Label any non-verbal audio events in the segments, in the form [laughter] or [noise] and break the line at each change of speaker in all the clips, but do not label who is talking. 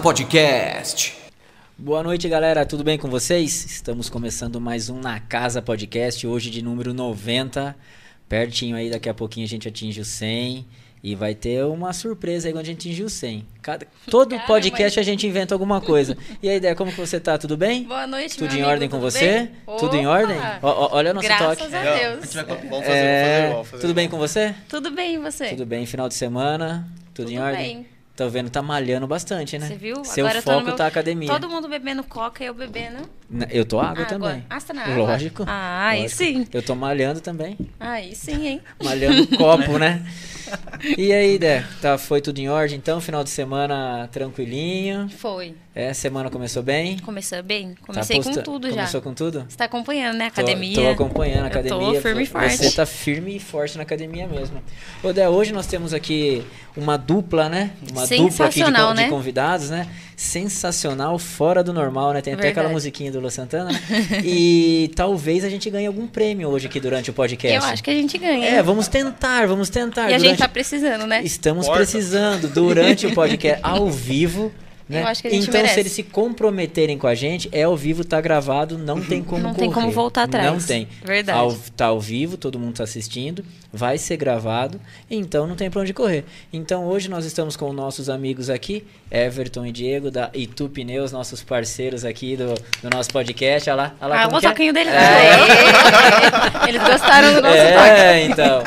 Podcast.
Boa noite, galera. Tudo bem com vocês? Estamos começando mais um Na Casa Podcast, hoje de número 90. Pertinho aí, daqui a pouquinho a gente atinge o 100. E vai ter uma surpresa aí quando a gente atingir o 100.
[laughs]
Cada, todo
Caramba,
podcast a gente inventa alguma coisa. E aí, ideia, como que você tá? Tudo bem?
Boa noite,
Tudo
meu
em
amigo,
ordem com
tudo
você?
bem?
Tudo em
Opa!
ordem? Ó, ó, olha o nosso
Graças
toque.
a
Não,
Deus.
a gente vai- vamos fazer, vamos
É,
fazer igual. fazer
tudo bem com
igual.
você?
Tudo bem, e você?
Tudo bem, final de semana? Tudo,
Tudo
em ordem?
bem.
Tô vendo, tá malhando bastante, né?
Você viu?
Seu
Agora eu tô no
foco
meu-
tá a academia.
Todo mundo bebendo coca e eu bebendo.
Na- Eu tô água
Água.
também.
Ah, você tá na água?
Lógico.
Ah, aí
lógico.
sim.
Eu tô malhando também.
Aí sim, hein?
Malhando copo,
[laughs]
né? E aí, Dé? Tá, foi tudo em ordem então? Final de semana tranquilinho.
Foi.
É, semana começou bem?
Começou bem?
Tá
Comecei com
posta-
tudo já.
Começou com tudo?
Você tá acompanhando, né?
Tô-
Academia.
Tô, acompanhando a
Eu tô
academia.
firme e
Você
forte.
tá firme e forte na academia mesmo. Ô, Dé, hoje nós temos aqui uma dupla, né? Uma dupla aqui de,
Sensacional,
con- de
né?
convidados, né? Sensacional, fora do normal, né? Tem até aquela
Verdade.
musiquinha do Lu
[laughs]
Santana. né? e talvez a gente ganhe algum prêmio hoje aqui durante o podcast.
Eu acho que a gente ganha. hein?
É, vamos tentar, vamos tentar.
E a gente
durante-
tá precisando, né?
Estamos
Porta.
precisando durante o podcast ao vivo. Né?
Eu acho que a gente
então,
merece.
se eles se comprometerem com a gente, é ao vivo, tá gravado, não tem como
Não
correr.
tem como voltar atrás.
Não tem.
Verdade.
Ao, tá ao vivo, todo mundo tá assistindo, vai ser gravado, então não tem pra onde correr. Então, hoje nós estamos com nossos amigos aqui, Everton e Diego, da Itu Pneus, nossos parceiros aqui do, do nosso podcast. Olha lá, olha lá
Ah,
como
o
que é?
toquinho dele.
É. [laughs]
Aê! Eles gostaram do nosso toque.
É, [laughs] então.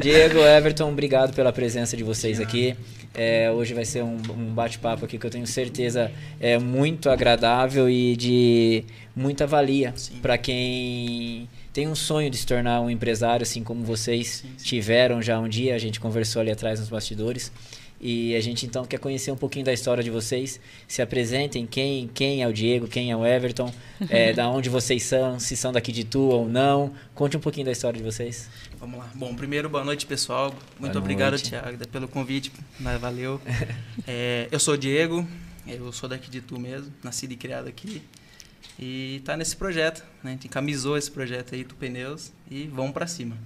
Diego, Everton, obrigado pela presença de vocês aqui. É, hoje vai ser um, um bate-papo aqui que eu tenho certeza é muito agradável e de muita valia para quem tem um sonho de se tornar um empresário, assim como vocês tiveram já um dia. A gente conversou ali atrás nos bastidores. E a gente então quer conhecer um pouquinho da história de vocês. Se apresentem quem, quem é o Diego, quem é o Everton, é, da onde vocês são, se são daqui de tu ou não. Conte um pouquinho da história de vocês.
Vamos lá. Bom, primeiro, boa noite, pessoal. Muito
Boa
obrigado,
noite.
Tiago, pelo convite. Mas
[laughs]
Valeu. É, eu sou o Diego, eu sou daqui de Tu mesmo, nascido e criado aqui. E tá nesse projeto, né? A gente encamisou esse projeto aí, Tu Pneus, e vamos pra cima.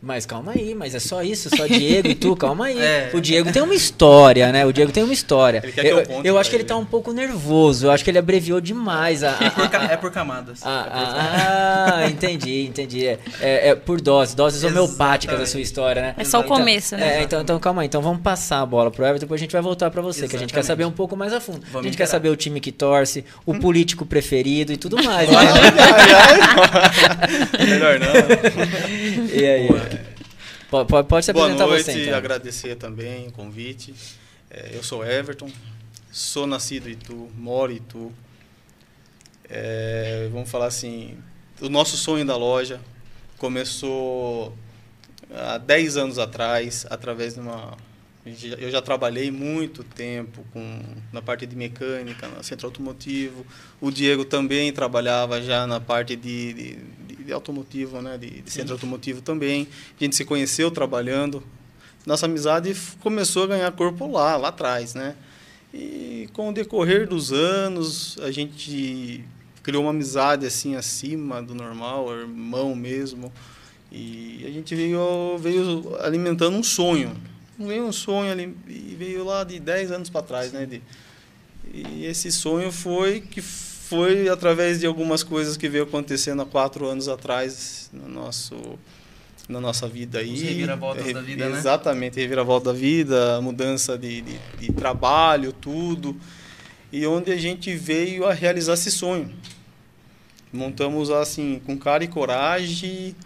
Mas calma aí, mas é só isso, só Diego
[laughs]
e tu, calma aí.
É.
O Diego tem uma história, né? O Diego tem uma história.
Ele quer que
eu
eu conte
eu acho
pra
que ele
ele.
tá um pouco nervoso, eu acho que ele abreviou demais a,
É por, ca- é por camadas.
Ah,
É por camadas. [laughs]
ah, ah, entendi, entendi. É, é- é por doses, doses homeopáticas a sua
Exatamente.
história, né?
É só o
Então-
começo, né?
É, então, então calma aí, então vamos passar a bola pro Everton, depois a gente vai voltar pra você, que a gente quer
Exatamente.
saber um pouco mais a fundo. a
Vamos Hum?
gente quer
interar.
saber o time que torce, o político preferido e
[laughs]
tudo mais. né?
Melhor não.
e aí? Po- Pode, pode [laughs] se
Boa
apresentar
noite,
você, então.
agradecer também o convite. É, eu sou Everton, sou nascido em Itu, moro em Itu. É, vamos falar assim, o nosso sonho da loja começou há 10 anos atrás, através de uma... Eu já trabalhei muito tempo com, na parte de mecânica, no centro automotivo. O Diego também trabalhava já na parte de, de, de- de automotivo, né? de, de centro automotivo também. A gente se conheceu trabalhando. Nossa amizade f- começou a ganhar corpo lá, lá atrás, né? E com o decorrer dos anos, a gente criou uma amizade assim acima do normal, irmão mesmo. E a gente veio, veio alimentando um sonho. Veio um sonho ali, e veio lá de 10 anos para trás, né? De, e esse sonho foi que foi através de algumas coisas que veio acontecendo há quatro anos atrás no nosso na nossa vida aí.
Os reviravoltas
Re-
da vida, né?
Exatamente, reviravolta da vida, mudança de, de, de trabalho, tudo. E onde a gente veio a realizar esse sonho. Montamos assim, com cara e coragem,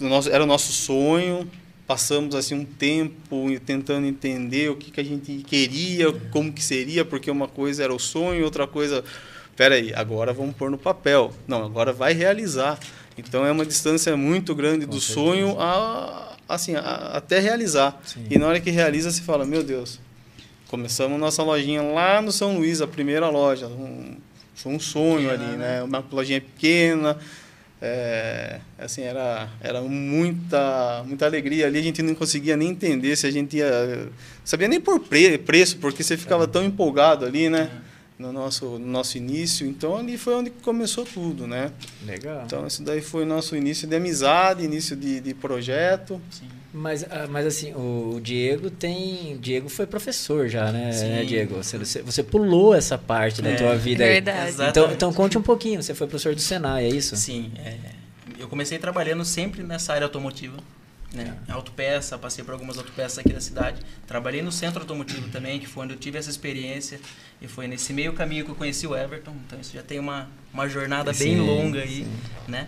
o nosso- era o nosso sonho. Passamos assim um tempo tentando entender o que, que a gente queria, como que seria, porque uma coisa era o sonho, outra coisa, peraí, agora vamos pôr no papel. Não, agora vai realizar. Então é uma distância muito grande
Com
do
certeza.
sonho a assim, a- até realizar.
Sim.
E na hora que realiza, você fala, meu Deus, começamos nossa lojinha lá no São Luís, a primeira loja. Um, foi um sonho
Pequena,
ali,
né?
né? Uma lojinha pequena. É, assim, era, era muita, muita alegria ali. A gente não conseguia nem entender se a gente ia. Sabia nem por pre- preço, porque você
É.
ficava tão empolgado ali, né? No nosso, no nosso início. Então ali foi onde começou tudo, né?
Legal.
Tá.
Então isso daí foi nosso início de amizade, início de, de projeto.
Sim.
Mas, ah, mas assim, o Diego tem. Diego foi professor já, né,
Sim.
né, Diego? Você, você- você pulou essa parte da
É,
tua vida aí.
verdade.
Então, então conte um pouquinho, você foi professor do Senai, é isso?
Sim, é, eu comecei trabalhando sempre nessa área automotiva. Né?
É.
Autopeça, passei por algumas autopeças aqui da cidade. Trabalhei no centro
[clears throat]
automotivo também, que foi onde eu tive essa experiência. E foi nesse meio caminho que eu conheci o Everton. Então isso já tem uma, uma jornada bem
Sim,
longa aí,
sim.
né?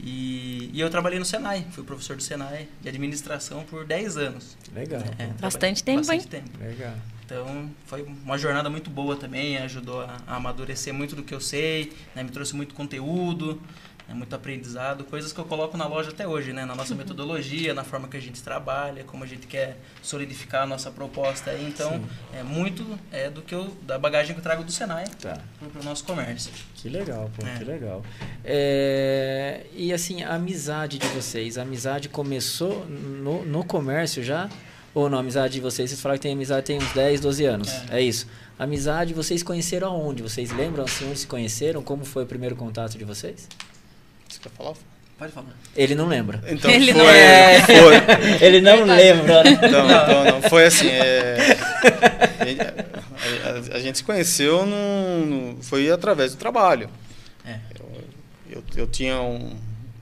E, e eu trabalhei no Senai, fui professor do Senai de administração por 10 anos.
Legal.
É, trabalhei
Bastante tempo,
bastante
hein?
tempo.
Legal.
Então foi uma jornada muito boa também, ajudou a, a amadurecer muito do que eu sei, né? me trouxe muito conteúdo, né? muito aprendizado, coisas que eu coloco na loja até hoje, né? na
[laughs]
nossa metodologia, na forma que a gente trabalha, como a gente quer solidificar a nossa proposta. aí. Então é muito é, do que eu, da bagagem que eu trago do Senai
Tá.
para o nosso comércio.
Que legal, pô,
É.
que legal. É, e assim, a amizade de vocês, a amizade começou no, no comércio já? Ou não, a amizade de vocês, vocês falaram que tem amizade tem uns 10, 12 anos, é, isso. A amizade, vocês conheceram aonde? Vocês lembram assim, onde se conheceram? Como foi o primeiro contato de vocês?
Você quer falar?
Pode falar.
Ele não lembra.
Então
Ele
foi.
não é.
foi.
[laughs] Ele não lembra, né?
Não, então não. Foi assim. é, a gente- a, a- a gente se conheceu num, no- foi através do trabalho.
É.
Eu, eu tinha um.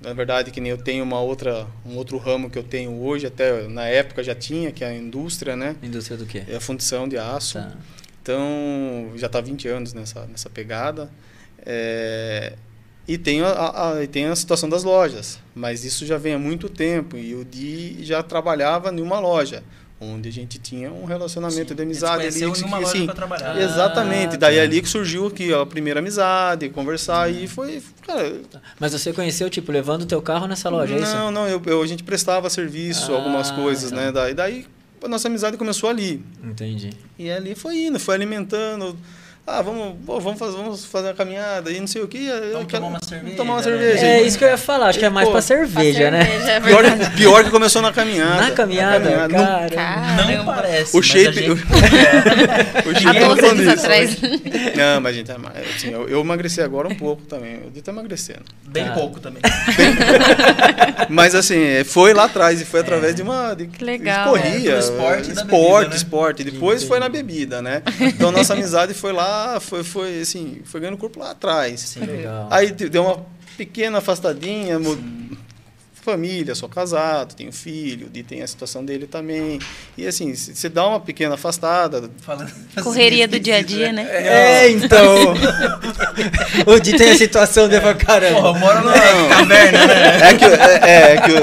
Na verdade, que nem eu tenho uma outra, um outro ramo que eu tenho hoje, até na época já tinha, que é a indústria, né?
Indústria do quê?
É a fundição de aço.
Tá.
Então, já está 20 anos nessa, nessa pegada. É, e, tem a, a- a- e tem a situação das lojas, mas isso já vem há muito tempo. E o Di já trabalhava em uma loja, onde a gente tinha um relacionamento de amizade.
a gente se conheceu
que- assim,
em uma loja
sim,
para trabalhar.
Ah,
Exatamente. Daí
tá.
ali que surgiu aqui, ó, a primeira amizade, conversar e foi... Cara,
tá. Mas você conheceu, tipo, levando o teu carro nessa loja, é isso?
não, não, eu, eu- a gente prestava serviço,
Ah,
algumas coisas,
tá.
né? Daí, daí a nossa amizade começou ali.
Entendi.
E ali foi indo, foi alimentando. Ah, vamos, pô, vamos, fazer, vamos fazer uma caminhada e não sei o que.
Vamos tomar uma cerveja,
Tomar uma
né?
cerveja.
É isso que eu ia falar, acho que é mais
Pô,
pra cerveja, né?
cerveja, é
[laughs] Pior,
verdade.
pior que começou na caminhada.
Na caminhada,
Não-
cara.
Tá.
Não
Caramba.
parece.
o
mas a
shape.
gente-
o- o shape
Há
eu tô
12 anos
nisso.
atrás.
Não, mas gente, é ma- assim, eu, eu emagreci agora um pouco também. Eu devia estar emagrecendo.
Bem
Tá.
pouco também. [laughs]
Mas assim, é, foi lá atrás e foi
É.
através de uma. De,
Que legal.
Corria.
É, do esporte e da
esporte,
bebida, né?
esporte. Depois
Entendi.
foi na bebida, né? Então a nossa amizade foi lá, foi, foi assim, foi ganhando corpo lá atrás.
Sim.
Legal.
Ah. Aí de- deu uma pequena afastadinha, mu- família, sou casado, tenho filho, e tem a situação dele também. E assim, se- você dá uma pequena afastada.
Falando assim,
Correria do dia a dia, né?
É, [laughs] então. o Di tem a situação de falar,
Porra,
caramba.
mora na
Não.
caverna, né?
É que, eu- é, é, é que eu-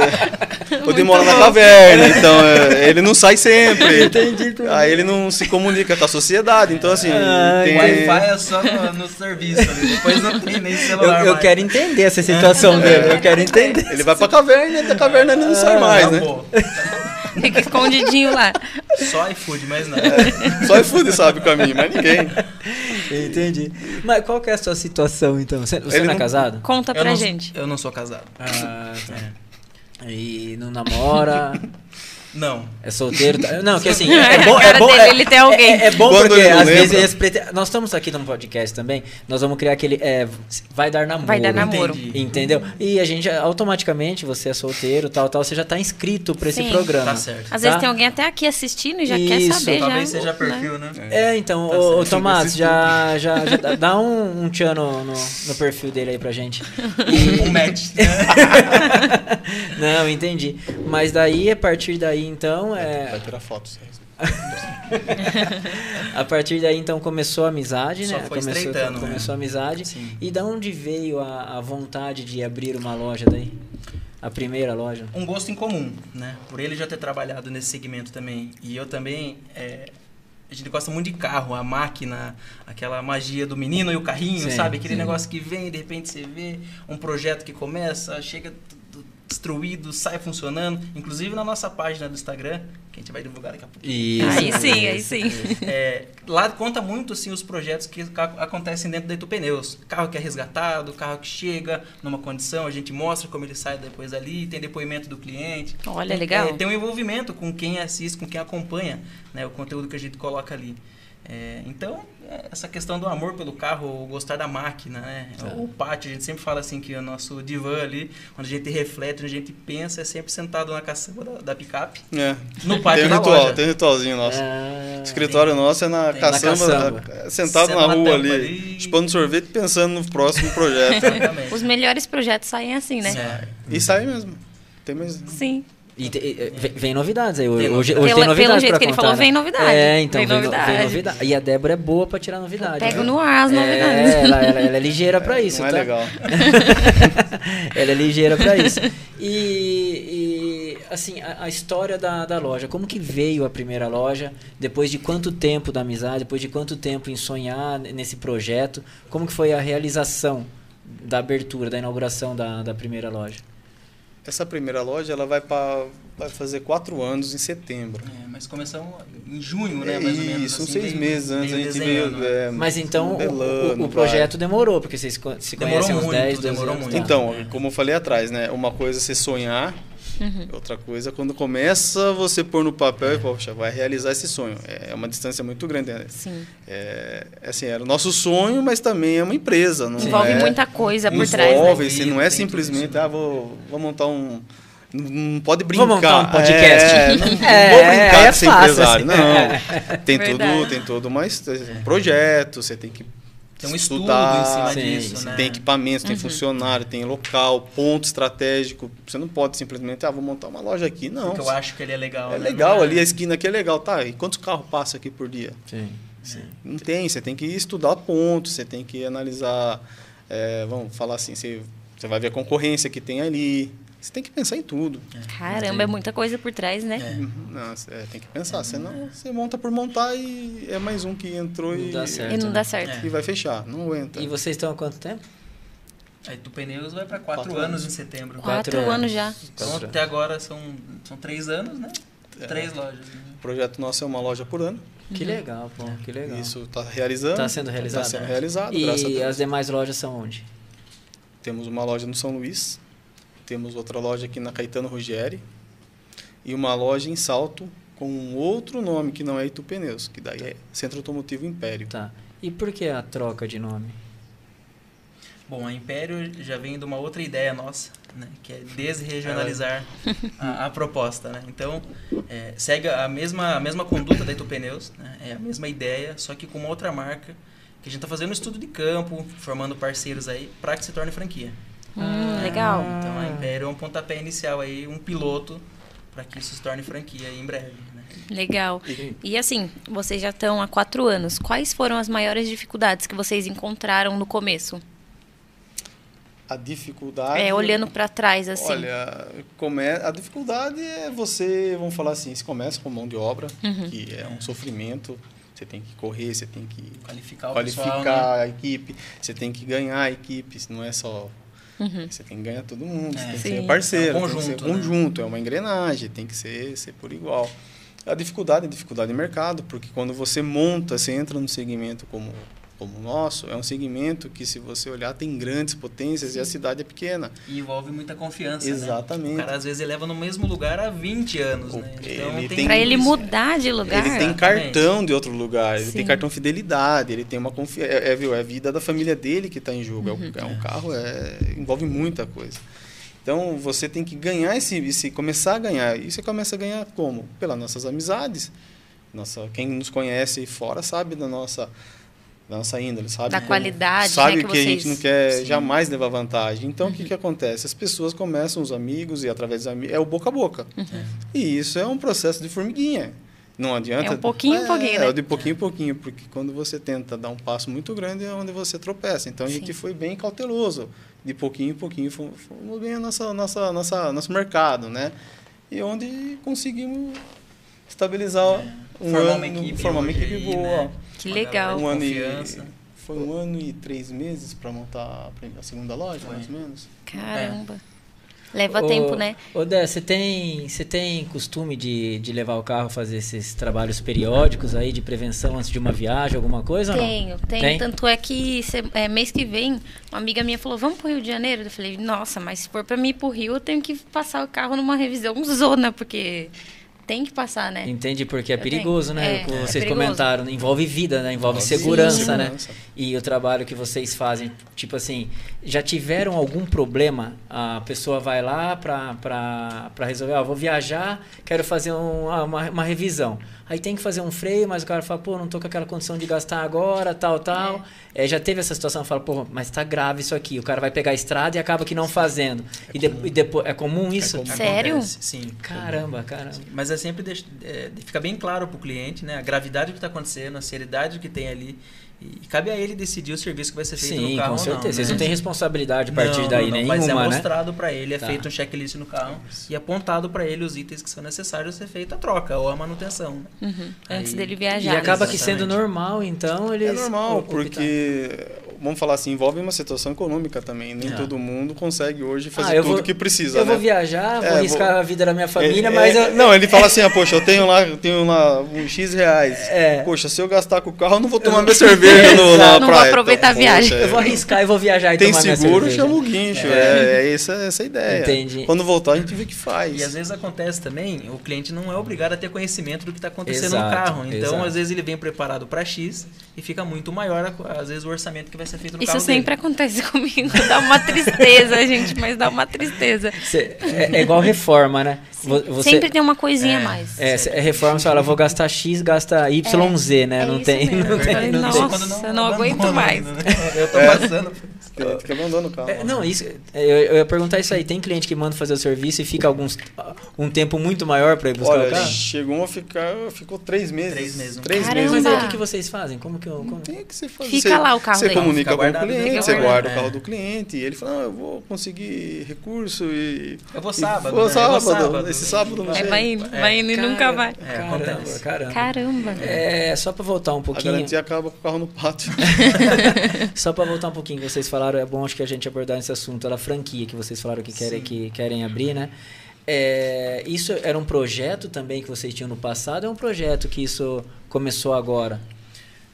o Di mora na caverna, então é, ele não sai sempre.
Entendi tudo.
Aí ele não se comunica com a sociedade, então assim.
Ai,
tem-
Wi-Fi é só no, no serviço, ali, depois não tem nem
Eu,
celular
eu
mais.
quero entender essa situação dele, eu quero entender.
Ele vai pra caverna e da caverna ele não sai
Ah, tá
mais, né?
Acabou.
Fica escondidinho lá.
Só iFood, mas não.
É.
Só iFood sabe o caminho, mas ninguém.
Entendi. Mas qual que é a sua situação, então? Você, você
Ele
não é
não-
casado?
Conta
eu
pra
não,
gente.
Eu não sou casado.
Ah, tá. E não namora,
Não.
é solteiro. tá? Não, que
[laughs]
assim, é bom.
A
É
cara
bom
dele,
é-
ele tem alguém.
É, é bom
Quando
porque
ele não
às vezes
lembra.
eles prete- Nós estamos aqui num podcast também, nós vamos criar aquele. é, vai dar namoro. né?
Vai dar namoro.
Entendi.
Entendeu? E a gente já- automaticamente, você é solteiro, tal, tal, você já tá inscrito pra esse
Sim.
programa.
Tá certo.
Às
Tá?
vezes tem alguém até aqui assistindo e já quer
Isso,
saber.
Talvez
já,
seja
né?
perfil, né?
É, então,
Tá
ô, ô,
certo.
Tomás,
Esse
já, já, já dá- dá um, um tchan no, no, no perfil dele aí pra gente.
Um match.
[laughs]
né?
[laughs] Não, entendi. Mas daí, a partir daí, então,
Vai
é,
tirar fotos.
a partir daí, então, começou a amizade,
Só
né?
foi
começou,
estreitando,
começou a amizade.
Sim.
E da onde veio a, a vontade de abrir uma loja daí? A primeira loja?
Um gosto em comum, né? Por ele já ter trabalhado nesse segmento também. E eu também... é, a gente gosta muito de carro, a máquina, aquela magia do menino e o carrinho,
Sim,
sabe? Aquele
sim.
negócio que vem, de repente você vê um projeto que começa, chega tudo destruído, sai funcionando. Inclusive na nossa página do Instagram, que a gente vai divulgar daqui a pouco.
Aí sim,
né?
aí sim.
É, lá conta muito assim, os projetos que ca- acontecem dentro da Itu Pneus. Carro que é resgatado, carro que chega numa condição, a gente mostra como ele sai depois ali, tem depoimento do cliente.
Olha, legal.
É, tem um envolvimento com quem assiste, com quem acompanha né, o conteúdo que a gente coloca ali. É, então, essa questão do amor pelo carro, gostar da máquina, né? O pátio, a gente sempre fala assim que o nosso divã ali, onde a gente reflete, onde a gente pensa, é sempre sentado na caçamba da, da
[laughs]
picape.
É.
No pátio
tem
da
ritual,
loja.
tem ritualzinho nosso.
Ah,
O escritório nosso é na caçamba,
caçamba.
da- sentado
Senta
na
na
rua
tampa
ali,
ali.
chupando sorvete e pensando no próximo projeto.
[laughs] Exatamente.
Os melhores projetos saem assim, né?
É.
e sai mesmo. Tem mais.
Sim.
e te- e- vem vem novidades aí. Hoje,
Tem
hoje,
novidade.
hoje tem
Pelo- pelo
novidades
jeito
pra
que ele
contar,
falou,
né?
vem novidade,
É, então,
vem
vem, no- vem
novidade.
novidade. E a Débora é boa pra tirar novidade.
Pego
né?
no ar as novidades.
É, ela, ela- ela é ligeira pra isso,
Não
tá?
é
[laughs]
legal.
ela é ligeira pra
[laughs]
isso. E, e, assim, a, a história da, da loja. Como que veio a primeira loja? Depois de quanto tempo da amizade? Depois de quanto tempo em sonhar n- nesse projeto? Como que foi a realização da abertura, da inauguração da, da primeira loja?
Essa primeira loja ela vai, pra, vai fazer quatro anos em setembro.
É, mas começamos em junho, né?
É
Mais ou menos.
Isso, uns
assim,
seis
veio-
meses antes.
veio
a gente
desenhando,
veio.
né?
é,
Mas então o-
modelando,
o, o
vai.
projeto demorou, porque vocês, co- se
Demorou
conhecem uns
muito,
10, 12
demorou
anos.
muito.
tá?
Então, como eu falei atrás, né? Uma coisa é você sonhar, outra coisa é quando começa você pôr no papel e, poxa, vai realizar esse sonho. É uma distância muito grande. né?
[laughs] Sim.
É, assim, era o nosso sonho, mas também é uma empresa. Não
Envolve
é,
muita coisa por
envolve,
trás. né?
você não é
Tem tudo isso,
simplesmente,
né?
ah, vou, vou montar um. Não não pode brincar.
Vou montar um podcast.
É, não, não
[laughs] É,
vou brincar
aí é
de ser
fácil,
empresário.
assim.
Não. Tem
Verdade.
tudo, tem todo uma, his- um projeto, você tem que
Tem um estudo
estudar,
em cima
sim,
disso,
sim.
né?
tem equipamentos,
Uhum.
tem funcionário, tem local, ponto estratégico. Você não pode simplesmente, ah, vou montar uma loja aqui. Não.
Porque eu acho que ele é legal.
É
né?
legal
Não
ali, a esquina aqui é legal. Tá, e quantos carros passa aqui por dia?
Sim, sim.
Não tem, você tem que estudar ponto, você tem que analisar, é, vamos falar assim, você, você vai ver a concorrência que tem ali. Você tem que pensar em tudo.
Caramba, é muita coisa por trás, né?
Uhum.
Não, você- é, tem que pensar, senão você monta por montar e é mais um que entrou
Não
e,
dá certo.
E não dá certo.
e vai fechar. Não aguenta.
E vocês estão há quanto tempo?
Aí tu pneus vai pra quatro,
Quatro
anos em setembro.
Quatro,
Quatro
anos já.
Então
Quatro.
até agora são, são três anos, né?
É.
Três lojas. né?
O projeto nosso é uma loja por ano.
Que legal, pô, que legal.
Isso está realizando.
Está sendo realizado. né?
Está sendo realizado, graças a
E
Deus.
as demais lojas são onde?
Temos uma loja no São Luís, temos outra loja aqui na Caetano Rogério e uma loja em Salto com um outro nome que não é Itu Pneus, que daí é Centro Automotivo Império.
Tá. E por que a troca de nome?
Bom, a Império já vem de uma outra ideia nossa, né? Que é desregionalizar a, a proposta, né? Então, é, segue a mesma, a mesma conduta da Itu Pneus, né? É a mesma ideia, só que com uma outra marca. Que a gente tá fazendo um estudo de campo, formando parceiros aí, para que se torne franquia.
Hum, legal.
Então a Império é um pontapé inicial aí, um piloto para que isso se torne franquia aí em breve. Né?
Legal. E assim, vocês já estão há quatro anos. Quais foram as maiores dificuldades que vocês encontraram no começo?
A dificuldade.
É, olhando pra trás, assim.
Olha, come... a dificuldade é você, vamos falar assim, você começa com mão de obra,
Uhum.
que é um sofrimento, você tem que correr, você tem que
né?
Qualificar o
qualificar
pessoal. né?
a equipe, você tem que ganhar a equipe, isso não é só.
Uhum.
Você tem que ganhar todo mundo,
É.
você tem que
Sim.
ser parceiro,
É um
tem que
conjunto,
ser um
né?
conjunto, é uma engrenagem, tem que ser, ser por igual. A dificuldade é dificuldade de mercado, porque quando você monta, você entra num segmento como como o nosso, é um segmento que se você olhar tem grandes potências e a cidade é pequena.
Né? E envolve muita confiança.
Exatamente.
Né? O cara às vezes ele leva no mesmo lugar há 20 anos. Né?
O- ele tem-
Pra ele
isso.
mudar de lugar.
Ele tem
Exatamente.
cartão de outro lugar, ele
Sim.
tem cartão fidelidade, ele tem uma confiança. É, é, viu, é a vida da família dele que está em jogo. É
Uhum.
um- É, um carro, é- envolve muita coisa. Então você tem que ganhar esse, esse. começar a ganhar. E você começa a ganhar como? Pelas nossas amizades. Nossa, quem nos conhece fora sabe da nossa, da nossa índole, sabe?
Da qualidade, né,
Sabe
que
que a gente
vocês- Uhum.
não quer
Sim.
jamais levar vantagem. Então o que, que acontece? As pessoas começam, os amigos, e através dos amigos. É o boca a boca. E isso é um processo de formiguinha. Não adianta.
É um pouquinho em pouquinho, né?
É, de pouquinho em pouquinho, porque quando você tenta dar um passo muito grande é onde você tropeça. Então a gente foi bem cauteloso. De pouquinho em pouquinho fomos, fomos bem a nossa, nossa, nossa, nosso mercado, né? E onde conseguimos estabilizar um
formar
ano,
uma equipe.
formar uma
hoje
equipe
aí,
boa.
né?
Que
Uma
legal.
galera de
Um ano e,
Confiança.
foi um ano e três meses para montar a prim- a segunda loja, mais ou menos.
Caramba. Leva tempo, né?
Ô, Dé, você tem, você tem costume de, de levar o carro fazer esses trabalhos periódicos aí de prevenção antes de uma viagem, alguma coisa? ou não?
Tenho, tenho.
Tem?
Tanto é que se- é, mês que vem, uma amiga minha falou, vamos pro Rio de Janeiro? Eu [laughs] falei, nossa, mas se for pra mim ir pro Rio, eu tenho que passar o carro numa revisão zona, porque Tem que passar, né?
Entende? Porque é perigoso,
tenho.
né?
É,
O que
é
vocês
perigoso.
comentaram. Envolve vida, né? Envolve
Sim.
segurança, né?
Segurança.
E o trabalho que vocês fazem, tipo assim, já tiveram algum problema? A pessoa vai lá pra, pra, pra resolver, ó, vou viajar, quero fazer um- uma, uma revisão. Aí tem que fazer um freio, mas o cara fala, pô, não tô com aquela condição de gastar agora, tal, tal. É, já teve essa situação, fala, pô, mas tá grave isso aqui. O cara vai pegar a estrada e acaba que não fazendo. e, de- e depois, é comum isso?
comum.
Sério?
Acontece, Sim.
Caramba, caramba.
Mas é sempre deix- é, fica bem claro para o cliente, né? A gravidade do que está acontecendo, a seriedade que tem ali. E cabe a ele decidir o serviço que vai ser feito
Sim,
no carro
com
ou
certeza.
não.
Vocês
né?
não têm responsabilidade a partir daí
não,
nenhuma,
mas é
né?
mostrado para ele, é
Tá.
feito um checklist no carro e apontado para ele os itens que são necessários ser feita a troca ou a manutenção.
Uhum. Antes
Aí-
dele
E
viajar.
acaba que
Exatamente.
sendo normal, então eles.
É normal,
optaram.
porque, vamos falar assim, envolve uma situação econômica também. Nem
É.
todo mundo consegue hoje
Ah,
fazer
eu
tudo
vou-
que precisa,
Eu
né?
vou viajar,
É,
vou
vou-
arriscar a vida da minha família,
É,
mas.
é,
eu-
Não, ele fala assim, ah, poxa, eu tenho lá, eu tenho lá um X reais.
É.
Poxa, se eu gastar com o carro, eu não vou tomar minha
[laughs]
cerveja
Não vou
no, na praia. Então,
aproveitar a viagem.
poxa, é.
Eu vou arriscar e vou viajar e
Tem
tomar minha
seguro,
cerveja.
chama o guincho. É, é essa, essa a ideia.
Entendi.
Quando voltar, a gente vê o que faz.
E às vezes acontece também, o cliente não é obrigado a ter conhecimento do que está acontecendo
Exato,
no carro. Então,
exato.
às vezes ele vem preparado para X e fica muito maior, a- às vezes, o orçamento que vai ser feito no
Isso
carro
sempre acontece [laughs] comigo. Dá uma tristeza, gente, mas dá uma tristeza.
Cê- é, é igual reforma, né? Vo- Você,
Sempre tem uma coisinha a mais.
é, cê- é reforma, você fala, vou gastar X, gasta YZ, né?
é
não
isso
tem.
mesmo.
Não
Eu
tem,
falei,
não tem.
nossa, eu não aguento mais.
né? Eu tô passando.
Tem gente que abandona o carro.
É, não, isso, é, eu, eu ia perguntar isso aí. Tem cliente que manda fazer o serviço e fica alguns, um tempo muito maior pra ir buscar o
Olha,
carro? um
chegou a ficar, ficou três meses.
Três meses.
Caramba.
Mas
meses.
aí o que, que vocês fazem? Como que eu. Como...
Tem que você fazer.
Fica
você,
lá o carro
Você
dele.
comunica
Fica
com o
guardado,
cliente,
fica
você guarda o
guardado.
carro
É.
do cliente. E ele fala, ah, eu vou conseguir recurso e...
Eu vou
e
sábado,
Vou
né? Eu vou
sábado.
sábado.
Esse sábado não
É,
sei.
vai indo, vai indo e nunca vai.
É,
Caramba,
acontece.
caramba.
Caramba.
É, só pra voltar um
A
pouquinho.
garantia acaba com o carro no pátio.
Só pra voltar um pouquinho, vocês falaram, é bom acho que a gente abordar esse assunto da franquia que vocês falaram que querem,
Sim.
que querem abrir, né? É, isso era um projeto também que vocês tinham no passado? É um projeto que isso começou agora?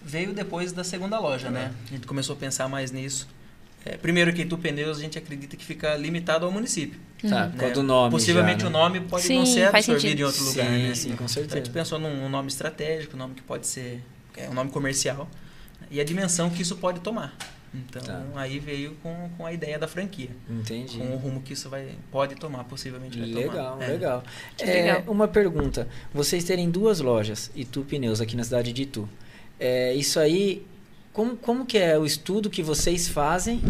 Veio depois da segunda loja, né?
É.
A gente começou a pensar mais nisso. É, primeiro que Itu Pneus, a gente acredita que fica limitado ao município.
Tá,
né?
qual do nome?
Possivelmente
já,
o
né?
nome pode não
Sim,
ser
faz
absorvido
sentido.
em outro lugar,
Sim, É.
né?
sim, com
Então, a gente
certeza.
pensou num um nome estratégico, um nome que pode ser é, um nome comercial né? e a dimensão que isso pode tomar. Então,
Tá.
aí veio com, com a ideia da franquia,
Entendi.
com o rumo que isso vai pode tomar, possivelmente vai
Legal,
tomar. É.
legal.
Que
É,
legal.
Uma pergunta. Vocês terem duas lojas, Itu Pneus, aqui na cidade de Itu. É, isso aí, como, como que é o estudo que vocês fazem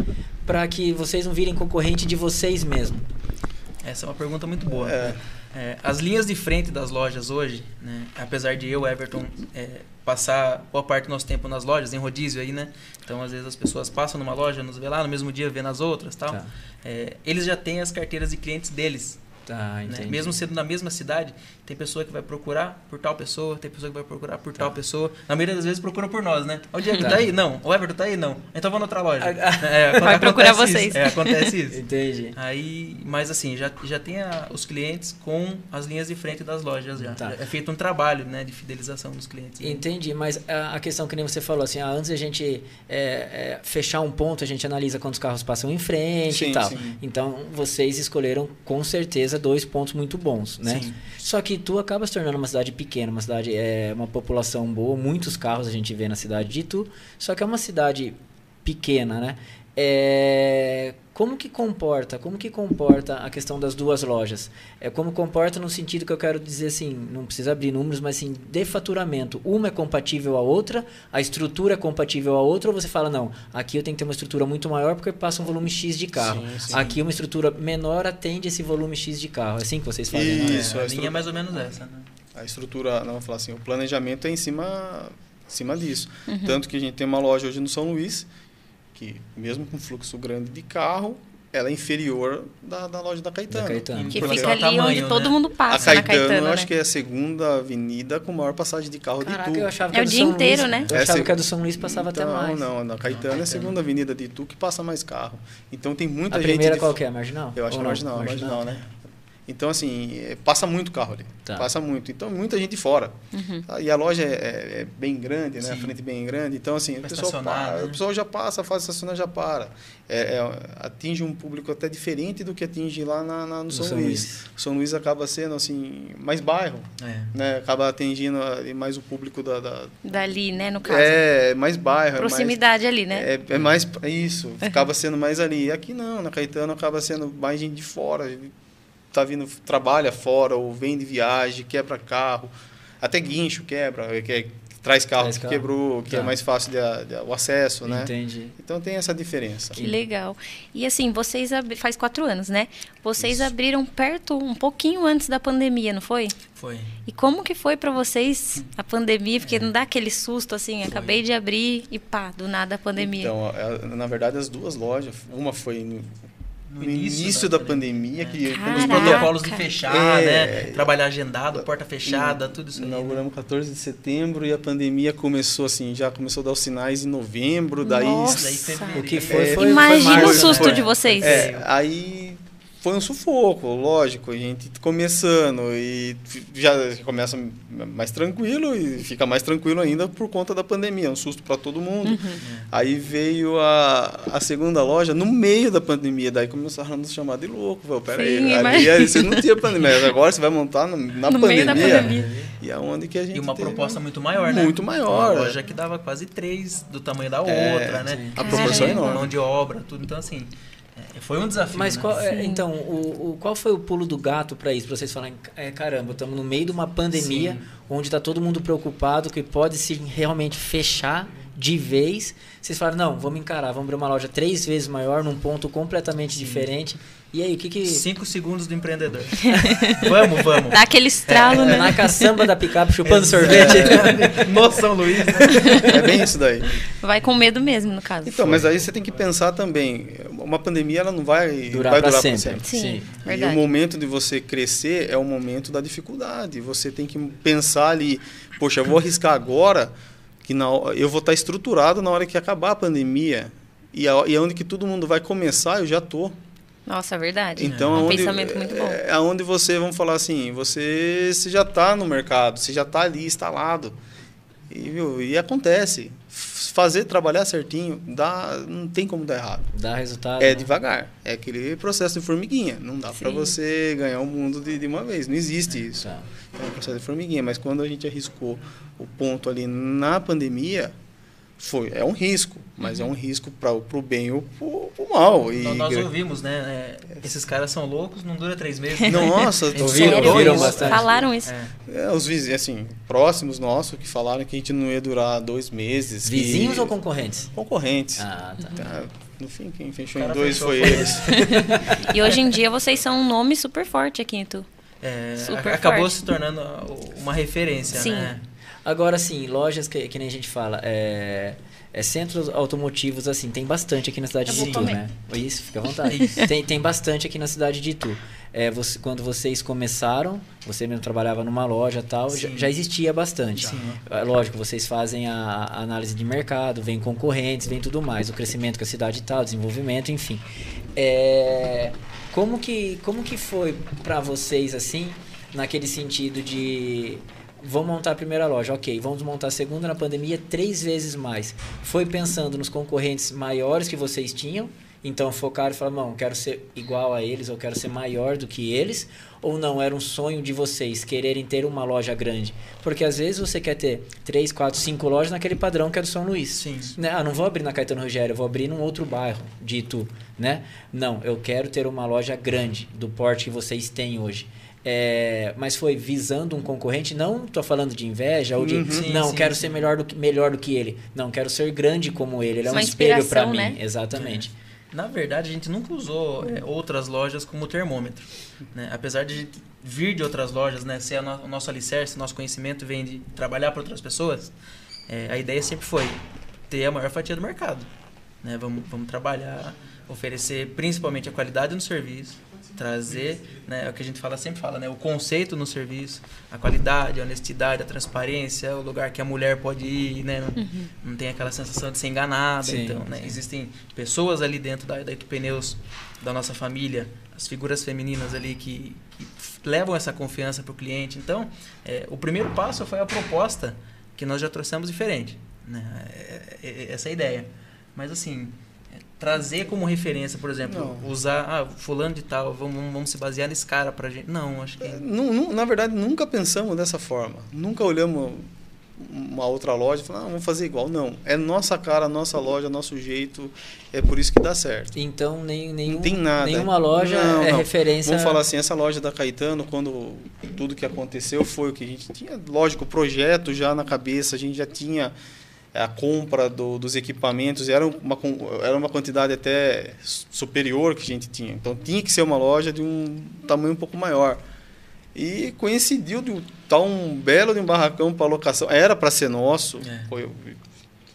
para que vocês não virem concorrente de vocês mesmo?
Essa é uma pergunta muito boa.
É.
né? É, as linhas de frente das lojas hoje, né, apesar de eu, Everton, é, passar boa parte do nosso tempo nas lojas, em rodízio aí, né? Então, às vezes as pessoas passam numa loja, nos vê lá, no mesmo dia vê nas outras tal.
Tá.
É, eles já têm as carteiras de clientes deles.
Tá,
né?
entendi.
Mesmo sendo na mesma cidade, tem pessoa que vai procurar por tal pessoa, tem pessoa que vai procurar por tal pessoa. Na maioria das vezes procura por nós, né? O Diego
Tá.
tá. aí? Não. O Everton tá aí? Não. Então vou na outra loja.
[laughs] Ah,
É, aconte-
Vai procurar
acontece
vocês.
isso. É, acontece isso.
Entendi.
Aí, mas assim, já, já tem a- os clientes com as linhas de frente das lojas já.
Tá.
É feito um trabalho, né, de fidelização dos clientes. né?
Entendi, mas a, a questão que nem você falou, assim, ah, antes a gente é, é, fechar um ponto, a gente analisa quantos carros passam em frente e
Sim,
tal.
sim.
Então, vocês escolheram com certeza dois pontos muito bons, né?
Sim.
Só que tu acaba se tornando uma cidade pequena, uma cidade, é, uma população boa, muitos carros a gente vê na cidade de Tu, só que é uma cidade pequena, né? É, como que comporta, como que comporta a questão das duas lojas? É como comporta no sentido que eu quero dizer assim, não precisa abrir números, mas assim, de faturamento, uma é compatível à outra, a estrutura é compatível à outra, ou você fala, não, aqui eu tenho que ter uma estrutura muito maior porque passa um volume X de carro.
Sim, sim.
Aqui uma estrutura menor atende esse volume X de carro. É assim que vocês fazem, não é?
É,
Isso,
a linha é
a estrutura-
mais ou menos essa, né?
a estrutura, não vou falar assim, o planejamento é em cima, em cima disso. Tanto que a gente tem uma loja hoje no São Luís, que mesmo com fluxo grande de carro, ela é inferior da, da loja da Caetano.
Da Caetano.
Que
Porque
Porque é
fica
o
ali onde
tamanho,
todo
né?
mundo
A
passa, na
Caetano,
Caetano,
eu
né?
acho que é a segunda avenida com maior passagem de carro de
Caraca,
Itu.
eu achava que
É
a
o
do
dia
São
inteiro,
Luís-
né?
Eu achava
Essa-
que a do São Luís passava
então,
até mais.
Não, na Caetano é a segunda avenida de Itu que passa mais carro. Então tem muita
a
gente.
primeira
de-
qual que é? Marginal?
Eu acho
Ou
que é
não?
marginal, marginal, né? Então, assim, é, passa muito carro ali.
Tá.
Passa muito. Então, muita gente de fora.
Uhum.
Tá? E a loja é, é- é bem grande, né? A
Sim.
frente bem grande. Então, assim, o
Pra
pessoal,
estacionar,
para,
né?
o pessoal já passa, faz estacionar, já para. É, é, atinge um público até diferente do que atinge lá na, na- no, São,
São
Luís.
Luís.
São Luís acaba sendo, assim, mais bairro.
É.
Né? Acaba atingindo ali mais o público da... da-
Dali, né, no caso.
é, mais bairro. é mais-
Proximidade ali, né?
é, é mais pra isso, acaba sendo mais ali. Aqui não, na Caetano acaba sendo mais gente de fora. Tá vindo, trabalha fora, ou vem de viagem, quebra carro, até guincho quebra, que é- traz carro
Traz
que
carro.
quebrou, que
Tá.
é mais fácil de a- de a- o acesso, né?
Entendi.
Então tem essa diferença.
Que legal. E assim, vocês abri... faz quatro anos, né? Vocês abriram perto, um pouquinho antes da pandemia, não foi?
Foi.
E como que foi pra vocês a pandemia? Porque não dá aquele susto assim, acabei de abrir e pá, do nada a pandemia.
Então, ó, é, na verdade, as duas lojas, uma foi no, no início, da, pandemia, que quando
Os
os
Caraca.
protocolos de fechar,
É.
né? Trabalhar agendado, porta fechada, tudo isso aí. né?
Inauguramos 14 de setembro e a pandemia começou assim, já começou a dar os sinais em novembro, daí
Nossa.
Daí é, fevereiro.
O que foi, foi.
Imagina
foi
o
março,
susto
né?
de vocês.
É, aí foi um sufoco, lógico, a gente começando e já começa mais tranquilo e fica mais tranquilo ainda por conta da pandemia, é um susto para todo mundo.
Uhum.
Aí veio a, a segunda loja no meio da pandemia, daí começaram a nos chamar de louco, velho, peraí,
Sim,
ali,
imagina.
aí você não tinha pandemia, mas agora você vai montar no-
[laughs]
na
No meio
pandemia.
da pandemia.
E aonde que a gente
E uma
teve- um
proposta muito maior, né?
Muito maior.
Uma loja que dava quase três do tamanho da
É,
outra, né?
sim.
A proporção é
Exigindo
enorme.
Mão de obra, tudo. Então, assim, é, foi um desafio.
Mas
né?
qual, é, então, o, o- qual foi o pulo do gato para isso? Pra vocês falarem, é, caramba, estamos no meio de uma pandemia,
Sim.
onde está todo mundo preocupado que pode se realmente fechar de vez. Vocês falaram, não, vamos encarar, vamos abrir uma loja três vezes maior, num ponto completamente diferente. E aí, o que que...
Cinco segundos do
[laughs]
empreendedor. vamos, vamos. [laughs]
Dá aquele estralo,
É.
né?
Na caçamba da picape chupando sorvete.
no São Luís, né?
É bem isso daí.
Vai com medo mesmo, no caso.
Então, mas aí você tem que pensar também, uma pandemia ela não vai
Durar
vai
pra
durar
sempre.
Pra sempre.
Sim,
Sim.
E o
verdade.
momento de você crescer é o momento da dificuldade. Você tem que pensar ali, poxa, eu vou arriscar agora, que na, ho- eu vou estar estruturado na hora que acabar a pandemia. E, a, e é onde que todo mundo vai começar, eu já tô.
Nossa, verdade.
Então,
é um
aonde-
pensamento muito bom.
É onde você, vamos falar assim, você, você já está no mercado, você já está ali instalado. E, viu, e acontece. F- Fazer, trabalhar certinho, dá, não tem como dar errado.
Dá resultado.
É
né?
devagar. É aquele processo de formiguinha. Não dá para
Sim.
você ganhar o mundo de, de uma vez. Não existe isso.
Tá.
É um processo de formiguinha. Mas quando a gente arriscou o ponto ali na pandemia, foi, é um risco. Mas
Uhum.
é um risco para o bem ou para o mal. E,
Então, nós ouvimos, né? é, Esses caras são loucos, não dura três meses. né?
[laughs]
Nossa,
Eles
Ouviram-
são
Sério?
ouviram
dois.
bastante.
Falaram isso.
É.
é, os vizinhos, assim, próximos nossos que falaram que a gente não ia durar dois meses. que-
Vizinhos ou concorrentes?
concorrentes?
Ah, tá.
Tá, no fim, quem fechou
O
em
cara
dois
fechou,
foi
foi
eles.
E hoje em dia vocês são um nome super forte aqui em Tu.
É,
Super
a- acabou
forte.
se tornando uh, uma referência,
Sim.
né?
Agora sim, lojas que, que nem a gente fala, é, é centros automotivos, assim, tem bastante aqui na cidade
Eu
de
vou
Itu,
comer.
né? Isso, fica à vontade. tem, tem bastante aqui na cidade de Itu. É, você- quando vocês começaram, você mesmo trabalhava numa loja e tal, já,
Sim.
já existia bastante.
Sim.
É Lógico, vocês fazem a, a análise de mercado, vem concorrentes, vem tudo mais, o crescimento que a cidade está, o desenvolvimento, enfim. É, como, que, como que foi para vocês, assim, naquele sentido de... Vamos montar a primeira loja, ok. Vamos montar a segunda na pandemia três vezes mais. Foi pensando nos concorrentes maiores que vocês tinham, então focaram e falaram, não, quero ser igual a eles, ou quero ser maior do que eles, ou não, era um sonho de vocês quererem ter uma loja grande. Porque às vezes você quer ter três, quatro, cinco lojas naquele padrão que é do São Luís.
Sim.
Né? Ah, não vou abrir na Caetano Rogério, eu vou abrir num outro bairro de Itu, né? Não, eu quero ter uma loja grande, do porte que vocês têm hoje. É, mas foi visando um concorrente, não tô falando de inveja ou de
Uhum.
Sim,
não,
sim,
quero
sim.
ser melhor do, que, melhor do que ele. Não, quero ser grande como ele. Ele é
Uma
um espelho para
inspiração,
mim.
né?
Exatamente.
Na verdade, a gente nunca usou é, outras lojas como termômetro. né? Apesar de a gente vir de outras lojas, né? ser a no- o nosso alicerce, nosso conhecimento vem de trabalhar para outras pessoas, é, a ideia sempre foi ter a maior fatia do mercado. né? Vamos, vamos trabalhar, oferecer principalmente a qualidade no serviço, trazer né, o que a gente fala sempre fala, né, o conceito no serviço, a qualidade, a honestidade, a transparência, o lugar que a mulher pode ir, né, não, não tem aquela sensação de ser enganada.
Sim,
então, né, existem pessoas ali dentro da, da Itu Pneus, da nossa família, as figuras femininas ali que, que levam essa confiança para o cliente. Então, é, o primeiro passo foi a proposta que nós já trouxemos diferente, né? É, é, essa ideia. Mas assim, trazer como referência, por exemplo,
Não.
usar ah, fulano de tal, vamos, vamos se basear nesse cara para gente. Não, acho que
Nu- nu- Na verdade, nunca pensamos dessa forma. Nunca olhamos uma outra loja e falamos, ah, vamos fazer igual. Não. É nossa cara, nossa loja, nosso jeito. É por isso que dá certo.
Então, nem, nenhum,
Não tem nada.
nenhuma loja
Não,
é
não.
referência.
Vamos falar assim, essa loja da Caetano, quando tudo que aconteceu foi o que a gente tinha, lógico, o projeto já na cabeça, a gente já tinha a compra do- dos equipamentos, era uma, com- era uma quantidade até superior que a gente tinha. Então tinha que ser uma loja de um tamanho um pouco maior. E coincidiu de estar um belo de um barracão para locação. Era para ser nosso.
É.
Foi, a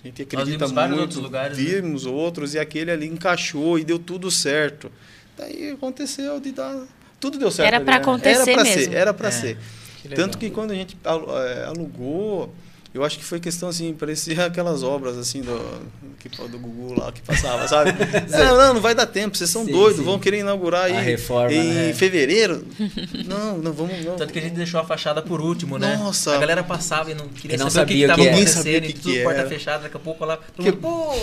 gente
Nós
acredita
vimos vários
muito.
outros lugares, né?
vimos outros e aquele ali encaixou e deu tudo certo. Daí aconteceu de dar. Tudo deu certo.
Era
ali,
pra
né?
acontecer
Era pra
mesmo.
ser, era pra
É.
ser.
Que legal.
Tanto que quando a gente alu- eh, alugou, eu acho que foi questão assim, parecia [laughs] aquelas obras assim do, que- do Gugu lá que
[laughs]
passava, sabe? não, não, não vai dar tempo, vocês são
Sim,
doidos,
sim.
vão querer inaugurar aí
A reforma,
em
né?
fevereiro. não, não, vamos. Não.
Tanto que a gente deixou a fachada por último, né?
Nossa.
A galera passava e não queria
E não
saber
sabia o
o que estava
que era.
Ninguém sabia
acontecendo,
o
e
que
tudo
que
porta
era.
fechada, daqui a pouco lá. todo
Que-
mundo,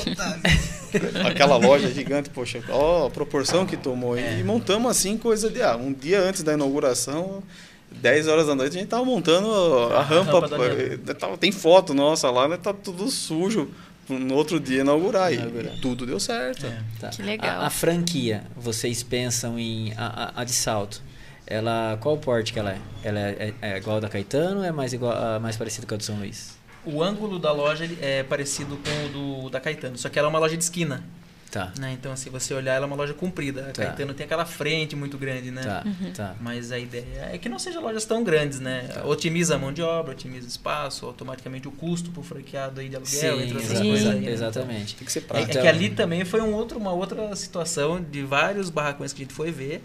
Puta!
Aquela loja gigante, poxa, ó a proporção que tomou. E montamos assim, coisa de. Ah, um dia antes da inauguração, 10 horas da noite, a gente tava montando a rampa.
rampa da
eh, tava- tem foto nossa lá, né? Tá tudo sujo. No outro dia inaugurar. É.
Inaugurar.
E tudo deu certo.
Tá.
Que legal.
A, a franquia, vocês pensam em. A, a- a de salto. Ela. Qual o porte que ela é? Ela é, é- é igual a da Caetano ou é mais, igual, a- mais parecida com a do São Luís?
O ângulo da loja ele é parecido com o do, da Caetano, só que ela é uma loja de esquina.
Tá.
Né? Então, se você olhar, ela é uma loja comprida. A
Tá.
Caetano tem aquela frente muito grande, né?
Tá,
Uhum.
tá.
Mas a ideia é que não sejam lojas tão grandes, né? Otimiza a mão de obra, otimiza o espaço, automaticamente o custo pro franqueado aí de aluguel, entre outras
exato,
Sim.
coisas.
exa-
Aí, né?
exatamente.
Tem que ser
É,
prático.
é que ali também foi um outro, uma outra situação de vários barracões que a gente foi ver.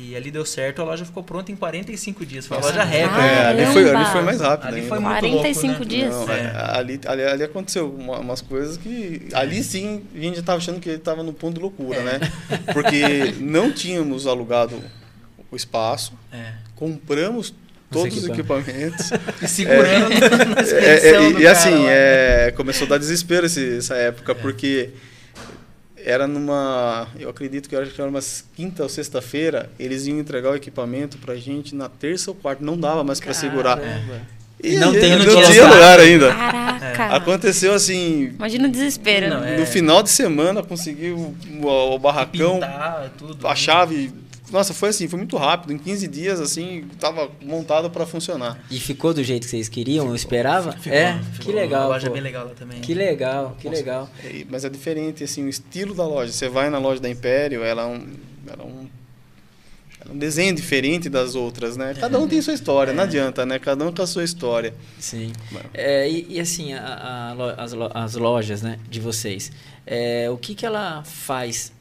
E ali deu certo, a loja ficou pronta em 45 dias. Foi uma
Nossa,
loja recorde. né?
É, ali, foi, ali
Caramba!
foi mais rápido.
Ali
ainda.
foi muito
45
louco, né?
dias.
Não,
É.
a- ali, ali, ali aconteceu uma- umas coisas que. Ali sim a gente já estava achando que ele estava no ponto de loucura, né? Porque não tínhamos alugado o espaço,
É.
compramos todos
tá.
os
[laughs]
equipamentos.
equipamentos.
E segurando na
É,
expedição
é,
do
e
cara
assim,
lá. né?
é, começou a dar desespero esse- essa
É.
época, porque era numa. Eu acredito que era, que era umas quinta ou sexta-feira, eles iam entregar o equipamento pra gente na terça ou quarta, não dava mais pra segurar.
É. E não
aí,
tem onde
não
colocar.
tinha lugar ainda. É.
Ah.
Caraca.
Aconteceu assim,
Imagina o desespero.
Não, é.
no final de semana consegui o, o- o barracão,
Pintar, tudo. né?
a chave. Nossa, foi assim, foi muito rápido. Em 15 dias, assim, tava montado para funcionar.
E ficou do jeito que vocês queriam, eu esperava?
Ficou-
é,
ficou
que
Uma
legal.
loja
pô.
bem legal lá também.
Que legal, que legal.
É, Mas é diferente, assim, o estilo da loja. Você vai na loja da Império, ela é um, ela é um, ela é um desenho diferente das outras, né? Cada um tem sua história, não adianta, né? Cada um com a sua história.
Sim.
Mas-
É, e, e assim, a- a lo- as, lo- as lojas né, de vocês, é, o que, que ela faz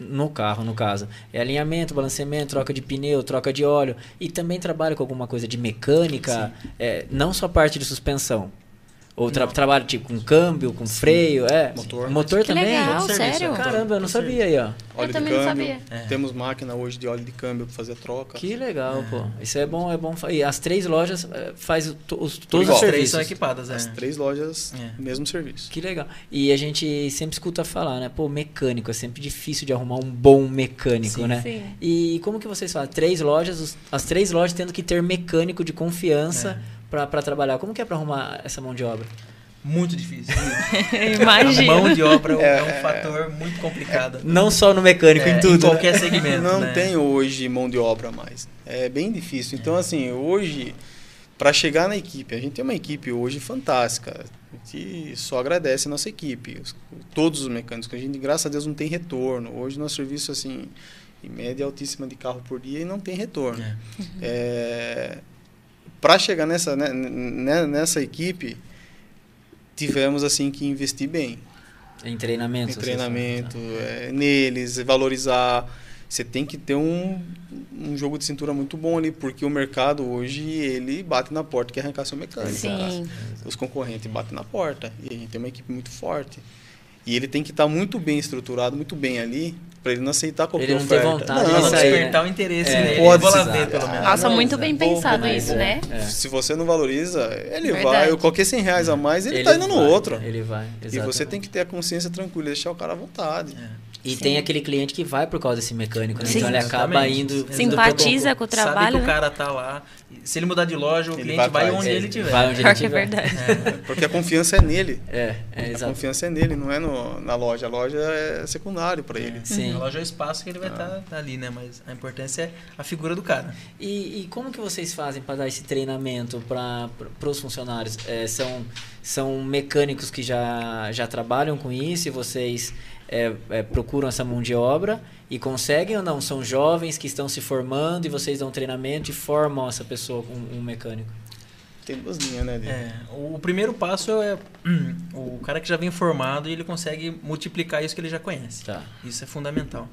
no carro, no caso? É alinhamento, balanceamento, troca de pneu, troca de óleo. E também trabalha com alguma coisa de mecânica, é, não só parte de suspensão. Ou tra trabalha tipo, com câmbio, com freio, é.
Motor.
Motor
Que
também?
legal,
Todo serviço,
Ah, sério?
é todo-
Caramba, eu
todo
não sabia aí, ó.
Óleo de
também
câmbio.
não sabia.
É.
Temos máquina hoje de óleo de câmbio para fazer a troca.
Que legal, pô. Isso é bom, é bom. fa- E as três lojas eh, faz o- to- os, todos
igual.
os
As três
serviços.
são equipadas, é.
As três lojas,
É.
mesmo serviço.
Que legal. E a gente sempre escuta falar, né? Pô, mecânico, é sempre difícil de arrumar um bom mecânico, né?
Sim. [laughs]
E como que vocês falam? Três lojas, os- as três lojas tendo que ter mecânico de confiança pra para trabalhar. Como que é pra arrumar essa mão de obra?
Muito
[laughs]
difícil. A mão
Imagina.
de obra é, um fator muito complicado.
Não só no mecânico,
É,
em tudo. né?
qualquer segmento.
Não
né?
tem hoje mão de obra mais. É bem difícil. Então, assim, hoje, para chegar na equipe, a gente tem uma equipe hoje fantástica. A gente só agradece a nossa equipe. Os- Todos os mecânicos. que A gente, graças a Deus, não tem retorno. Hoje, nosso serviço, assim, em média altíssima de carro por dia e não tem retorno.
É.
para chegar nessa, né, né, nessa equipe, tivemos, assim, que investir bem
Em então- treinamento.
em
vocês falam,
treinamento, é, neles, valorizar. Você tem que ter um, um jogo de cintura muito bom ali, porque o mercado hoje ele bate na porta e quer arrancar seu mecânico.
Sim.
Os concorrentes batem na porta e a gente tem uma equipe muito forte. E ele tem que estar muito bem estruturado, muito bem ali, para ele não aceitar qualquer
Ele não ter
oferta.
vontade
não,
Pra não
Isso aí,
despertar
né?
o interesse
É,
nele.
pode
Vou lá
precisar.
ver, pelo menos.
Nossa,
Ah, não,
muito
é
bem
pouco,
pensado
mas
isso,
é.
né?
É.
Se você não valoriza, ele
Verdade.
vai. Qualquer 100 reais a mais, ele, tá indo no
vai,
outro.
Ele vai,
E você
exatamente.
tem que ter a consciência tranquila, deixar o cara à vontade. né?
E tem aquele cliente que vai por causa desse mecânico, né?
Sim.
Então ele acaba
Exatamente.
indo.
Exatamente.
Simpatiza com o
Sabe
trabalho,
que o
né?
cara tá lá. Se ele mudar de loja, o
Ele
cliente
vai
vai,
atrás.
onde
É,
ele tiver.
vai onde
[laughs]
ele
Pior que é
tiver.
verdade.
Porque a confiança é nele.
É, é
A
exato.
confiança é nele, não é no- na loja. A loja é secundário para ele.
Sim. Ah.
A loja é o espaço que ele vai estar ali, né? Mas a importância é a figura do cara.
E, e como que vocês fazem para dar esse treinamento para os funcionários? É, são, são mecânicos que já, já trabalham com isso e vocês é, é, procuram essa mão de obra e conseguem ou não? São jovens que estão se formando e vocês dão treinamento e formam essa pessoa, um, um mecânico.
Tem duas linhas, né? Lê?
É, o primeiro passo é o cara que já vem formado e ele consegue multiplicar isso que ele já conhece.
Tá.
Isso é fundamental.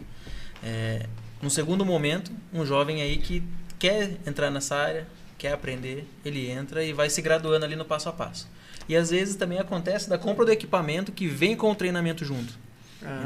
É, no segundo momento, um jovem aí que quer entrar nessa área, quer aprender, ele entra e vai se graduando ali no passo a passo. E às vezes também acontece da compra do equipamento que vem com o treinamento junto.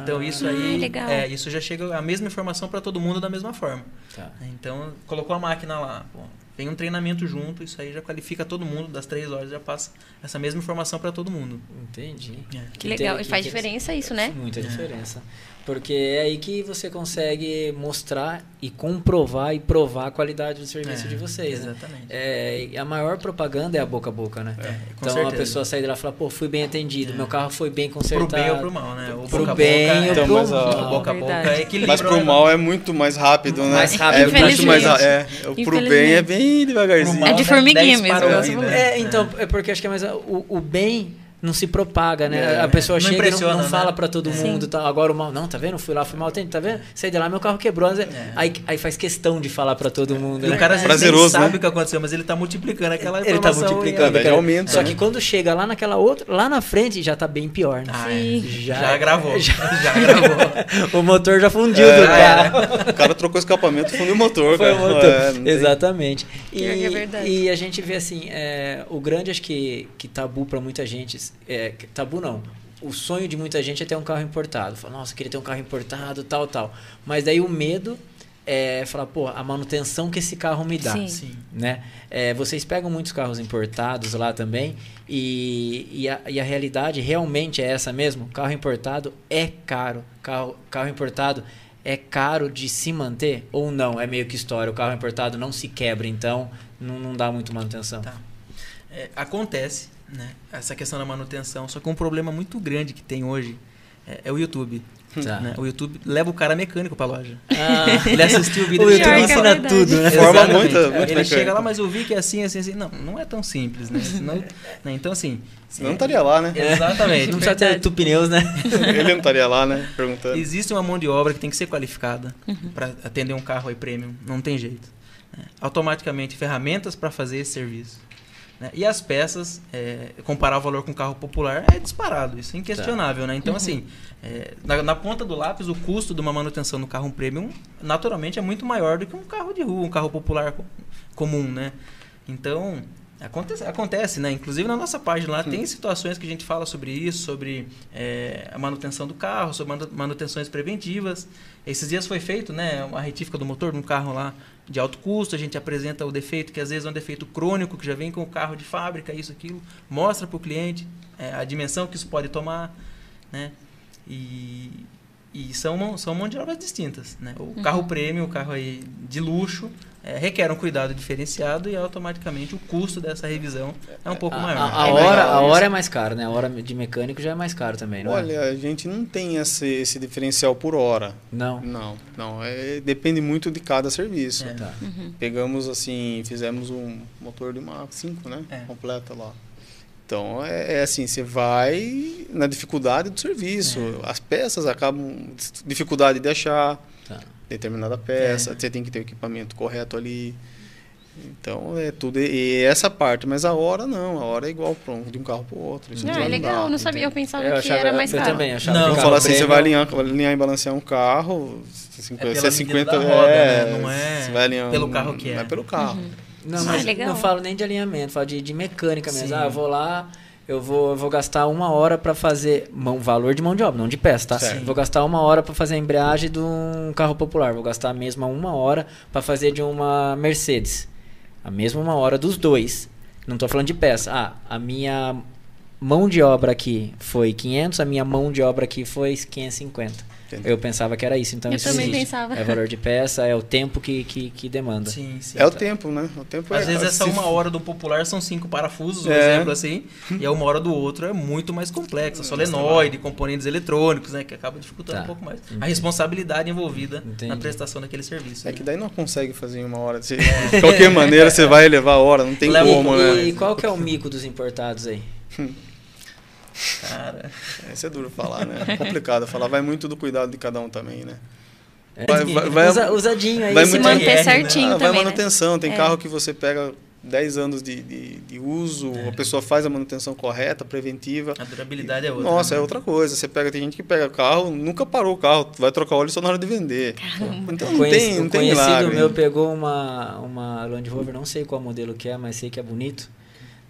Então isso
Ah,
aí,
legal.
é, isso já chega a mesma informação para todo mundo da mesma forma.
Tá.
Então colocou a máquina lá, pô, tem um treinamento junto, isso aí já qualifica todo mundo das três horas já passa essa mesma informação para todo mundo.
Entendi.
É.
Que legal. E
Inte-
faz
inte-
diferença isso, né?
Muita diferença. Porque é aí que você consegue mostrar e comprovar e provar a qualidade do serviço
É,
de vocês, né?
exatamente.
É, e a maior propaganda é a boca a boca, né?
É, com
então a
certeza.
pessoa sair de lá e falar, pô, fui bem atendido,
É.
meu carro foi bem
Pro
consertado.
bem ou pro mal, né? O
Pro
boca a
bem
boca, é-
ou
Então,
pro
mas a-
o
mal.
boca a boca é
Verdade.
equilíbrio.
Mas pro
né?
mal é muito mais rápido, né?
Mais rápido,
é muito mais
infelizmente.
ra- é. O Pro bem é bem
Pro
devagarzinho.
mal,
É de
né?
formiguinha
10
mesmo,
para
eu
o
gosto
bem,
muito.
né?
É, então, é porque acho que é mais. O, o bem não se propaga, né? a pessoa
É, Não
chega e não- não,
impressiona, né?
fala pra todo
É.
mundo. Tá, agora o mal, não, tá vendo? Fui lá, fui mal atendido, tá vendo? Saí de lá, meu carro quebrou. né? Aí, aí faz questão de falar pra todo mundo.
É. E
né?
o cara às vezes nem
Prazeroso,
sabe
né?
o que aconteceu, mas ele tá multiplicando aquela
ele tá
informação. e- é.
multiplicando,
daí
cara.
aumenta,
Só
né?
que quando chega lá naquela outra, lá na frente já tá bem pior, né?
Ah,
Sim.
é. já,
[laughs]
gravou. [laughs] Já, gravou.
o motor já fundiu do
É,
carro.
o cara trocou escapamento, fundiu o motor,
Foi
cara.
o motor.
É, não tem-
Exatamente. E,
Pior que é verdade.
e a gente vê assim, é, o grande acho que, que tabu pra muita gente, é, que- tabu não, o sonho de muita gente é ter um carro importado. Fala, nossa, eu queria ter um carro importado, tal, tal. Mas daí o medo é falar, pô, a manutenção que esse carro me dá.
Sim.
Sim.
né? É, vocês pegam muitos carros importados lá também e, e, a, e a realidade realmente é essa mesmo. Carro importado é caro. Carro, carro importado é caro de se manter ou não? É meio que história. O carro importado não se quebra, então não, não dá muito manutenção.
Tá. É, acontece, né? Essa questão da manutenção. Só que um problema muito grande que tem hoje é, é o YouTube.
Tá.
né? O YouTube leva o cara mecânico pra loja.
Ah, [laughs]
Ele [laughs] assistiu o vídeo
o
de
YouTube
Pior que
instalação.
é
ensina
verdade.
tudo, né?
Forma
[laughs] Exatamente.
muito- muito
Ele
mecânico.
chega lá, mas eu vi que é assim, assim, assim. Não, não é tão simples, né? Senão- né? Então, assim.
Senão não estaria lá,
É.
né?
[laughs]
Exatamente. Um
Não precisa ter tu pneus, né?
Ele não estaria lá, né? Perguntando.
Existe uma mão de obra que tem que ser qualificada para atender um carro aí premium, não tem jeito. né? Automaticamente, ferramentas para fazer esse serviço. né? E as peças, é, comparar o valor com o carro popular é disparado, isso é inquestionável. Né? Então, assim, é, na, na ponta do lápis, o custo de uma manutenção no carro premium, naturalmente, é muito maior do que um carro de rua, um carro popular co- comum. Né? Então, Acontece, acontece, né? Inclusive na nossa página lá tem situações que a gente fala sobre isso, sobre é, a manutenção do carro, sobre manu- manutenções preventivas. Esses dias foi feito, né? Uma retífica do motor de um carro lá de alto custo, a gente apresenta o defeito, que às vezes é um defeito crônico, que já vem com o carro de fábrica, isso, aquilo, mostra para o cliente é, a dimensão que isso pode tomar, né? E, e são, mão- são mão de obras distintas, né? O carro prêmio, o carro aí de luxo, é, requer um cuidado diferenciado e automaticamente o custo dessa revisão é um pouco
A,
maior.
a- a
É mais
hora, a
caro.
hora é mais cara, né? A hora de mecânico já é mais caro também, não é?
Olha, a gente não tem esse, esse diferencial por hora.
Não.
Não, não. É, depende muito de cada serviço.
É.
Tá.
Uhum.
Pegamos assim, fizemos um motor de uma 5, né?
É.
Completa lá. Então é, é assim, você vai na dificuldade do serviço.
É.
As peças acabam dificuldade de achar
Tá.
determinada peça.
É.
Você tem que ter o equipamento correto ali. Então é tudo e essa parte, mas a hora não, a hora é igual pra um, de um carro para outro. Isso
Ah,
já
é
não
legal.
dá,
Eu não sabia, eu
entende?
pensava
Eu
que
achava-
era mais
eu
caro.
também achava
Não,
que
Não,
o
falar
carro
assim, você
prêmio-
vai alinhar, alinhar e balancear um carro,
É pela
50, 50
medida da roda,
é,
né? Não é
você vai alinhar
pelo
um-
carro que é.
Não é pelo carro.
Não,
Ah,
mas
legal.
não falo nem de alinhamento, falo de, de mecânica mesmo.
Sim.
Ah, eu vou lá, eu vou, eu vou gastar uma hora para fazer mão, valor de mão de obra, não de peça, tá?
Certo.
Vou gastar uma hora para fazer a embreagem de um carro popular, vou gastar a mesma uma hora para fazer de uma Mercedes, a mesma uma hora dos dois. Não tô falando de peça. Ah, a minha mão de obra aqui foi 500, a minha mão de obra aqui foi 550.
Entendi.
Eu pensava que era isso, então
Eu
isso
também
existe.
pensava.
É valor de peça, é o tempo que, que, que demanda.
Sim, sim.
É o tempo, né? O tempo
Tá. Às
é,
vezes essa
se-
uma hora do popular são cinco parafusos, um
É.
exemplo
[laughs]
assim, e a uma hora do outro é muito mais complexa, solenoide, componentes eletrônicos, né, que acaba dificultando
Tá.
um pouco mais.
Entendi.
A responsabilidade envolvida na
Entendi.
prestação daquele serviço.
É
né?
que daí não consegue fazer em uma
[laughs]
hora. Se- de [laughs] qualquer maneira, você vai levar a hora, não tem
Leva um
como,
pouco
né?
E qual que é o mico dos importados aí?
Cara,
É, Isso é duro falar, né? É complicado falar. Vai muito do cuidado de cada um também, né?
É.
Vai- vai- vai-
Usa- usadinho aí.
vai
se
É, Se
muito-
mantém.
manter
né?
certinho
Ah, vai
também, né?
manutenção. Tem
É.
carro que você pega 10 anos de, de, de uso,
É.
a pessoa faz a manutenção correta, preventiva.
a durabilidade é outra.
Nossa,
né?
é outra coisa. Você pega, tem gente que pega carro, nunca parou o carro, vai trocar óleo só na hora de vender. Então não
Conheci-
tem, não
um
tem
conhecido
milagre.
meu pegou uma, uma Land Rover, não sei qual modelo que é, mas sei que é
[laughs]
bonito.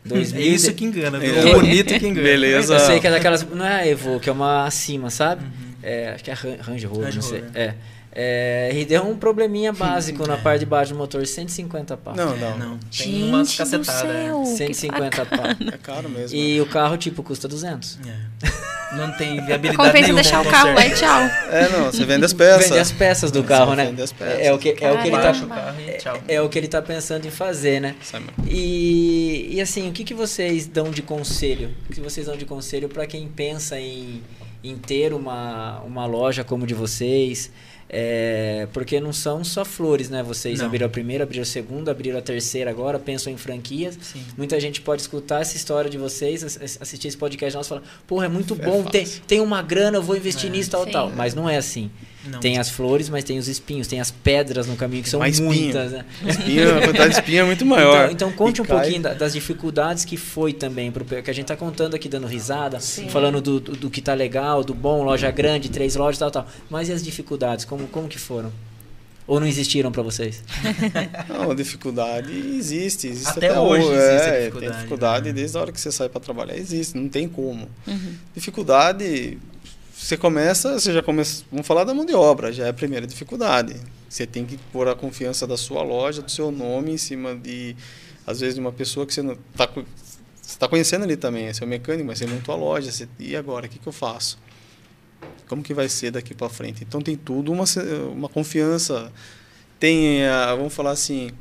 É
2000
isso que engana, viu?
É.
É [laughs] bonito que engana.
Beleza.
Eu sei que é daquelas. Não é a Evo, que é uma acima, sabe? É, acho que é Ran- Range Rover,
Uhum. Range
não sei.
Rover.
É. É, e deu um
[laughs]
probleminha básico na parte de baixo do motor, 150 pau.
Não,
É,
não,
Não, tem
Gente
umas
do
cacetadas. é.
céu, que
150 pau.
É caro mesmo.
E o carro, tipo, custa 200.
É. Não tem viabilidade
Compensa
nenhuma.
deixar o
um
carro lá e
conserto.
tchau.
É, não, você vende as peças.
Vende as peças do carro, né?
vende as peças.
É, é o que, é o que ele tá,
Baixa o carro e tchau.
é o que ele tá pensando em fazer, né?
Sai, é, mano.
E, e assim, o que, que vocês dão de conselho? O que vocês dão de conselho para quem pensa em, em ter uma, uma loja como de vocês? É, porque não são só flores, né? Vocês
Não.
abriram a primeira, abriram a segunda, abriram a terceira agora, pensam em franquias.
Sim.
Muita gente pode escutar essa história de vocês, ass- ass- assistir esse podcast nosso e falar, porra, é muito
É
bom, tem,
fácil.
tem uma grana, eu vou investir
É.
nisso, tal,
Sim.
tal. Mas não é assim.
Não.
Tem as flores, mas tem os espinhos, tem as pedras no caminho, que são
mais espinho.
muitas, né?
Espinha, a quantidade de espinha é muito maior.
Então, então conte
E
um
cai.
pouquinho da- das dificuldades que foi também, pro, pe- que a gente tá contando aqui, dando risada, falando do, do, do que tá legal, do bom, loja grande, três lojas, tal, tal. Mas e as dificuldades, como, como que foram? Ou não existiram para vocês?
Não, a É dificuldade existe. existe
Até hoje existe a
é,
dificuldade,
Tem dificuldade
né?
desde a hora que você sai para trabalhar, existe, não tem como.
Uhum.
Dificuldade, você começa, você já começa. Vamos falar da mão de obra, já é a primeira dificuldade. Você tem que pôr a confiança da sua loja, do seu nome em cima de, às vezes, de uma pessoa que você não está você tá conhecendo ali também, é seu mecânico, mas você não tua loja. Você, e agora, o que, que eu faço? Como que vai ser daqui para frente? Então tem tudo uma, se- uma confiança. Tem, a, vamos falar assim,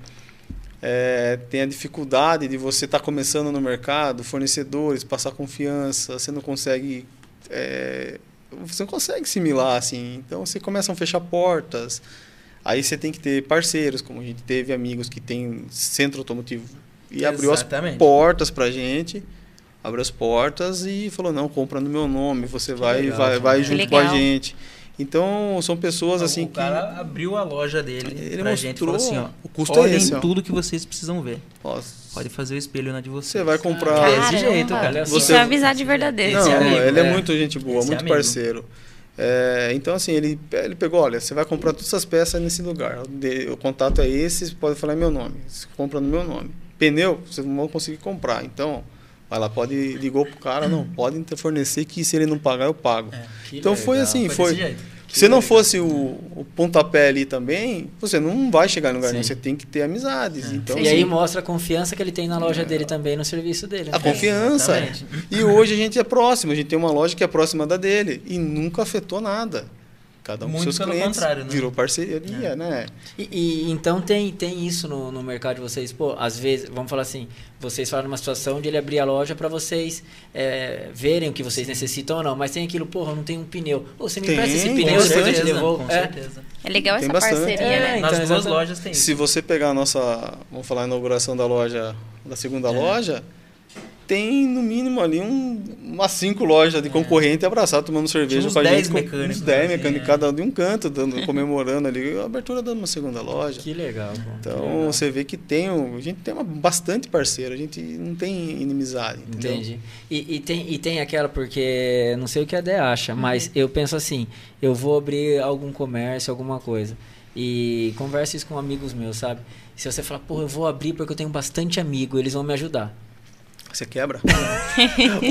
é, tem a dificuldade de você estar começando no mercado, fornecedores, passar confiança, você não consegue. é, você não consegue similar, assim. Então você começam a fechar portas. Aí você tem que ter parceiros, como a gente teve amigos que tem centro automotivo e abriu as
Exatamente.
portas pra gente. Abriu as portas e falou, não, compra no meu nome, você vai,
legal,
vai,
cara.
vai
Que
junto com a
legal.
gente. Então, são pessoas
Então,
assim
o
que.
cara abriu a loja dele
Ele
pra
mostrou
gente e falou assim, ó,
o custo
olhem
é esse, ó.
tudo que vocês precisam ver.
ó,
Pode fazer o espelho na de vocês.
Você vai comprar.
É
Caramba.
desse jeito, cara.
Olha
Isso
só. Você-
é avisar de verdadeiro.
Não,
Esse amigo,
ele é,
é.
muito gente boa,
Esse
muito
amigo.
parceiro. É, então, assim, ele, ele pegou, olha, você vai comprar todas essas peças nesse lugar. O, de- o contato é esse, você pode falar em meu nome. Você compra no meu nome. Pneu, vocês não vão conseguir comprar. Então, vai lá, pode, ligou pro cara, não, pode inter- fornecer que se ele não pagar, eu pago. então foi
legal.
assim,
Foi
foi.
desse jeito.
Se não fosse o, o pontapé ali também, você não vai chegar em lugar
Sim.
nenhum. Você tem que ter amizades. Então,
e aí
assim,
mostra a confiança que ele tem na loja dele também, no serviço dele. né?
a confiança.
Exatamente.
E hoje a gente é próximo, a gente tem uma loja que é próxima da dele e nunca afetou nada. Cada um
Muito
dos seus
pelo
clientes
contrário, né? É.
virou parceria, né?
E, e- então tem, tem isso no, no mercado de vocês, pô, às vezes, vamos falar assim, vocês falaram numa situação de ele abrir a loja para vocês é, verem o que vocês necessitam ou não, mas tem aquilo, porra, eu não tenho um pneu. Ou você me
Tem,
empresta esse
com
pneu, depois eu te
certeza,
devolvo.
com
É.
certeza.
É legal
Tem
essa
bastante.
parceria,
É,
né?
então,
Nas duas
exatamente.
lojas tem
Se você pegar a nossa, vamos falar a inauguração da loja, da
É.
segunda loja, tem no mínimo ali um, umas cinco lojas de concorrente abraçado tomando cerveja
É. uns
com a
10
gente, com
mecânicos,
uns 10
assim,
mecânicos,
é.
cada um de um
[laughs]
canto, dando, comemorando ali a abertura da uma segunda loja.
Que legal, pô. que
Então
legal.
você vê que tem, um- a gente tem uma, bastante parceiro, a gente não tem inimizade, entendeu?
Entendi. E, e tem, e tem aquela, porque não sei o que a Dé acha, mas
Uhum.
eu penso assim: eu vou abrir algum comércio, alguma coisa. E converso isso com amigos meus, sabe? Se você falar, pô, eu vou abrir porque eu tenho bastante amigo, eles vão me ajudar.
Você quebra?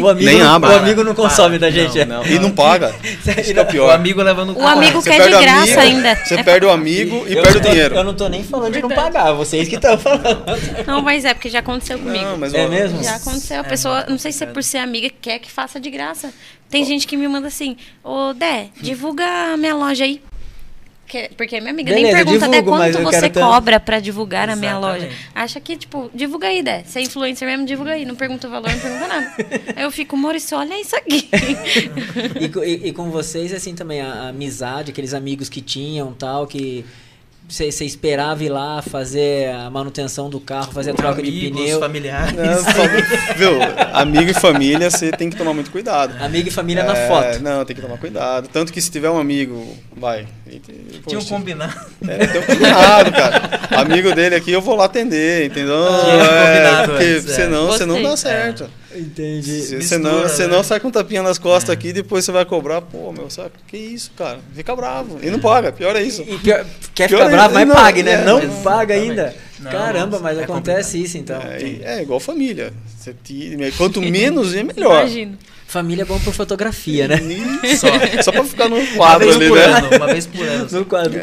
O amigo,
Nem
não,
ama.
o amigo não consome da gente. é.
Não, e não paga. [laughs] Isso que é o pior.
O amigo leva no
O amigo
Você
quer de
perde o
graça
amigo,
ainda.
Você perde o amigo e
Eu
perde
não
o
tô-
dinheiro.
Eu não tô nem falando de não pagar, vocês que estão falando.
Não, mas é porque já aconteceu comigo.
Não, Ah, mas
É
o-
mesmo?
[laughs] Já aconteceu. A pessoa, não sei se é por ser amiga, quer que faça de graça. Tem gente que me manda assim, ô Dé, divulga a minha loja aí. Que- Porque minha amiga nem
Beleza,
pergunta, Dé,
divulgo, mas
quanto
eu
você
quero ter- um
cobra pra divulgar a minha
Exatamente.
loja? Acha que, tipo, divulga aí, Dé. Você é influencer mesmo, divulga aí. Não pergunta o valor, não pergunta
[laughs]
nada. aí eu fico, Maurício, olha isso aqui.
E, co- e- e com vocês, assim, também, a, a amizade, aqueles amigos que tinham tal, que você esperava ir lá fazer a manutenção do carro, fazer a troca de
amigos,
pneu.
familiares.
É, fa- Viu, amigo e família, você tem que tomar muito cuidado.
Amigo e família
É,
na foto.
Não, tem que tomar cuidado. Tanto que se tiver um amigo, vai. e- e-
[laughs] Tinha um
poxa,
combinado.
É, tem um combinado, cara. Amigo dele aqui, eu vou lá atender, entendeu?
Tinha
é,
combinado
porque
antes, é.
senão, você não dá
Gostei.
certo.
Entendi.
Se-
Mistura,
senão,
né?
senão sai com um tapinha nas costas aqui e depois você vai cobrar. Pô, meu, sabe? Que isso, cara? Fica bravo. E não paga, pior é isso.
E pior- quer
Pior
ficar bravo,
ainda,
mas
não,
pague, né?
é,
não
mas-
paga
exatamente.
ainda.
Não,
Caramba, mas
é
acontece isso, então.
é,
Tem-
é igual família. Você tira- quanto menos, é melhor.
Imagino.
Família é bom por fotografia, né?
Só, só pra ficar no
Uma
quadro
vez
ali,
por
né?
ano, uma vez por ano.
No quadro.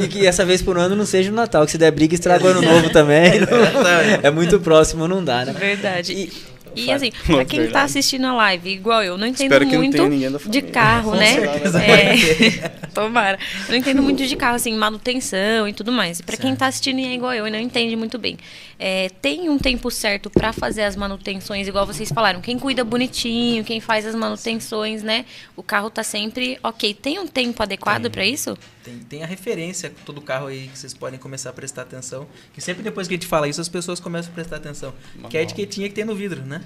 E, e que essa vez por um ano não seja no Natal, que se der briga estraga o ano novo também.
Exatamente.
é muito próximo, não dá, né?
Verdade.
E-
E assim, pra quem
Verdade.
tá assistindo a live, igual eu, não entendo
Espero que não tenha
muito
ninguém da
de
família.
carro,
Com
né?
certeza
É, [laughs] tomara. Eu não entendo muito de carro, assim, manutenção e tudo mais. E Pra quem tá assistindo e é igual eu e não entende muito bem. é, tem um tempo certo pra fazer as manutenções, igual vocês falaram. Quem cuida bonitinho, quem faz as manutenções, né? O carro tá sempre ok. Tem um tempo adequado pra isso?
Tem, tem a referência com todo carro aí que vocês podem começar a prestar atenção. Que sempre depois que a gente fala isso, as pessoas começam a prestar atenção. Que é a etiquetinha que tem no vidro, né?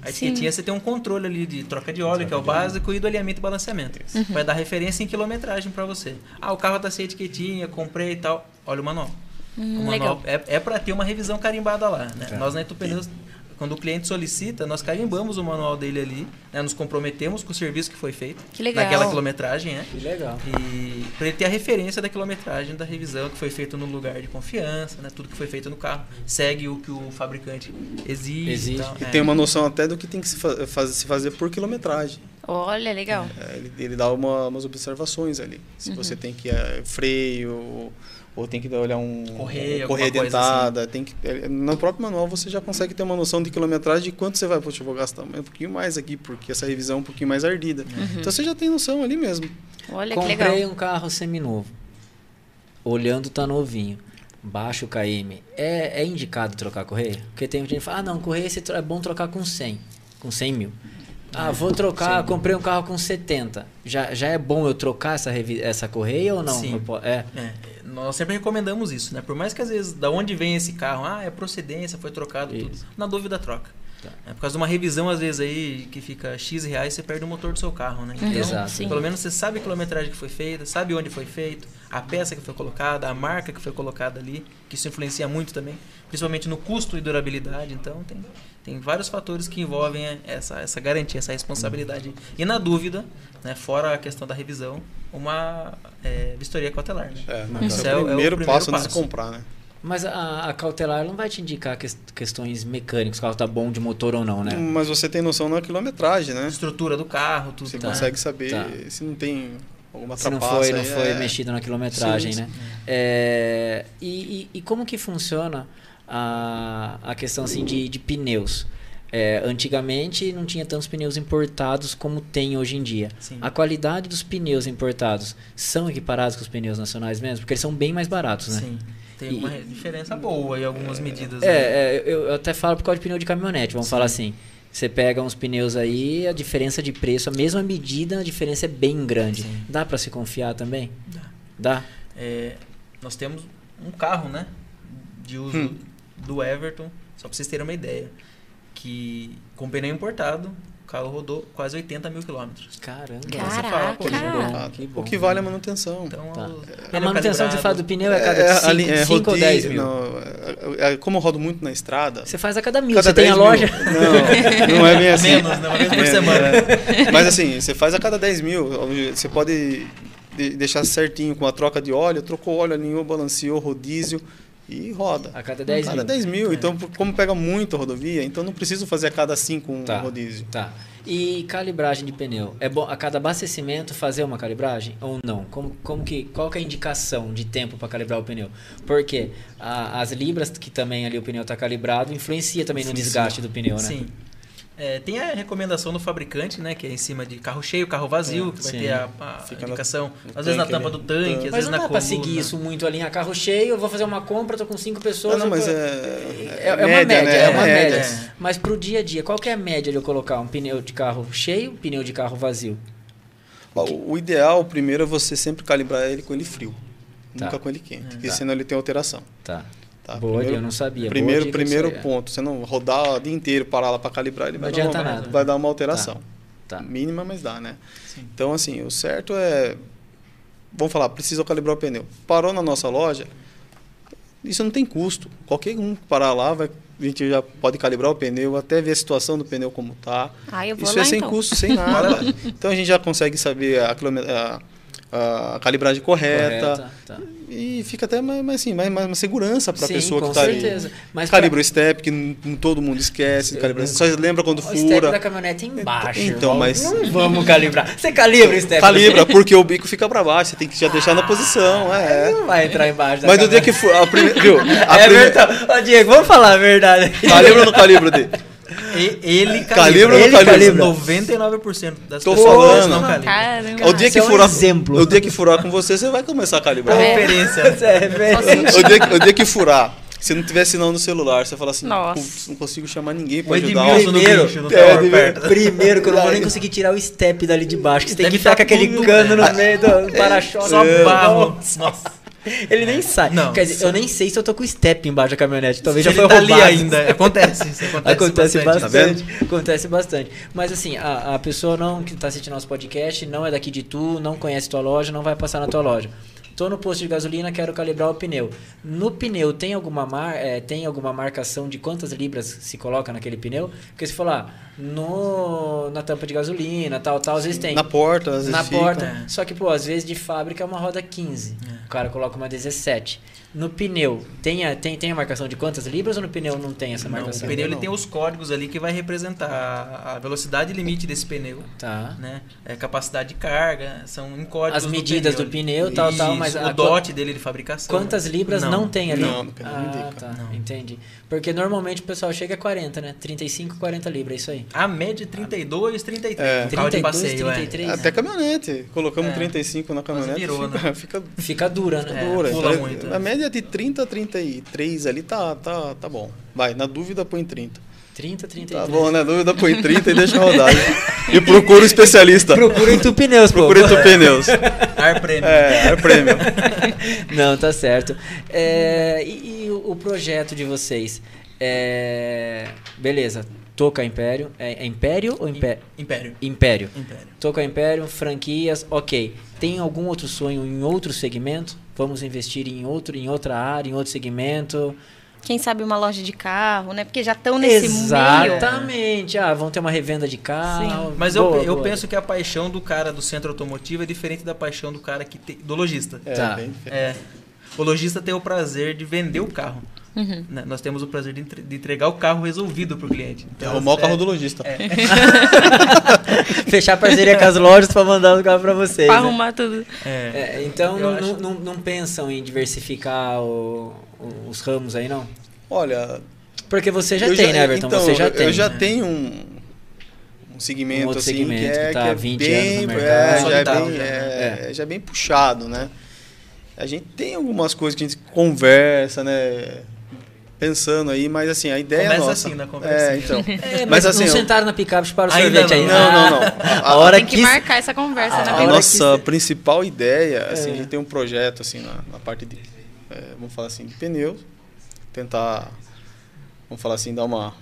A
Sim.
etiquetinha você tem um controle ali de troca de óleo, que é o básico, e do alinhamento e balanceamento. Vai dar referência em quilometragem pra você. Ah, o carro tá sem etiquetinha, comprei e tal. Olha o manual. o manual
Hum, legal.
é, é para ter uma revisão carimbada lá, né? Nós na Itupneus, quando o cliente solicita, nós carimbamos o manual dele ali, né? nos comprometemos com o serviço que foi feito.
Que legal.
Naquela quilometragem, né?
Que legal.
E para ele ter a referência da quilometragem da revisão que foi feita no lugar de confiança, né? Tudo que foi feito no carro segue o que o fabricante exige.
Exige.
então,
E
é.
tem uma noção até do que tem que se, fa- faz- se fazer por quilometragem.
Olha, legal.
É, ele, ele dá uma- umas observações ali. Se você tem que é, freio, ou, ou tem que olhar um
Correia,
um correia
alguma coisa
dentada. Tem que, é, no próprio manual você já consegue ter uma noção de quilometragem de quanto você vai. Poxa, eu vou gastar um pouquinho mais aqui, porque essa revisão é um pouquinho mais ardida. Então você já tem noção ali mesmo.
Olha que legal.
Comprei um carro seminovo. Olhando tá novinho. Baixo o KM. É, é indicado trocar correia? Porque tem gente que fala, ah não, correia você tro- é bom trocar com 100. Com 100 mil. Ah, vou trocar, comprei um carro com 70. Já, já é bom eu trocar essa, revi- essa correia ou não?
Sim.
Eu po- é.
É, nós sempre recomendamos isso, né? Por mais que às vezes, da onde vem esse carro, ah, é procedência, foi trocado,
Isso.
tudo. Na dúvida, troca.
Tá.
É por causa de uma revisão, às vezes, aí, que fica X reais, você perde o motor do seu carro, né? Então,
Exato.
Uhum. Sim.
pelo menos você sabe a quilometragem que foi feita, sabe onde foi feito, a peça que foi colocada, a marca que foi colocada ali, que isso influencia muito também, principalmente no custo e durabilidade. Então, tem, tem vários fatores que envolvem essa, essa garantia, essa responsabilidade. E na dúvida, né, fora a questão da revisão, uma é, vistoria cautelar. Né?
É,
Uhum. Esse
é, o, primeiro passo antes de
passo.
comprar, né?
Mas a, a cautelar não vai te indicar ques- questões mecânicas, se o carro tá bom de motor ou não, né?
Mas você tem noção na quilometragem, né?
Estrutura do carro, tudo.
Você
né?
consegue saber
Tá.
se não tem alguma
Se não
trapaça.
foi, não
aí,
foi
é.
mexido na quilometragem,
Sim,
né? É, e, e- e como que funciona a, a questão assim, de, de pneus? É, antigamente não tinha tantos pneus importados como tem hoje em dia.
Sim.
A qualidade dos pneus importados são equiparados com os pneus nacionais mesmo? Porque eles são bem mais baratos, né?
Sim. Tem
E-
uma diferença boa em algumas medidas. né?
É, é, eu, eu até falo por causa de pneu de caminhonete, vamos falar assim. Você pega uns pneus aí, a diferença de preço, a mesma medida, a diferença é bem grande.
Sim.
Dá pra se confiar também?
Dá.
Dá?
É, nós temos um carro, né? De uso
Hum.
do Everton, só pra vocês terem uma ideia. Que com pneu importado, o carro rodou quase 80 mil quilômetros.
Caramba.
Caraca.
Você fala, pô,
Caraca.
Ah,
que bom.
o que vale é a manutenção.
então,
Tá.
o
A
pneu
manutenção que você
calibrado-
faz do pneu é a
É, a
cada
linha- é,
5 ou
rodízio,
10 mil.
não, é, é, é, como eu rodo muito na estrada.
Você faz a cada mil.
cada
você tem a
10 mil.
loja.
Não, não é bem assim.
Menos, né? Uma vez por
Menos,
semana.
é. Mas assim, você faz a cada 10 mil. Você pode de- deixar certinho com a troca de óleo. Trocou óleo, alinhou, balanceou, rodízio. e roda.
A cada 10
a cada
mil. É.
10 mil. Então, por- como pega muito a rodovia, então não preciso fazer a cada 5 um
Tá.
rodízio.
Tá. E calibragem de pneu. É bom a cada abastecimento fazer uma calibragem ou não? Como, como que, qual que é a indicação de tempo para calibrar o pneu? Porque a- as libras que também ali o pneu está calibrado influencia também no desgaste do pneu, né?
Sim. É, tem a recomendação do fabricante, né? Que é em cima de carro cheio, carro vazio,
É,
que vai
sim.
ter a, a
Fica na-
indicação.
no
às vezes na
tanque
tampa
ali.
do tanque, às
Mas
vezes
não
na
dá
coluna.
para seguir isso muito ali, ah, carro cheio, eu vou fazer uma compra, tô com cinco pessoas.
Ah, não,
eu
mas
tô-
é,
É, é uma média,
né?
é uma média.
É.
Mas pro dia a dia, qual que é a média de eu colocar um pneu de carro cheio, um pneu de carro vazio?
Ó, O o ideal, primeiro, é você sempre calibrar ele com ele frio.
Tá.
Nunca com ele quente, porque
Tá.
senão ele tem alteração.
Tá.
Tá?
Boa, eu não sabia. Boa
Primeiro,
dica
primeiro
isso aí, é.
ponto, você não rodar o dia inteiro, parar lá para calibrar, ele
Não
vai,
adianta
dar uma,
nada. né?
vai dar uma alteração.
Tá.
Mínima, mas dá, né? Então, assim, o certo é. Vamos falar, precisa calibrar o pneu. Parou na nossa loja, isso não tem custo. Qualquer um que parar lá, vai, a gente já pode calibrar o pneu, até ver a situação do pneu como tá.
Ah, eu vou
Isso
lá
é sem
então.
custo, sem nada. então a gente já consegue saber a, quilome- a- a calibragem correta,
Correta, tá.
e fica até mais, mais assim, mais, mais uma segurança para a
Sim,
pessoa
com
que está ali.
certeza. Mas
calibra
pra-
o step, que n- n- todo mundo esquece,
Eu
calibra,
nunca-
só lembra quando
O step da
fura.
caminhonete é embaixo.
Então,
irmão.
mas-
Não vamos calibrar. Você calibra o step.
Calibra, porque o bico fica para baixo, você tem que já deixar na posição, é.
Você [laughs] não vai entrar embaixo da
Mas no dia que
caminhonete.
for, a prime-
[laughs]
viu? A
É
prime-
verdade. Ô, Diego, vamos falar a verdade. [laughs] aqui.
Calibra ou não calibra dele?
E-
[laughs]
Ele
Calibra
calibra.
ou não calibra?
99% das
Tô
pessoas
falando.
não calibra.
Caramba.
O dia
Isso
que
é um
furar,
exemplo.
O dia que furar com você, você vai começar a calibrar.
A
É.
[laughs]
referência. né?
É verdade.
[laughs] O dia, que- o dia que furar, se não tiver sinal no celular, você fala assim,
Nossa.
"Putz, não consigo chamar ninguém
O
para ajudar.
Edmilson no
Primeiro,
bicho, não
é,
tava
Edmilson.
perto.
Primeiro, que eu não vou nem conseguir tirar o step dali de baixo. que Você tem que
Deve
ficar
tá
com aquele
tudo-
cano no meio
[laughs]
do para-choque.
Só
É.
barro. Nossa.
Ele nem sai.
Não.
Quer dizer, eu nem sei se eu tô com o step embaixo da caminhonete. Talvez já
Ele
foi
tá
roubado.
ali ainda. Acontece. Isso acontece,
[laughs] Acontece
bastante. tá
bastante. Acontece bastante. Mas assim, a, a pessoa não que tá assistindo nosso podcast não é daqui de tu, não conhece tua loja, não vai passar na tua loja. Tô no posto de gasolina, quero calibrar o pneu. No pneu tem alguma mar, eh, tem alguma marcação de quantas libras se coloca naquele pneu? Porque se for lá no na tampa de gasolina, tal, tal, às vezes tem
Na porta, às vezes
na
fica.
porta.
É.
Só que, pô, às vezes de fábrica é uma roda 15. O cara coloca uma 17. No pneu, tem a, tem, tem a marcação de quantas libras ou no pneu não tem essa
Não, o
marcação?
pneu ele
Não.
tem os códigos ali que vai representar a- a velocidade limite desse pneu.
Tá.
né? É, capacidade de carga, são em códigos
As medidas do pneu, tal, tal, mas
Isso,
a
o dote dele de fabricação.
Quantas libras não, tem ali?
Não, no pneu não
ah,
indica.
tá.
Não.
Entendi. Porque normalmente o pessoal chega a 40, né? 35, 40 libras, é isso aí.
A média é 32, 33.
É.
um carro de
32,
passeio, é.
33.
Até caminhonete. Colocamos
É.
35 na caminhonete.
virou,
fica,
né?
[laughs] fica
Fica dura, né?
dura.
pula
Então,
muito,
A
né?
média de 30 a 33 ali tá, tá, tá bom. Vai, na dúvida põe 30.
30, 33.
Tá bom, na dúvida põe 30 e deixa rodar. e procura o especialista.
Procura em tu pneus, pô.
Procura o pneus.
Ar prêmio.
É, é prêmio.
[laughs] Não, tá certo. É, e, e o o projeto de vocês? É, beleza, Toca Império. É, é Império ou Impé-
Império.
Império?
Império.
Toca Império, franquias, ok. Tem algum outro sonho em outro segmento? Vamos investir em outro, em outra área, em outro segmento?
Quem sabe uma loja de carro, né? Porque já estão nesse meio.
Exatamente. Ah, vão ter uma revenda de carro.
Mas eu,
Boa,
eu
boa.
penso que a paixão do cara do centro automotivo é diferente da paixão do cara que tem, do lojista.
É,
Tá.
bem-
É. O lojista tem o prazer de vender o carro.
Uhum.
né? Nós temos o prazer de, entre- de entregar o carro resolvido para o cliente.
é
Então,
arrumar o
é-
carro do lojista.
[laughs] Fechar parceria com as lojas pra mandar o carro pra vocês.
Pra um-
né?
arrumar tudo.
é.
É, então
Eu
não,
acho-
não, não pensam em diversificar o- o- os ramos aí, não?
Olha,
Porque você já
eu
tem, né, Everton?
Então,
você já
eu,
tem.
eu já
né?
tenho um, um segmento
Um outro
assim
segmento
que é,
que tá
que é
há 20
bem,
anos no
é,
mercado. Tá
já é
Solitário,
bem,
já,
é,
né?
já é bem puxado, né? A gente tem algumas coisas que a gente conversa, né? Pensando aí, mas assim, a ideia
Começa
nossa.
assim, na conversa.
é, então.
[laughs] É, mas,
mas
não
assim, eu-
sentaram na picape para o
Ainda
sorvete né? ainda.
não, não, não.
[laughs]
A-
A hora
Tem
que,
que marcar essa conversa,
Ah,
né?
A
hora
Bem-
nossa principal ideia, assim,
É.
a gente tem um projeto assim na, na parte de, é, vamos falar assim, de pneus, tentar, vamos falar assim, dar uma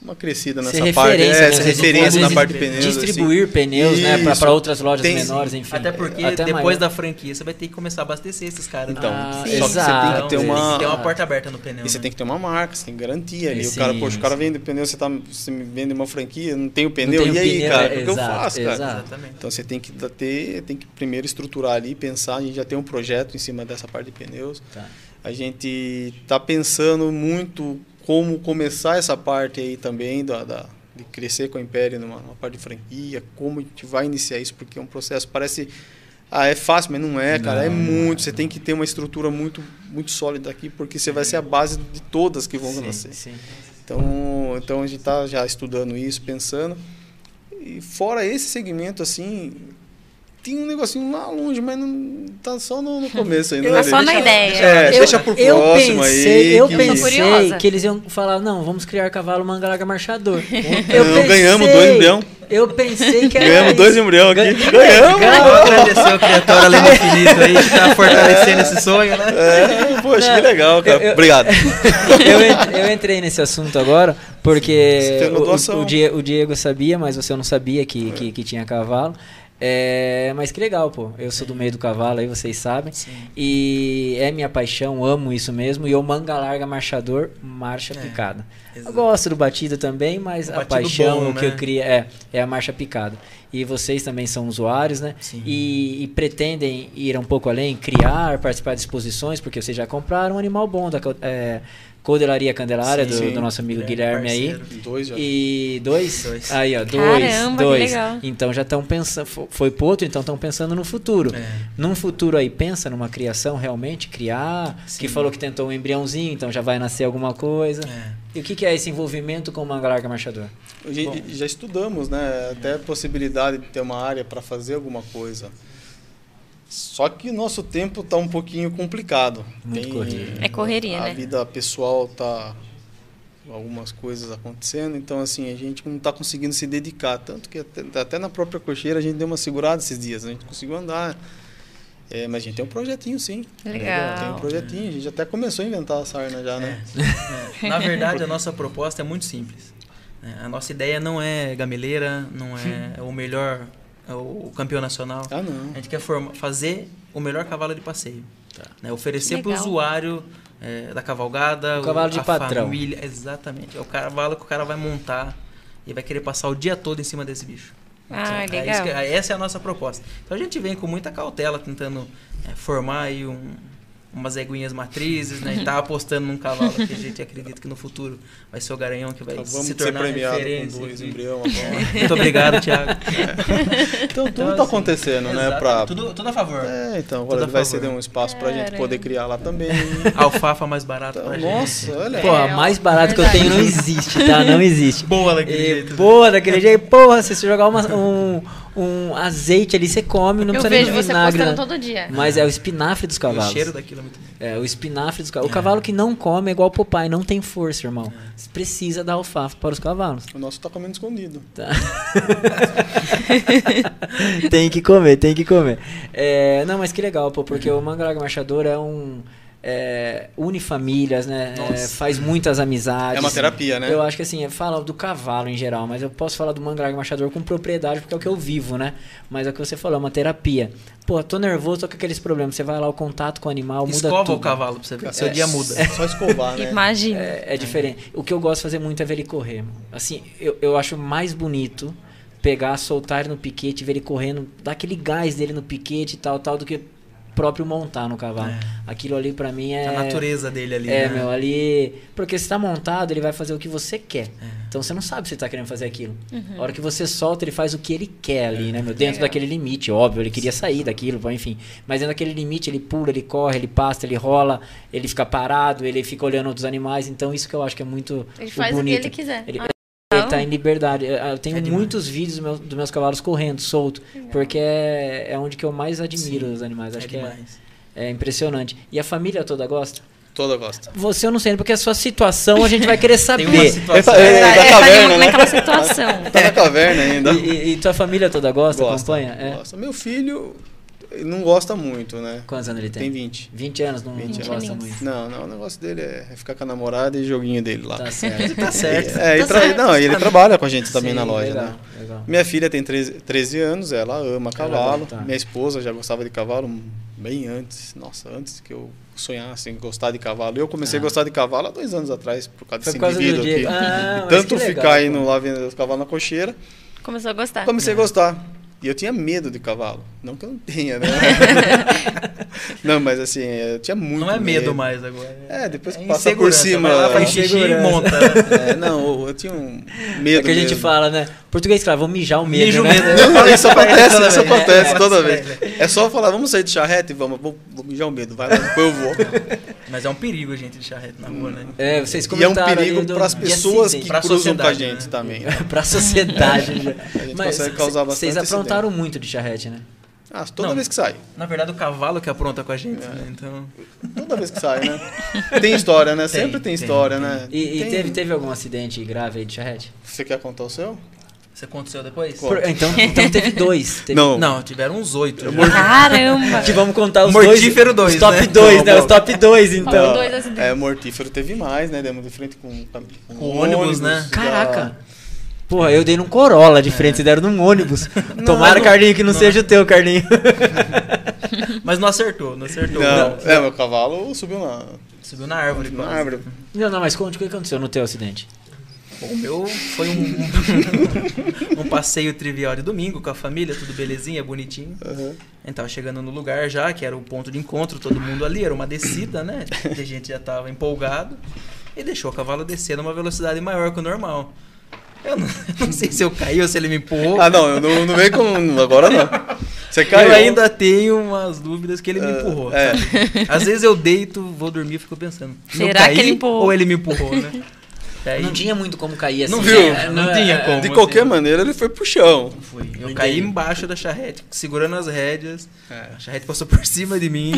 uma crescida nessa
ser
parte,
referência,
é,
né?
ser
Vocês
referência na
podem
parte de pneus, assim.
Distribuir pneus, né, pra-
Isso.
pra outras lojas
Tem-
menores, enfim.
Até porque
Até
depois
maior.
da franquia você vai ter que começar a abastecer esses caras.
Então,
né?
Ah,
só
sim.
que você tem que
exato.
ter
Então,
uma,
tem uma porta aberta no pneu.
e você
né?
tem que ter uma marca, você tem garantia ali.
E
o cara,
sim,
poxa, o cara vende pneu, você tá, você me vende uma franquia, não tem o
Não
pneu,
tem o
e aí,
pneu,
cara,
é,
o que eu
exato,
faço, cara?
exato.
Ah. Exatamente.
Então você tem que ter, tem que primeiro estruturar ali, pensar, a gente já tem um projeto em cima dessa parte de pneus.
Tá.
A gente está pensando muito como começar essa parte aí também da, da de crescer com a Império numa, numa parte de franquia, como a gente vai iniciar isso, porque é um processo, parece ah, é fácil, mas não é, cara. é
Não,
muito. Você tem que ter uma estrutura muito, muito sólida aqui, porque você vai ser a base de todas que vão nascer.
sim.
Então, então a gente está já estudando isso, pensando. E fora esse segmento, assim, tem um negocinho lá longe, mas não tá só no, no
[laughs]
começo ainda.
Tá
né?
só na ideia.
É,
Eu-
deixa pro
eu
próximo
pensei,
aí.
Eu
que-
pensei
curiosa.
que eles iam falar, não, vamos criar cavalo manga larga marchador. Eu
Não, ganhamos
pensei-
dois milhão.
Eu pensei que era
Ganhamos
isso.
dois embrião aqui. Ganhamos!
Vamos agradecer ao Criador Além do Infinito aí, que
[laughs]
tá fortalecendo esse sonho, né?
É, poxa, que legal, cara.
Eu- eu- [laughs]
Obrigado.
eu, en- eu entrei nesse assunto agora
Você
porque
fez uma
o-
doação.
o, Die- o Diego sabia, mas você não sabia que, que, que tinha cavalo. É, mas que legal, pô. Eu sou do meio do cavalo aí, vocês sabem. E é minha paixão, amo isso mesmo. E eu manga larga, marchador, marcha picada. Eu
exato.
gosto do batido também, mas
O
a
batido
paixão,
bom,
o que
né?
eu crio é, é a marcha picada. E vocês também são usuários, né?
Sim.
E, e pretendem ir um pouco além, criar, participar de exposições, porque vocês já compraram um animal bom da co- é, Codelaria Candelária,
Sim,
do,
sim.
do nosso amigo
Grande
Guilherme aí.
É, parceiro.
Dois já.
E dois?
Dois.
Aí, ó, dois.
Caramba, que
dois.
legal.
Então já estão pensando. Foi pro outro, então estão pensando no futuro.
É.
Num futuro aí, pensa numa criação realmente, criar.
Sim.
Que falou que tentou um embriãozinho, então já vai nascer alguma coisa.
É.
E o que, que é esse envolvimento com o manga larga marchador?
Já, já estudamos, né? Até a possibilidade de ter uma área para fazer alguma coisa. Só que o nosso tempo está um pouquinho complicado.
Muito corrido.
É correria,
a
né?
vida pessoal tá algumas coisas acontecendo, então assim, a gente não está conseguindo se dedicar, tanto que até, até na própria cocheira a gente deu uma segurada esses dias, né? a gente conseguiu andar. É, mas a gente tem um projetinho sim. Tem um
é Legal.
projetinho, a gente até começou a inventar a sarna já, né?
É. Na verdade, a nossa proposta é muito simples. né? A nossa ideia não é gameleira, não é o melhor, é o campeão nacional.
Ah, não.
A
É.
gente quer forma- fazer o melhor cavalo de passeio.
Tá.
Né? Oferecer para o
Legal.
usuário é, da cavalgada,
O cavalo de
a
patrão.
família. Exatamente. É o cavalo que o cara vai montar e vai querer passar o dia todo em cima desse bicho.
Ah,
É isso
legal.
que- essa é a nossa proposta. Então a gente vem com muita cautela tentando é, formar aí um- umas eguinhas matrizes, né? A gente tá apostando num cavalo que a gente acredita que no futuro vai ser o Garanhão que vai
Acabamos
se
de Então, ser
tornar
premiado
referência.
com dois
aqui.
embrião
[laughs]
agora.
Muito obrigado,
[laughs]
Thiago.
Então tudo
Então, assim,
tá acontecendo, né?
Exato.
Pra...
Tudo, tudo a favor.
É, então,
Tudo
agora
a
ele vai
favor.
ceder um espaço pra gente
É.
poder criar lá também.
Alfafa mais barata pra
Então,
gente.
nossa, olha.
Porra,
É, ó,
mais barato que eu
verdade.
tenho não existe, tá? Não existe.
Boa daquele
É,
E,
jeito. né?
porra, daquele jeito, porra, se você jogar uma- um, um azeite ali, você come, não
Eu
precisa
vejo
nem de
você
vinagre.
postando
né?
todo dia.
Mas é o espinafre dos
O
cavalos.
cheiro daquilo é muito bom.
É, o espinafre dos cavalos. O cavalo que não come é igual o Popeye, não tem força, irmão. Você Precisa dar alfafa para os cavalos.
O nosso tá comendo escondido.
tem que comer, tem que comer. É, não, mas que legal, pô, porque o Mangalaga Marchador é um. É, une famílias, né? É, faz muitas amizades.
É uma terapia, né?
Eu acho que assim, é- fala do cavalo em geral, mas eu posso falar do Mangalaga Marchador com propriedade, porque é o que eu vivo, né? Mas é o que você falou, é uma terapia. Pô, tô nervoso, tô com aqueles problemas. Você vai lá, o contato com o animal muda
Escova
tudo.
o cavalo pra você ver. Seu
É,
dia muda.
É só
[laughs]
escovar, né?
Imagina.
É, é diferente. O que eu gosto de fazer muito é ver ele correr. mano. Assim, eu, eu acho mais bonito pegar, soltar ele no piquete, ver ele correndo, dar aquele gás dele no piquete e tal, tal, do que próprio montar no cavalo.
É.
Aquilo ali pra mim é.
A natureza dele ali.
É,
né?
meu, ali. Porque se tá montado, ele vai fazer o que você quer.
É.
Então você não sabe se ele tá querendo fazer aquilo.
Uhum.
A hora que você solta, ele faz o que ele quer
É.
ali, né, meu? Dentro daquele limite, óbvio, ele queria sair daquilo, bom, enfim. Mas dentro daquele limite, ele pula, ele corre, ele passa, ele rola, ele fica parado, ele fica olhando outros animais. Então isso que eu acho que é muito
Ele faz o que
bonito.
ele quiser.
Ele-
Ah,
Ele
legal.
tá em liberdade. Eu- Eu tenho
É demais.
muitos vídeos do meu- dos meus cavalos correndo, solto, porque é, é onde que eu mais admiro os animais. Acho
É
que é,
demais.
é impressionante. E a família toda gosta?
Toda gosta.
Você eu não sei, porque a sua situação a gente vai
[laughs]
querer
Tem
saber.
uma situação.
Ele tá-
Tá,
da
ele tá
caverna,
ali
né?
naquela situação.
É.
Tá na caverna ainda.
E, e- e tua família toda gosta, acompanha? É.
gosta. Meu filho ele não gosta muito, né?
Quantos anos ele tem?
Tem 20.
20 anos, não,
20
não
anos.
gosta muito.
Não, não, o negócio dele é ficar com a namorada e joguinho dele lá.
Tá certo. [laughs]
Tá certo. Tá
É, ele tra- Não, ele trabalha com a gente também
Sim,
na loja,
legal,
né?
legal.
Minha filha tem 13, 13 anos, ela ama cavalo.
gosta.
Minha esposa já gostava de cavalo bem antes. Nossa, antes que eu sonhasse em gostar de cavalo. Eu comecei a gostar de cavalo há dois anos atrás, por causa
Ah. Foi
desse
por causa do
indivíduo aqui.
Diego. Ah, mas
Tanto
que legal,
ficar
pô. Tá.
indo lá vendo os cavalos na cocheira,
Começou a gostar.
comecei a gostar. E eu tinha medo de cavalo. Não que eu não tenha, né?
[laughs]
não, mas assim, eu tinha muito
Não é medo mais agora.
É, depois que passar por cima.
Vai lá, faz xixi e
Insegurança.
[laughs]
monta.
É, não, eu, eu tinha um medo.
É que a gente
mesmo.
fala, né? Português, claro, vamos
É
mijar o medo,
Mijo
né?
medo.
um Não, não, isso
Eu falei
acontece,
toda
isso
vez.
acontece
É,
toda
é,
vez.
é.
É só falar, vamos sair de charrete? Vamos, vou, vou mijar o medo, vai lá, depois eu vou.
[laughs] Mas é um perigo, gente, de charrete na rua, né?
É, vocês
E é um
comentaram
perigo
ali do-
para as
de
pessoas que
acidente.
Pra
cruzam com a
sociedade,
gente
né?
também.
[laughs] pra sociedade. né?
[laughs] A gente
Mas
consegue causar
vocês
bastante
aprontaram muito de charrete, né?
Ah, toda
Não.
vez que sai.
Na verdade, o cavalo que apronta com a gente, né? Então.
Toda vez que sai, né?
[laughs]
Tem história, né?
Tem,
Sempre tem
tem,
história,
tem.
né?
E, e
Tem-
teve, teve algum acidente grave aí de charrete?
Você quer contar o seu?
Você aconteceu depois?
Qual?
Por- então, então teve dois. Teve-
Não, tiveram uns oito. né? já.
Caramba!
Que vamos contar os
Mortífero dois,
dois. Os top
né?
2, né?
Não,
Os top 2, então.
Faltam um dois acidentes.
É, mortífero teve mais, né? Demos de frente com, com,
o ônibus, né?
da-
Caraca. Porra, eu dei num Corolla de frente, vocês deram num ônibus. Tomara,
não-
Carlinho, que [laughs] não,
não.
seja o teu, Carlinho.
Mas não acertou, não acertou.
Não, é, meu cavalo subiu na,
Subiu na árvore.
na
quase.
árvore.
[laughs] Não, não, mas conte o que aconteceu no teu acidente.
O meu foi um, [laughs] um passeio trivial de domingo com a família, tudo belezinha, bonitinho.
Aham.
A gente tava chegando no lugar já, que era o ponto de encontro, todo mundo ali, era uma descida, né? A gente já tava empolgado e deixou o cavalo descer numa velocidade maior que o normal. Eu não, [laughs] eu não sei se eu caí ou se ele me empurrou.
Ah, não, eu não, não veio com. Agora não. Você caiu.
Eu ainda tenho umas dúvidas que ele me
Ah,
empurrou.
é.
sabe? Às vezes eu deito, vou dormir e fico pensando. eu
Será que
caí
ele empurrou?
Ou ele me empurrou, né?
[laughs]
Daí-
Não tinha muito como cair assim.
Não
né?
viu?
É,
Não tinha
é,
como. assim?
De qualquer maneira, ele foi pro chão.
Foi. Eu
Entendi.
caí embaixo da charrete, segurando as rédeas.
É.
A charrete passou por [laughs] cima de mim,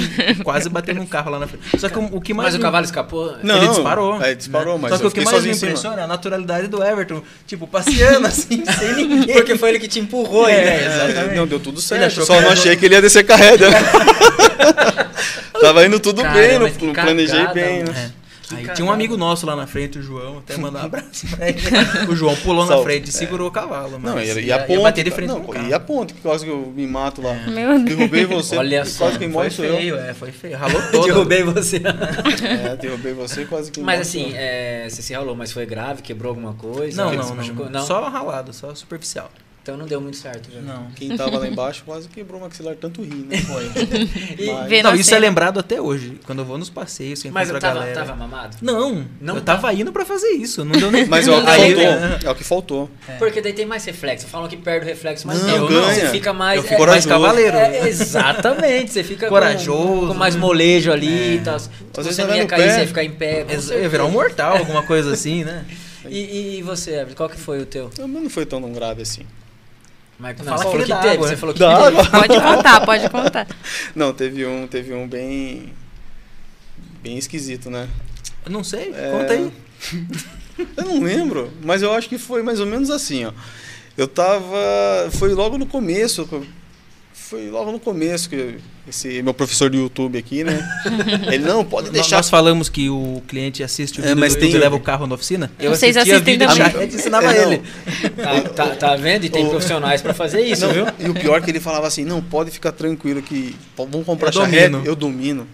quase bateu num carro lá na frente. Só que o, o que mais.
Mas o
me-
cavalo escapou?
Não.
ele disparou. né?
é, disparou, mas
Só que
eu
o que mais
fiquei
me
sozinho em cima.
impressiona é a naturalidade do Everton. Tipo, passeando assim, [laughs] sem ninguém.
[laughs] Porque foi ele que te empurrou,
É,
né?
exatamente.
Não, deu tudo
achou
certo.
que
Só não
era
achei
doido.
que ele ia
[laughs]
descer carrega. né? Tava indo tudo
Cara,
bem,
mas que
não, não planejei
cagada,
bem,
mano.
né?
É. Aí
cagada.
tinha um amigo nosso lá na frente, o João, até mandar um abraço pra
[laughs]
ele. O João pulou na
Salve. É.
frente e segurou o cavalo. É, Mas
Não, e a- e
ia,
a
ia
ponte. tá-
bater de frente
não,
com o carro. É.
e a ponte, que quase que eu me mato lá.
Meu Deus.
Derrubei você,
Olha
quase
só,
quem
Foi
morre sou eu.
feio, é, foi feio.
[laughs]
Ralou
Eu
todo.
derrubei você.
É, derrubei você, quase quem
Mas
morre sou
assim,
eu.
é, você se ralou, mas foi grave? Quebrou alguma coisa?
Não,
Você se
não,
machucou?
não, Só ralado, só superficial.
Então não deu muito certo. velho.
Não.
Quem tava lá embaixo quase quebrou o maxilar, tanto rir, né?
[laughs] Foi.
Mas-
vê-
Não,
na
isso é
cena.
lembrado até hoje. Quando eu vou nos passeios, eu
Mas
encontro
eu
a
tava,
galera.
tava mamado?
Não,
Não
eu tava indo pra fazer isso. Não deu nem
[laughs]
[laughs]
Mas é o que
Aí- né?
faltou. É o que faltou.
Porque daí tem mais reflexo. Falam que perde o reflexo, mas
Não,
não,
ganha.
você fica mais.
Eu fico
é-
corajoso.
mais
cavaleiro.
É, exatamente, você fica com-
Corajoso.
Com, mais molejo ali e tal. Se
É. vezes
você não
vai
ia
no
cair,
pé.
você ia ficar em pé.
Ex-
com
Eu
certeza.
ia virar um mortal, alguma coisa assim, né?
E, e- e você, Everton, qual que foi o teu?
Não, mas não foi tão grave assim.
Marco,
Fala
você falou
que
que
dá
teve,
água.
você falou que
Dá
teve.
água.
Pode contar, pode contar.
Não, teve um, teve um bem. Bem esquisito, né?
Eu não sei,
É.
conta aí.
Eu não lembro, mas eu acho que foi mais ou menos assim, ó. Eu tava. Foi logo no começo. que eu- Foi logo no começo que esse meu professor do YouTube
[laughs]
aqui, né? Ele não pode
No-
deixar.
Nós falamos que o cliente assiste o
É,
vídeo
mas
do
tem-
YouTube e leva o carro na oficina. Eu
Vocês
assistia
assistem
vídeo
também.
de charrete e ensinava
É, não.
ele.
Tá, tá- tá vendo? E tem profissionais pra fazer isso,
Não,
viu?
E o pior é que ele falava assim, não, pode ficar tranquilo que pô, vamos comprar
Eu
charrete,
domino.
eu domino.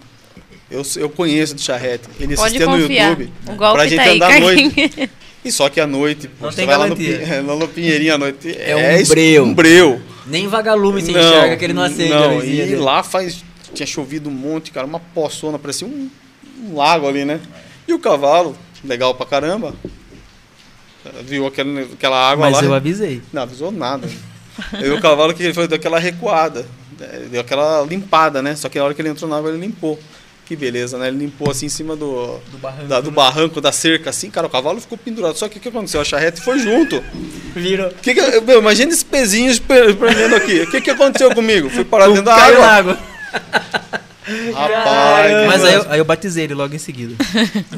Eu, eu conheço de charrete. Ele
Pode
assistia no
confiar.
YouTube.
O golpe
pra gente
tá [laughs] aí,
andar à noite.
Carlinhos.
E só que à noite, pô,
Não
você
tem
vai lá no,
garantia.
[laughs] Pin- lá no Pinheirinho à noite.
É um
es-
breu.
Um breu.
Nem vagalume se enxerga que ele não acende a
Não,
luzinha
e
dele.
lá faz. Tinha chovido um monte, cara, uma poçona, parecia um, um lago ali, né? E o cavalo, legal pra caramba. Viu aquela, aquela água
Mas
lá. né?
eu avisei.
Não avisou nada. Eu vi o cavalo que ele foi, deu aquela recuada, né? deu aquela limpada, né? Só que na hora que ele entrou na água, ele limpou. Que beleza, né? Ele limpou assim em cima do,
Do barranco,
da, do
né?
barranco, da cerca, assim, cara. O cavalo ficou pendurado. Só que o que aconteceu? A charrete foi junto.
Virou.
Que que, eu- meu, imagina esses pezinhos per- perdendo aqui. O que, que aconteceu comigo? Fui parar dentro da
Caiu na
água. É.
água.
Rapaz, que
Mas aí eu,
beleza.
aí eu batizei ele logo em seguida.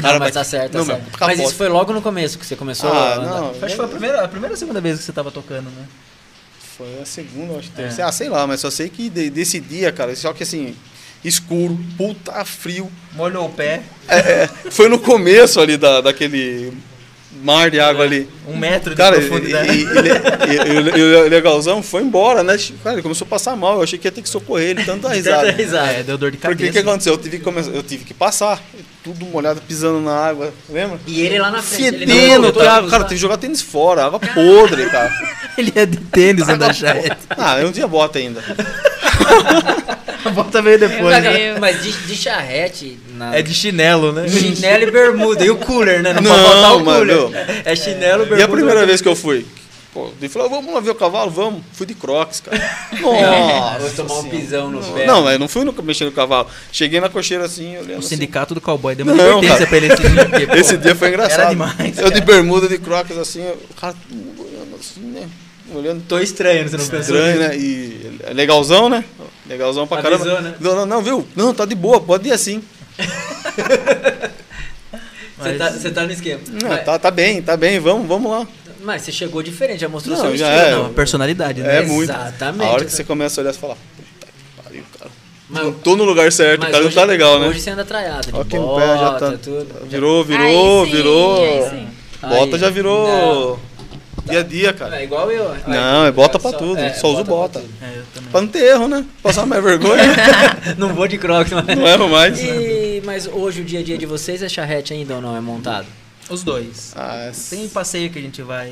Cara,
mas
mas-
tá certo, tá
não,
certo.
mas
Mas
acabou.
isso foi logo no começo que você começou a
Ah,
andar.
não.
Acho que foi a primeira, a primeira ou segunda vez que você tava tocando, né?
Foi a segunda, eu acho, terceira. Ah, sei lá, mas só sei que de- desse dia, cara, só que assim, escuro, puta frio.
Molhou o pé,
É, é, foi no começo ali da, daquele mar de água ali.
um metro de
Hum. Cara, e,
profundidade. [laughs]
e- e- e- e- e o legalzão foi embora, né? Cara, ele começou a passar mal. Eu achei que ia ter que socorrer ele,
[laughs]
tanto da risada.
Tanta risada.
É, deu dor de
Porque
cabeça.
o que aconteceu? Eu tive que, começar, eu tive que passar, tudo molhado, pisando na água, lembra?
E ele lá na frente. ele não
Fedendo, tá?
voltou,
cara, cara, teve que jogar tênis fora, água podre, cara.
[laughs] Ele é de tênis andar charrete.
Ah, eu não tinha bota ainda.
A volta veio depois, né?
Meu Deus.
Mas de, de charrete. na-
É de chinelo, né?
Chinelo e bermuda. E o cooler, né? Não,
Não,
pode faltar o
mas,
cooler.
meu,
É chinelo, bermuda.
E a primeira vez que eu fui? Pô, ele falou, vamos lá ver o cavalo, vamos. Fui de crocs, cara. [laughs] Nossa.
Vou tomar um
senhora.
pisão nos pés.
Não, mas eu não fui nunca mexer no cavalo. Cheguei na cocheira assim, olhando
O
assim.
sindicato do cowboy deu uma
Não,
advertência
cara.
pra ele esse dia. porque, pô,
Esse dia foi engraçado.
Era demais. [laughs]
Eu de bermuda, de crocs, assim, o cara todo mundo olhando assim, né? Olhando
Tô estranho, você não pensou?
estranho, né? E é legalzão, né? Legalzão pra
Avisou,
caramba.
né?
Não, não, não, viu? Não, tá de boa, pode ir assim.
Você tá, você tá no esquema.
Não,
mas,
tá, tá bem, tá bem, vamos, vamos lá.
mas você chegou diferente, já mostrou
Não,
seu
já
estilo.
é.
Não, a personalidade, né?
É muito.
Exatamente. né?
A hora que você começa a olhar, você fala, puta que pariu, cara.
Mas-
não tô no lugar certo,
Mas
cara, não
hoje-
tá legal, né?
Hoje você anda traiado. de
Ó, quem
bota,
pé já tá.
tudo.
Virou, virou,
Aí sim,
virou.
aí sim.
Bota
Aí.
já virou dia a dia,
É
cara.
igual eu.
Não, é bota pra tudo, só uso bota. Pra não ter erro, né? Passar mais vergonha, [laughs]
Não vou de crocs, mas...
não erro mais.
E, mas hoje o dia a dia de vocês é charrete ainda ou não é montado?
Os dois.
Ah, é
Tem
s-
passeio que a gente vai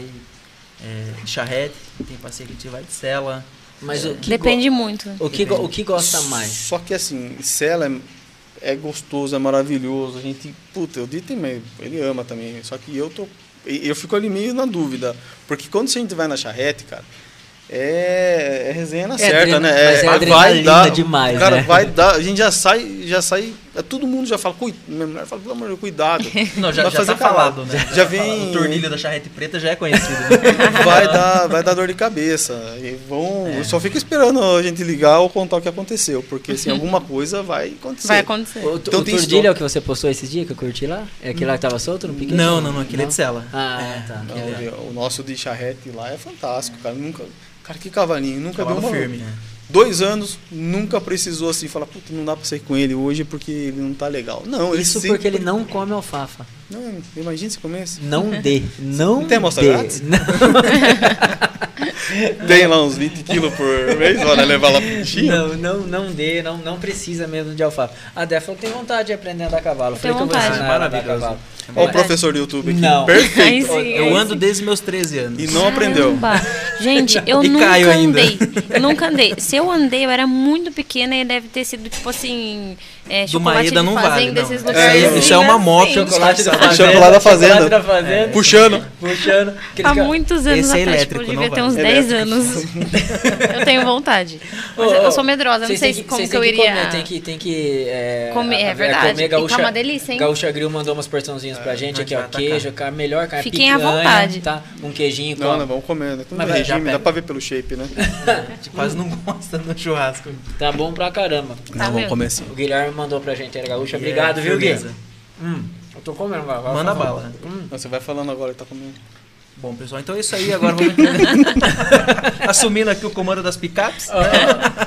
é, de charrete, tem passeio que a gente vai de cela.
Mas o que
Depende muito.
go- o que, go- o que gosta mais?
Só que assim, Sela é, é gostoso, é maravilhoso. A gente, puta, o Dito ele ama também. Só que eu tô. e- Eu fico ali meio na dúvida. Porque quando a gente vai na charrete, cara, é, é resenha na
É
certa,
adrena-
né?
mas é adrenalina demais,
Cara,
né?
vai dar. A gente já sai, já sai. é, Todo mundo já fala, cuidado. Minha mulher fala, pelo amor de Deus, cuidado.
[laughs] Não, já,
Vai
já tá
fazer cavalo.
falado, né?
Já vem-
falado. [laughs] O tornilho da charrete preta já é conhecido. né?
vai dar, vai dar dor de cabeça. E vão,
É.
eu só fico esperando a gente ligar ou contar o que aconteceu, porque assim, alguma coisa vai acontecer.
Vai acontecer.
O,
Então
o
tem isso-
tordilho é o que você postou esses dias que eu curti lá? É aquele lá que tava solto no piquete?
não, não, não, aquele é de cela.
Ah, tá.
Não, é. o nosso de charrete lá é fantástico, cara. Nunca, cara, que cavalinho, nunca
Cavalo
deu uma.
firme, né?
Dois anos, nunca precisou assim falar, puta, não dá pra sair com ele hoje porque ele não tá legal. Não, ele
Isso
sempre-
porque ele não come alfafa.
Não, imagina se começa.
Não dê. Não,
Não tem amostra
dê. [laughs]
grátis?
Não,
Tem lá uns 20 quilos por mês, olha, levar lá pro bichinho.
não, não, não dê. Não, não precisa mesmo de alfafa. A Dé falou que tem vontade de aprender a andar a cavalo. Eu
Tem
Falei que eu vou
vontade.
ensinar ela a andar a
Maravilhoso. É um
cavalo.
Olha o professor do YouTube aqui.
Não.
Aí
Perfeito.
sim, aí
Eu ando
sim.
desde meus 13 anos.
E não
é um
aprendeu.
Caramba. Gente, eu
E
nunca
Caio ainda.
andei. Eu nunca andei. Se eu andei, eu era muito pequena e deve ter sido, tipo assim, é,
Do
chocolate
Maeda
de
não
fazenda,
vale, não.
esses
É,
lugares
isso
assim,
é uma
assim.
moto,
Chocolate da
Chocolate
fazenda.
da fazenda.
Chocolate da fazenda.
Puxando.
Puxando. Aquele
Há
que-
muitos anos
Esse é
atrás,
elétrico,
tipo, eu
não
devia ter
vale.
uns 10 anos. eu tenho vontade. Mas
Ô,
eu
ô,
sou medrosa, não
vocês
sei
têm que-
como
vocês
que eu
têm
iria.
Comer, tem que, tem que é,
Comer, é
a- a-
verdade.
Comer
E tá
gaúcha,
uma delícia, hein?
Gaúcha Grill mandou umas porçãozinhas pra gente
a
aqui,
gente
ó.
É, vai atacar.
Queijo, cara, melhor cara.
Fiquem à
picanha,
vontade.
Tá? Um queijinho
Não,
com.
não, vamos comer, né? Tudo
Mas
é
vai, já
regime,
pega.
dá pra ver pelo
[laughs]
shape, né?
A gente quase não gosta no churrasco.
Tá bom pra caramba.
Tá
Não, vamos
vendo?
comer assim.
O Guilherme mandou pra gente, era gaúcha. Obrigado, viu, Gui?
Beleza.
Hum, eu tô comendo, vai, vai,
é Manda
vai.
bala. né?
Você vai falando agora que tá comendo.
Bom, pessoal, então é isso aí. Agora vamos... [laughs] Assumindo aqui o comando das picapes.
Ah.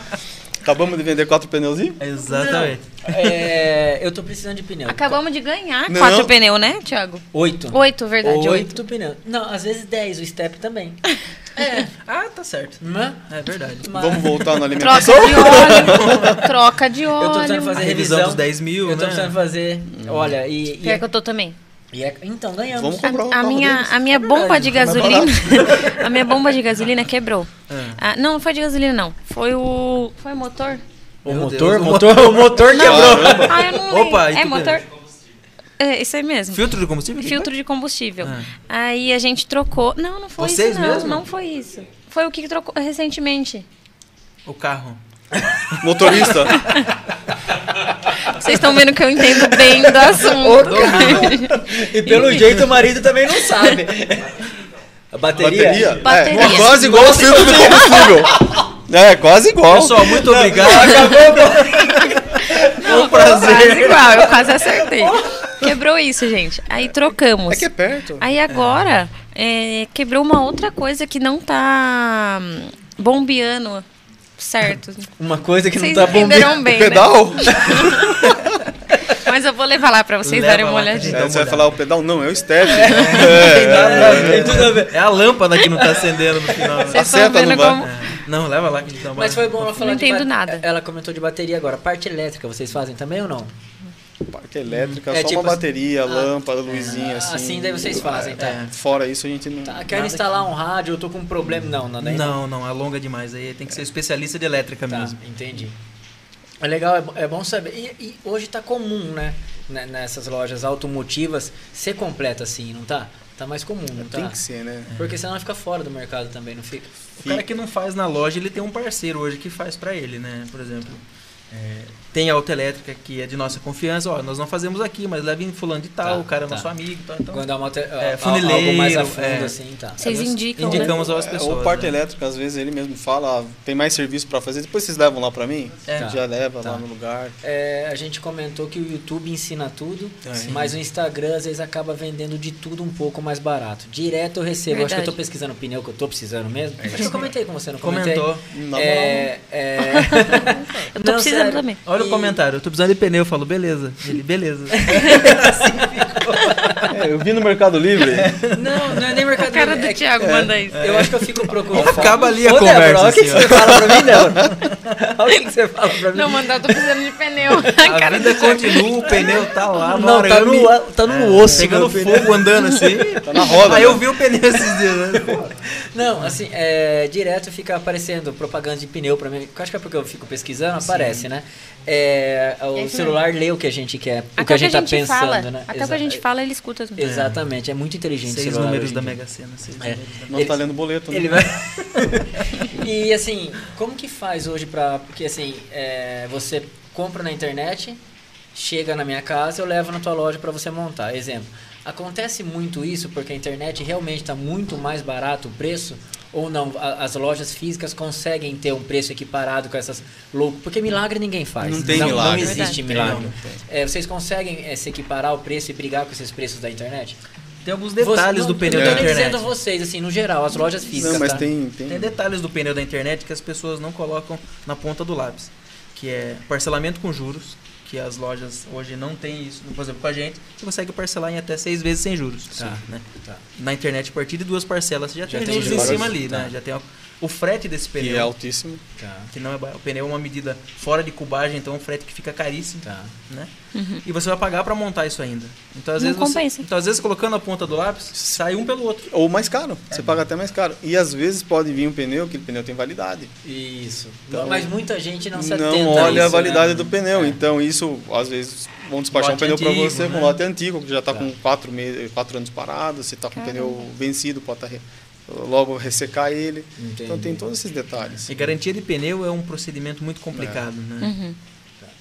Acabamos de vender quatro pneuzinhos?
Exatamente.
É, eu tô precisando de pneu.
Acabamos de ganhar
Não.
quatro pneus, né, Thiago?
Oito.
Oito, é verdade, oito.
Oito pneus. Não, às vezes dez, o step
[laughs]
também.
Ah, tá certo.
Mas-
É verdade.
mas-
Vamos voltar na
Troca
alimentação?
de óleo. troca de óleo.
Eu tô tentando
A
fazer
revisão
revisão.
dos 10 mil,
Eu tô
né?
precisando fazer. Olha, e. e
Hum. Pior que eu tô também.
E é- então, ganhamos.
Vamos comprar um
A, a
carro
minha,
deles.
a minha bomba de gasolina. [laughs] a minha bomba de gasolina quebrou.
É.
Ah, não, não foi de gasolina, não. Foi o. Foi o motor?
O
Meu
motor,
Deus.
motor, o motor
é
quebrou.
Ah, eu não
Opa, e
lembro. É
tu
motor? É, isso aí mesmo.
Filtro de combustível?
Filtro de combustível. Aí a gente trocou. Não, não foi
Vocês
isso, não.
mesmo?
Não foi isso. Foi o que trocou recentemente.
O carro.
Motorista?
Vocês estão vendo que eu entendo
[laughs]
bem do assunto.
E pelo jeito o marido também não sabe. A bateria?
Bateria?
Bateria.
É, quase igual o filtro de combustível. É, quase igual.
Pessoal, muito
[laughs]
obrigado.
Não, Quase igual, eu quase acertei. Quebrou isso, gente. Aí trocamos.
É que é perto.
Aí agora é, quebrou uma outra coisa que não tá hum, bombeando certo.
Uma coisa que
Vocês
não tá bombando.
entenderam bem, né?
pedal?
Mas eu vou levar lá pra vocês
Leva
darem uma
lá,
olhadinha.
Dá
É,
uma
você vai
olhada.
falar o pedal? Não, é o step. É,
É. Tem tudo a ver.
É a lâmpada que não tá acendendo no final. né?
Vocês
A
estão
seta
vendo
não vai.
como.
Não, leva lá que a gente dá uma
Mas foi bom ela falar
Não
de
entendo
ba-
nada.
Ela comentou de bateria agora. Parte elétrica, vocês fazem também ou não?
parte elétrica,
É,
só
tipo
uma
assim-
bateria,
Ah,
lâmpada, luzinha, assim. é.
assim daí vocês fazem, tá.
Fora isso a gente não.
Tá, quero
Nada
instalar um rádio, eu tô com um problema. Não, não, daí
Não, É. não, alonga demais. Aí tem que ser especialista de elétrica
Tá,
mesmo.
entendi. É legal, é bo- é, bom saber. E, e hoje tá comum, né? ne- Nessas lojas automotivas, ser completa assim, não tá? Tá mais comum, não tá?
Tem que ser, né?
Porque senão fica fora do mercado também, não fica?
O cara que não faz na loja, ele tem um parceiro hoje que faz pra ele, né? Por exemplo, é, tem a autoelétrica que é de nossa confiança. Ó, nós não fazemos aqui, mas leve em fulano de tal,
Tá,
o cara é
tá.
nosso amigo. Tá, então,
Quando é, uma, alter-
É,
al- algo
funileiro,
mais a fundo,
é.
assim, tá.
Vocês
nós
indicam, né?
Indicamos às
É,
pessoas.
ou parte
né?
elétrica, às vezes ele mesmo fala, ah, tem mais serviço pra fazer, depois vocês levam lá pra mim,
É.
já leva
Tá.
lá no lugar.
É, a gente comentou que o YouTube ensina tudo,
É. Sim.
mas o Instagram às vezes acaba vendendo de tudo um pouco mais barato. Direto eu recebo, acho que eu
Verdade.
tô pesquisando pneu que eu tô precisando mesmo. acho que eu comentei com você, não comentei?
Comentou.
Na moral,
É, é...
Eu tô
Não,
precisando
sério.
também.
Olha
E-
o comentário, eu tô precisando de pneu, eu falo, beleza. Ele, beleza.
É, eu vi no Mercado Livre.
[laughs] Não, não é nem mercado
A cara
Livre,
do
é que-
Thiago manda isso.
Eu acho que eu fico procurando.
Acaba ali a
Ô, Débora,
conversa,
olha o que, que
assim, ó.
você fala pra mim, não. Olha o que, que você fala pra mim.
Não, mano, eu tô precisando de [laughs] pneu. [laughs] A
A
cara
vida
do Thiago.
continua, o pneu tá lá,
Não, tá
morando,
no a- tá no
É,
osso,
Pegando
meu
fogo, andando [laughs] assim.
Tá na roda,
Aí eu
né?
vi o pneu esses dias, né? Pô,
Não, assim, é, direto fica aparecendo propaganda de pneu pra mim. Eu Acho que é porque eu fico pesquisando, aparece, né? É, o
É isso
celular lê o que a gente quer, o que
Até
a gente tá pensando,
fala,
né?
Até o que a gente fala, ele escuta. as músicas.
Exatamente, é muito inteligente o
Seis
celular
números
hoje em
da
dia.
Mega Sena, seis
É.
números da
[laughs] Não
Ele-
tá lendo boleto, né?
Ele vai. [laughs] e assim, como que faz hoje pra. Porque assim, é, você compra na internet, chega na minha casa, eu levo na tua loja pra você montar. Exemplo. Acontece muito isso porque a internet realmente está muito mais barato o preço ou não? A- as lojas físicas conseguem ter um preço equiparado com essas loucas? Porque milagre ninguém faz.
Não tem milagre.
Não existe
Verdade.
milagre.
Não, não
É, vocês conseguem é, se equiparar o preço e brigar com esses preços da internet?
Tem alguns detalhes
Você-
do
não-
pneu
não
da
tô nem dizendo
internet.
a vocês, assim, no geral, as lojas físicas.
Não, mas
tá?
tem, tem.
Tem detalhes do pneu da internet que as pessoas não colocam na ponta do lápis, que é parcelamento com juros, que as lojas hoje não têm isso, por exemplo, com a gente, você consegue parcelar em até seis vezes sem juros.
Tá.
né?
Tá.
Na internet, a partir de duas parcelas, você já,
Já
tem,
tem
juros
juros,
em cima ali,
tá.
né? Já tem o- o frete desse
Que é
pneu,
altíssimo.
Tá,
que não é ba- o pneu é uma medida fora de cubagem, então é um frete que fica caríssimo.
tá.
né? E você vai pagar pra montar isso ainda. Então às
Uhum.
vezes
Não
você-
compensa.
então às vezes colocando a ponta do lápis, sai um pelo outro.
Ou mais caro. Você paga até mais caro. E às vezes pode vir um pneu que o pneu tem validade.
Isso.
Então,
Mas muita gente não se atenta
Não
a
olha
isso,
a validade
né?
do pneu.
É.
Então, isso, às vezes, vão despachar
Lote
um pneu para
antigo,
você com
né?
um lote antigo, que já está
Tá.
com 4 meses, quatro anos parado. Se está com o pneu vencido, pode tá re- logo ressecar ele. Então,
Entendi.
tem todos esses detalhes.
E garantia de pneu é um procedimento muito complicado,
É.
né?
Uhum.
Uhum,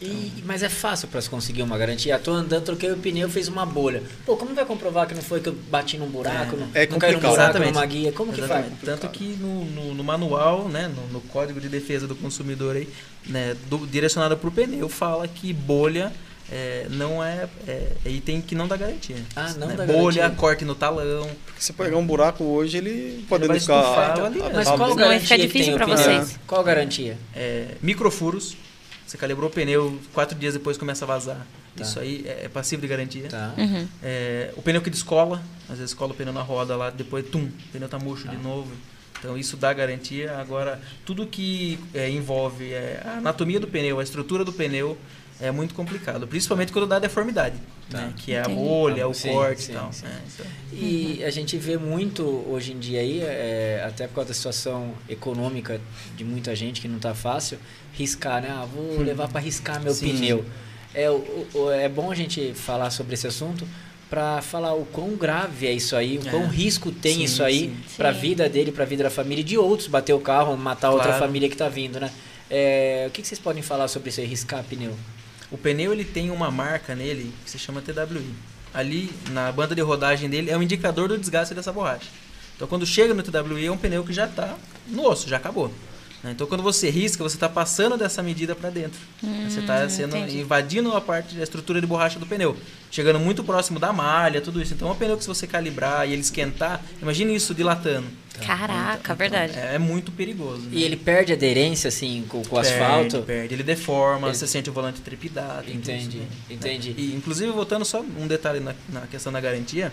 E- mas é fácil pra se conseguir uma garantia. Tô andando, troquei o pneu, fez uma bolha. Pô, como vai comprovar que não foi que eu bati num buraco, não,
É
não caí num
complicado.
buraco,
Exatamente.
numa guia? Como
Exatamente.
que
Tanto que no, no- no manual, né, no, no código de defesa do consumidor aí, né, do- direcionado para o pneu, fala que bolha é, não é, é, é item que não dá garantia.
Ah, não
né?
dá
bolha,
garantia.
corte no talão.
Porque se pegar um buraco hoje, ele pode
vai
ficar...
estufar
tá-
ali,
tá-
né?
faz? Mas
tá
qual
bem-
Não, vai
garantia
ficar
que
difícil
tem o
pra
pneu?
vocês.
Qual garantia?
É, microfuros. Você calibrou o pneu, quatro dias depois começa a vazar.
Tá.
Isso aí é é passivo de garantia.
Tá.
Uhum.
É, o pneu que descola, às vezes cola o pneu na roda lá, depois tum, o pneu tá murcho
Ah.
de novo. Então isso dá garantia. Agora, tudo que é, envolve é, a anatomia do pneu, a estrutura do pneu, é muito complicado. Principalmente quando dá deformidade, né? que é a bolha, o
Tá. Sim,
corte
sim,
e tal.
sim.
né? Então,
E a gente vê muito hoje em dia aí, é, até por causa da situação econômica de muita gente que não tá fácil, riscar, né? Ah, vou levar para riscar meu
Hum. Sim.
pneu. É, o- o- é bom a gente falar sobre esse assunto para falar o quão grave é isso aí, o
É.
quão risco tem
Sim,
isso aí
sim.
para a vida dele, para a vida da família e de outros, bater o carro, matar outra
Claro.
família que tá vindo, né? É, o que, que vocês podem falar sobre isso aí, riscar pneu?
O pneu ele tem uma marca nele que se chama TWI. Ali na banda de rodagem dele é um indicador do desgaste dessa borracha. Então quando chega no TWI é um pneu que já está no osso, já acabou. né? Então quando você risca, você está passando dessa medida para dentro. né? você está sendo
Hum, entendi.
invadindo a parte da estrutura de borracha do pneu, chegando muito próximo da malha, tudo isso. Então é um pneu que se você calibrar e ele esquentar, imagine isso dilatando.
Caraca, verdade.
É, é muito perigoso. né?
E ele perde aderência assim com, com o
Perde,
asfalto?
perde, ele deforma,
Ele-
você sente o volante trepidar. tem tudo isso,
Entendi,
né?
entendi.
E, inclusive, voltando só um detalhe na, na questão da garantia,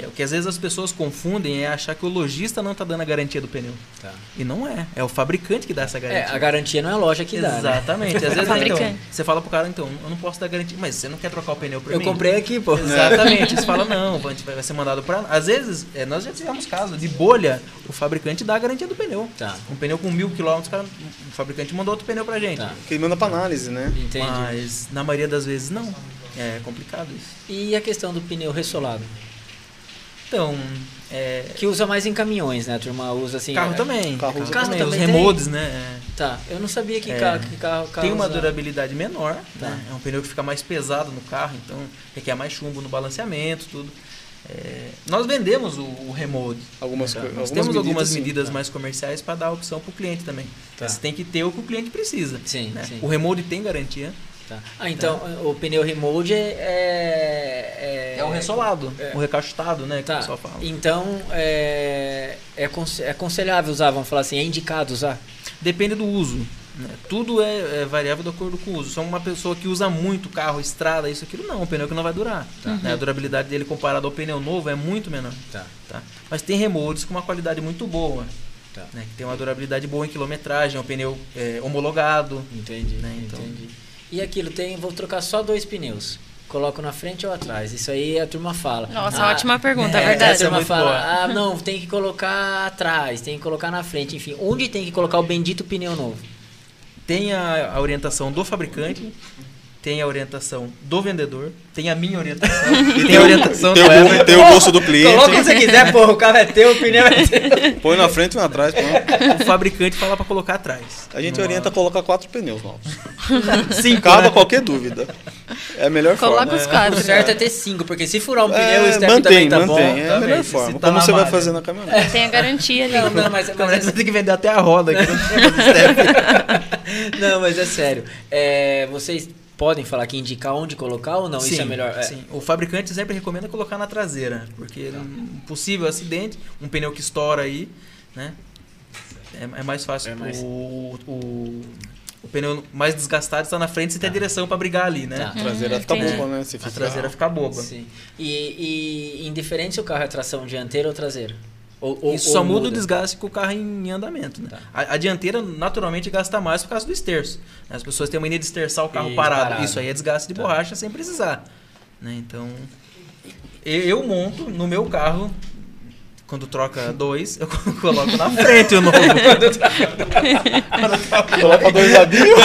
É, o que às vezes as pessoas confundem é achar que o lojista não está dando a garantia do pneu.
Tá.
E não é. É o fabricante que dá essa
É,
garantia.
a garantia não é a loja que dá. né? [laughs]
Exatamente. Às vezes
O
né, então,
fabricante.
você fala pro cara, então, eu não posso dar garantia. Mas você não quer trocar o pneu pra
Eu
mim?
comprei aqui, pô. [laughs]
Exatamente. Eles falam, não, vai vai ser mandado pra. Às vezes, é, nós já tivemos casos de bolha, o fabricante dá a garantia do pneu.
Tá.
Um pneu com mil quilômetros, o cara- o fabricante mandou outro pneu pra gente.
Tá.
Que ele manda pra análise, né?
Entendi.
Ah. Mas na maioria das vezes não. É complicado isso.
E a questão do pneu ressolado?
Então, é.
Que usa mais em caminhões, né? A turma usa assim.
carro
é-
também.
Carro
Carro,
também.
também. Os
Carro também
remodes, né? é.
Tá. Eu não sabia que,
É.
carro, que carro, carro.
tem uma
usa-
durabilidade menor, né?
Tá.
é um pneu que fica mais pesado no carro, então requer mais chumbo no balanceamento, tudo. É, nós vendemos o, o remold.
Algumas,
Tá.
coi-
Nós
algumas assim.
temos algumas
sim.
medidas mais comerciais para dar a opção para o cliente também.
Tá.
Você tem que ter o que o cliente precisa.
Sim,
né?
sim.
O remold tem garantia.
Tá. Ah, então o pneu remold é. É,
É o ressolado,
é.
o recastado, né? Que o
Tá.
pessoal fala.
Então é, é, aconse- é aconselhável usar, vamos falar assim, é indicado usar.
Depende do uso. né? Tudo é, é variável de acordo com o uso. Só uma pessoa que usa muito carro, estrada, isso, aquilo, não. O pneu que não vai durar.
Uhum.
né? A durabilidade dele comparado ao pneu novo é muito menor.
Tá.
tá? Mas tem remoldes com uma qualidade muito boa,
Tá.
né? que tem uma durabilidade boa em quilometragem, é um pneu é, homologado.
Entendi,
Né, então.
entendi. E aquilo tem, vou trocar só dois pneus. Coloco na frente ou atrás. Isso aí a turma fala.
Nossa,
Ah,
ótima pergunta, é
É,
verdade.
A turma
muito
fala,
boa.
ah, não, tem que colocar atrás, tem que colocar na frente, enfim. Onde tem que colocar o bendito pneu novo?
Tem a, a orientação do fabricante, tem a orientação do vendedor, tem a minha
[laughs]
orientação, e tem a orientação
Tem
um
do
o,
Everton.
go- tem o gosto do
Coloca
cliente.
onde você [laughs] quiser, porra, o carro é teu, o pneu é teu.
Põe na frente e na trás. põe na-
O fabricante fala para colocar atrás.
A gente
Numa-
orienta a colocar quatro pneus novos.
Cinco, [laughs]
Acaba
né?
qualquer dúvida. É a melhor
Coloca
forma.
os né?
O
quatro.
certo é ter cinco, porque se furar um pneu,
É,
o step também
mantém,
tá bom.
mantém. é a
também.
melhor
Se
forma.
tá
Como
na
você vai
malha.
fazer na caminhonete.
Tem a garantia ali.
Não, não, mas, é
Na
mas
verdade, é, você tem que vender até a roda. aqui, não tem mais step.
[laughs] Não, mas é sério. É, vocês podem falar que indicar onde colocar ou não? Isso é melhor. É.
sim. O fabricante sempre recomenda colocar na traseira, porque um possível acidente, um pneu que estoura aí, né? É, é mais fácil.
É mais-
O, o, o pneu mais desgastado está na frente, você tem a direção para brigar ali, né?
Tá.
A traseira fica
entendi.
boa, né? Se ficar-
A traseira fica boba.
Sim. E, e indiferente se o carro é tração dianteira ou traseira? Ou, ou-
Isso
ou
só muda o desgaste com o carro em andamento. Né?
Tá.
A, a dianteira naturalmente gasta mais por causa do esterço. né? As pessoas têm a mania de esterçar o carro
E
parado.
parado.
Isso aí é desgaste de
Tá.
borracha sem precisar. né? Então, eu, eu monto no meu carro, quando troca dois, eu [laughs] coloco na frente
[laughs]
o novo.
Coloca dois abinhos.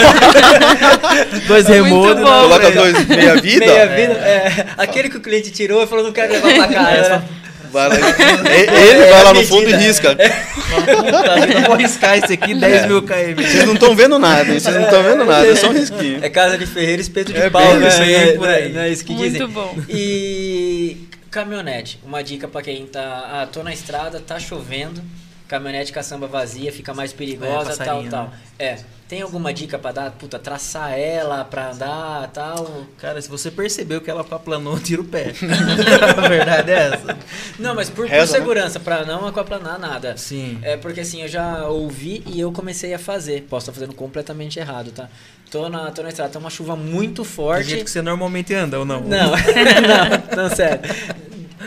dois remodos.
bom.
né? Coloca dois meia-vida.
Meia vida, é. aquele que o cliente tirou e falou não quero levar pra casa. né?
Vai lá- E- Ele vai lá no fundo e
medida.
risca.
Eu vou arriscar esse
É.
aqui, 10 mil km.
Vocês não estão vendo nada, hein? vocês não estão vendo nada, é só um risquinho.
É casa de ferreiro, espeto de
É
pau,
bem
né?
isso aí,
É,
por aí.
Não é isso que
Muito
dizem.
bom.
E caminhonete, uma dica pra quem tá, ah, tô na estrada, tá chovendo, caminhonete caçamba vazia, fica mais perigosa,
É,
tal,
passarinho,
tal.
né?
É, tem alguma dica pra dar, puta, traçar ela pra andar, tal?
Cara, se você percebeu que ela aplanou, tira o pé. [laughs] a verdade é essa.
Não, mas por, por
Reza, né?
segurança, pra não aquaplanar nada.
Sim.
É porque assim, eu já ouvi e eu comecei a fazer. Posso estar fazendo completamente errado, tá? Tô na, tô na estrada, tá uma chuva muito
Do
forte.
jeito que você normalmente anda ou não?
Não, [laughs] não, não, sério.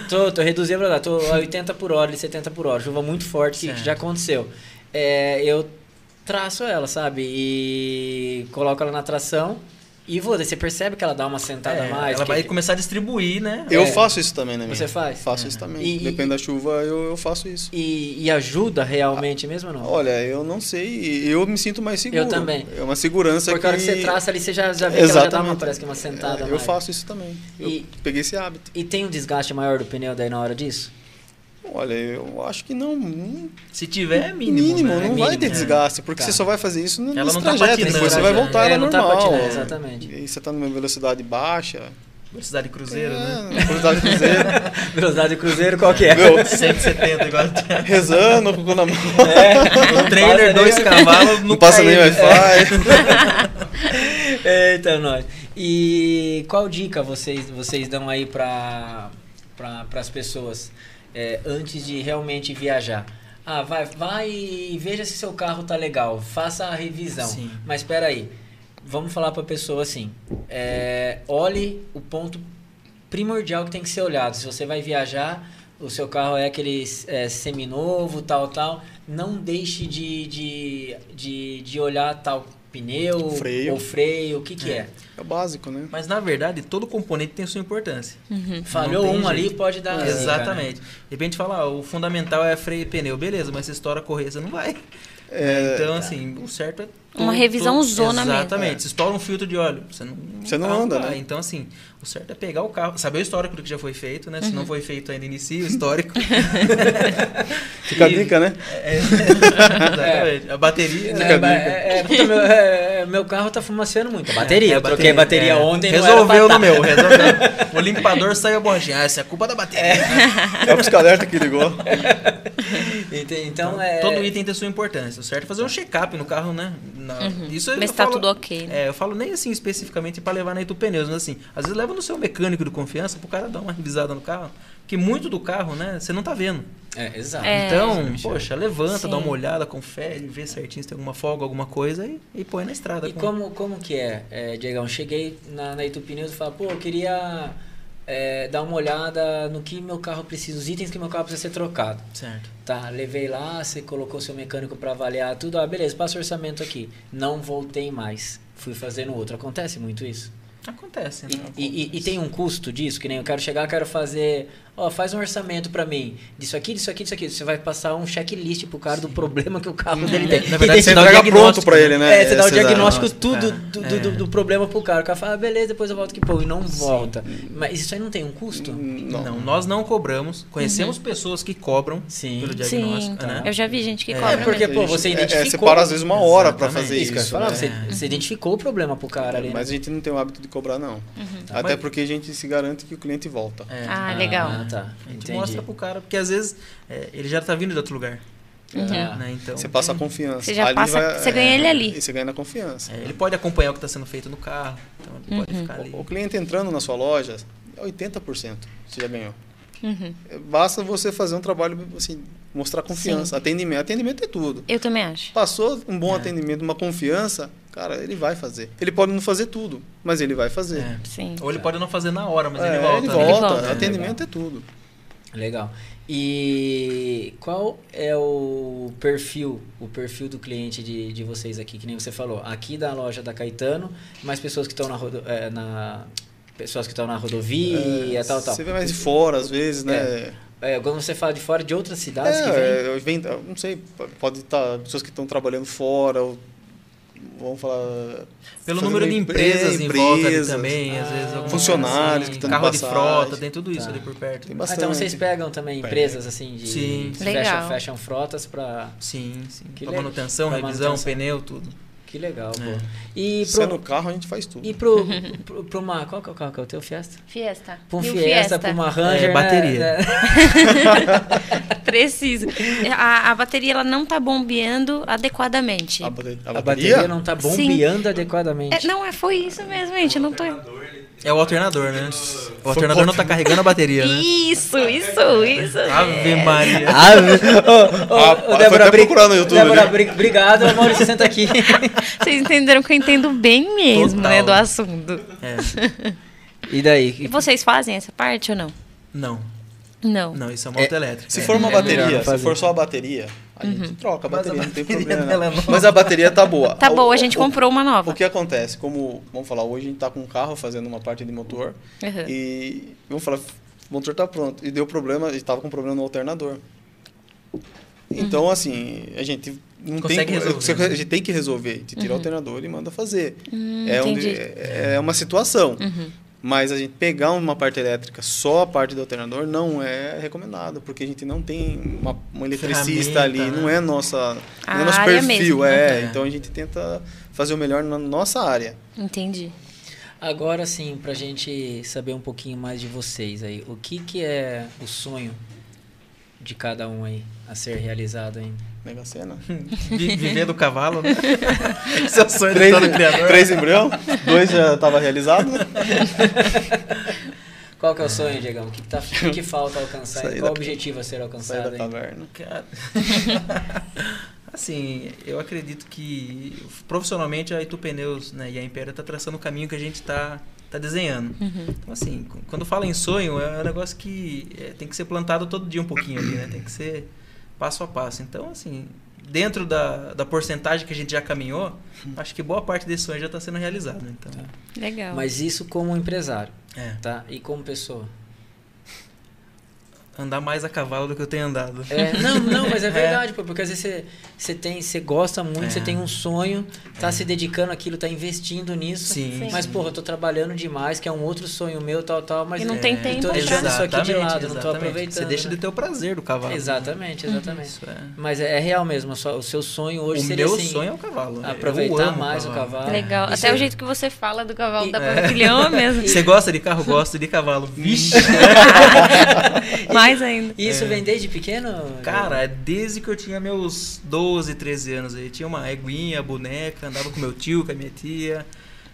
Tô, tô reduzindo pra lá, tô a 80 por hora, 70 por hora, chuva muito forte, que
Certo.
já aconteceu. É, eu traço ela, sabe? E coloco ela na tração e vou. Daí você percebe que ela dá uma sentada a
É,
mais.
Ela
que-
vai começar a distribuir, né?
Eu
É.
faço isso também, né, minha?
Você faz?
Faço isso também.
E-
Depende da chuva, eu, eu faço isso.
E, e ajuda realmente mesmo ou não?
Olha, eu não sei, eu me sinto mais seguro.
Eu também.
É uma segurança
Porque a hora que
que
você traça ali, você já, já vê que ela já dá uma,
Exatamente.
parece que uma sentada a
É, eu
mais.
faço isso também. Eu
E-
peguei esse hábito.
E tem um desgaste maior do pneu daí na hora disso?
Olha, eu acho que não. Mínimo,
Se tiver, é mínimo.
mínimo
né?
não
É
vai
mínimo,
ter
né?
desgaste, porque
Tá.
você só vai fazer isso no
Ela
nesse
não tá
trajeto.
patinando,
Depois
né?
você vai voltar
É,
ela
não tá
normal.
patinando, exatamente.
E você tá numa velocidade baixa.
Velocidade cruzeiro, né?
É, velocidade cruzeiro.
[laughs] Velocidade do cruzeiro, qual que [laughs] é?
Meu,
170, igual a Thiago. [laughs]
rezando com o cu na mão.
É.
Um trailer,
passa
dois
nem-
cavalos, né?
Não É. passa nem
mais
Wi-Fi.
[laughs] Eita, nós. E qual dica vocês, vocês dão aí para pra, as pessoas é, antes de realmente viajar? Ah, vai, vai e veja se seu carro tá legal, faça a revisão.
Sim.
Mas espera aí, vamos falar para a pessoa assim, é, olhe o ponto primordial que tem que ser olhado. Se você vai viajar, o seu carro é aquele é, seminovo, tal, tal, não deixe de, de, de, de olhar tal pneu
Freio.
ou freio, o que que é.
É o básico, né?
Mas na verdade, todo componente tem sua importância.
Falhou
Não
um
tem
ali,
jeito. É.
pode dar... zica, né?
Exatamente. De repente fala, ah, o fundamental é freio e pneu, beleza, mas se estoura a correia, você não vai.
É,
então, assim, o certo é.
Uma revisão zona mesmo.
Exatamente. Se estoura um filtro de óleo, você não,
É. Você não
tá,
anda,
vai.
né?
Então, assim, o certo é pegar o carro, saber o histórico do que já foi feito, né? Se
Uhum.
não foi feito ainda, inicia o histórico.
[laughs] Fica a
E-
dica, né?
É, exatamente. A bateria.
É,
né?
ba- é, é, puta, meu, é, é, meu carro tá fumaciando muito. A bateria.
É,
eu troquei a bateria
é.
ontem. não
Resolveu
era pra
no
tá.
meu, resolveu.
[laughs]
o limpador saiu a borrachinha. Ah, essa é culpa da bateria.
É o pisca-alerta que ligou.
Ente- Então, é.
Todo item tem sua importância, certo? Fazer um check-up no carro, né? Na- Isso eu
Mas tá
falo-
tudo ok, né?
É, eu falo nem assim especificamente pra levar na Itu Pneus, mas assim, às vezes leva no seu mecânico de confiança pro cara dar uma revisada no carro. Porque muito do carro, né, você não tá vendo.
É, exato.
É.
então, poxa, levanta,
Sim.
dá uma olhada, confere, vê certinho se tem alguma folga, alguma coisa e, e põe na estrada.
E
com-
como, como que é, é Diegão? Cheguei na, na Itu Pneus e falei, pô, eu queria é, dar uma olhada no que meu carro precisa, os itens que meu carro precisa ser trocado.
Certo.
Tá, levei lá, você colocou seu mecânico pra avaliar tudo. Ah, beleza, passa o orçamento aqui. Não voltei mais. Fui fazendo outro. Acontece muito isso?
Acontece, né?
E, e- e tem um custo disso, que nem eu quero chegar, quero fazer. Ó, faz um orçamento pra mim. Disso aqui, disso aqui, disso aqui. Você vai passar um checklist pro cara do problema que o carro dele tem.
Na
E
verdade, você
tem-
Você
dá o
entrega pronto
diagnóstico,
pra ele,
é,
né?
você dá o
Esse exame.
diagnóstico
exato.
tudo
É.
do, do, do-
É.
do problema pro cara. O cara fala, ah, beleza, depois eu volto que pô, e não volta. Mas isso aí não tem um custo?
Não.
Não. nós não cobramos. Conhecemos pessoas que cobram
Sim.
pelo
Uhum. Sim, então.
diagnóstico, né?
eu já vi gente que
É,
cobra
porque-
mesmo.
pô, você
É, É,
identificou.
você para às vezes uma hora pra
Exatamente.
fazer
isso
isso.
que eu ia falar,
né?
você, você identificou o problema pro cara ali. né?
É, Mas a gente não tem o hábito de cobrar, não. Até
Mas-
porque a gente se garante que o cliente volta.
É.
Ah, legal.
Ah, tá.
A gente
Entendi.
mostra um pro cara, porque às vezes é, ele já tá vindo de outro lugar.
Tá.
Né? Então,
Você passa a confiança.
Você
é,
já passa- você ganha ele ali.
E você ganha na confiança.
é, ele pode acompanhar o que está sendo feito no carro. Então ele pode
Uhum.
ficar ali.
O, o cliente entrando na sua loja, é 80% você já ganhou.
Uhum.
É, Basta você fazer um trabalho, assim, mostrar confiança. Atendimento. Atendimento é tudo.
Eu também acho.
Passou um
É.
bom atendimento, uma confiança, cara, ele vai fazer. Ele pode não fazer tudo, mas ele vai fazer.
É.
Sim.
Ou ele pode não fazer na hora, mas
É,
ele volta.
ele
né?
volta.
volta.
Atendimento é tudo.
Legal. E qual é o perfil, o perfil do cliente de, de vocês aqui? Que nem você falou, aqui da loja da Caetano, mas pessoas que estão na, rodo- eh, na- pessoas que estão na
É,
rodovia, é tal, tal.
É, Você vê mais de fora, às vezes, né?
É, quando você fala de fora de outras
É,
cidades que vem.
eu vendo- eu não sei, p- pode estar pessoas que estão trabalhando fora, ou, vamos falar...
Pelo
fazendo
número de
em-
empresas em
empresas.
volta ali também, às
Ah,
vezes. alguma
funcionários
coisa
que
assim,
tão de
Carro de
passagem. Tá.
frota, tem tudo isso ali por perto.
Tem
Ah,
bastante.
então vocês pegam também empresas assim de
Sim.
que
Legal.
Fecham, fecham frotas para
Sim, sim.
Que
Pra
legal.
manutenção,
Pra
revisão,
manutenção.
pneu, tudo.
que legal, pô.
É.
E
Se é
pro
no carro, a gente faz tudo.
e pro, pro, pro uma, qual que é o carro que é o teu Fiesta?
Fiesta.
Pra um
E o
Fiesta, pra uma Ranger,
É, bateria.
né?
Preciso. A, a bateria ela não tá bombeando adequadamente.
A, bate- a
A
bateria?
bateria não tá bombeando
É,
adequadamente.
não, é, foi isso mesmo, gente. Eu não tô.
É o alternador, né? O alternador não tá carregando a bateria, né?
Isso, isso, isso.
Ave Maria.
é. Ah, ô, ô, ô,
Rapaz, foi
Débora,
até
bri-
procurar no YouTube,
Débora,
né?
bri- obrigado, Maurício, senta aqui.
Vocês entenderam que eu entendo bem mesmo,
Total.
né? Do assunto.
É.
[laughs] E
E
daí?
vocês fazem essa parte ou não?
Não,
Não.
não, isso é moto elétrica.
Se
É.
for uma
é melhor
bateria, se
fazer.
for só a bateria, a gente troca a
Mas a
bateria, não tem
bateria
problema.
dela é
não.
nova.
Mas a bateria tá boa.
Tá
O-
boa, a gente
o-
comprou uma nova.
O que acontece? Como, vamos falar, hoje a gente tá com um carro fazendo uma parte de motor
Uhum.
e, vamos falar, o motor tá pronto. E deu problema, a gente tava com problema no alternador. Então, assim, a gente não
Consegue
tem, como-
resolver, né?
a gente tem que resolver. A gente tira o alternador e manda fazer. é, um-
Hum, entendi. Uhum.
é é uma situação. Mas a gente pegar uma parte elétrica só a parte do alternador não é recomendado, porque a gente não tem uma, um eletricista
Ferramenta,
ali,
né?
não é nossa,
A
não é nosso
área
perfil,
mesmo,
é,
né?
então a gente tenta fazer o melhor na nossa área.
Entendi.
Agora sim, pra gente saber um pouquinho mais de vocês aí, o que que é o sonho de cada um aí a ser realizado ainda?
Mega cena.
é. Vi- Viver do cavalo, né? [laughs] Esse é o sonho de
Três,
todo criador.
três embrião, dois já estava realizado, né?
Qual que é o sonho, Diegão? O que, que tá, o que que falta alcançar?
Sair
aí? Qual o
da-
objetivo a ser
sair
alcançado?
da
aí?
taverna.
Cara, [laughs] assim, eu acredito que profissionalmente a Itu Pneus né, e a Império tá traçando o caminho que a gente tá tá desenhando.
Uhum.
Então, assim, qu- quando fala em sonho, é um negócio que é, tem que ser plantado todo dia um pouquinho ali, né? Tem que ser passo a passo. Então, assim, dentro da, da porcentagem que a gente já caminhou, acho que boa parte desse sonho já está sendo realizado. né? Então,
Legal.
Mas isso como empresário,
é,
tá? E como pessoa.
andar mais a cavalo do que eu tenho andado.
É, [laughs] não, não, mas é verdade, pô, porque às vezes você, você tem, você gosta muito, você tem um sonho, tá se dedicando àquilo, tá investindo
[laughs]
nisso.
Sim,
Mas, porra, é. eu tô trabalhando demais, que é um outro sonho meu, tal, tal, mas
E não tem
eu
tempo
tô
pra-
deixando isso aqui de
Exatamente,
lado, não tô
exatamente.
aproveitando.
Você deixa
né?
de ter o prazer do cavalo.
Exatamente,
Uhum.
exatamente.
Isso é.
Mas é, é real mesmo, a sua- o seu sonho hoje
o
seria
meu
assim,
sonho é o cavalo. Eu
aproveitar
amo
mais o cavalo.
Legal.
Isso
Até
é-
o jeito que você fala do cavalo
E-
da pavilhão é
[laughs] [laughs]
mesmo.
Você gosta de carro? Gosto de cavalo.
Hum.
Vixe,
Mais ainda.
E isso vem desde pequeno?
é- cara, desde que eu tinha meus 12, 13 anos aí, tinha uma eguinha, boneca, andava com meu tio, com a minha tia,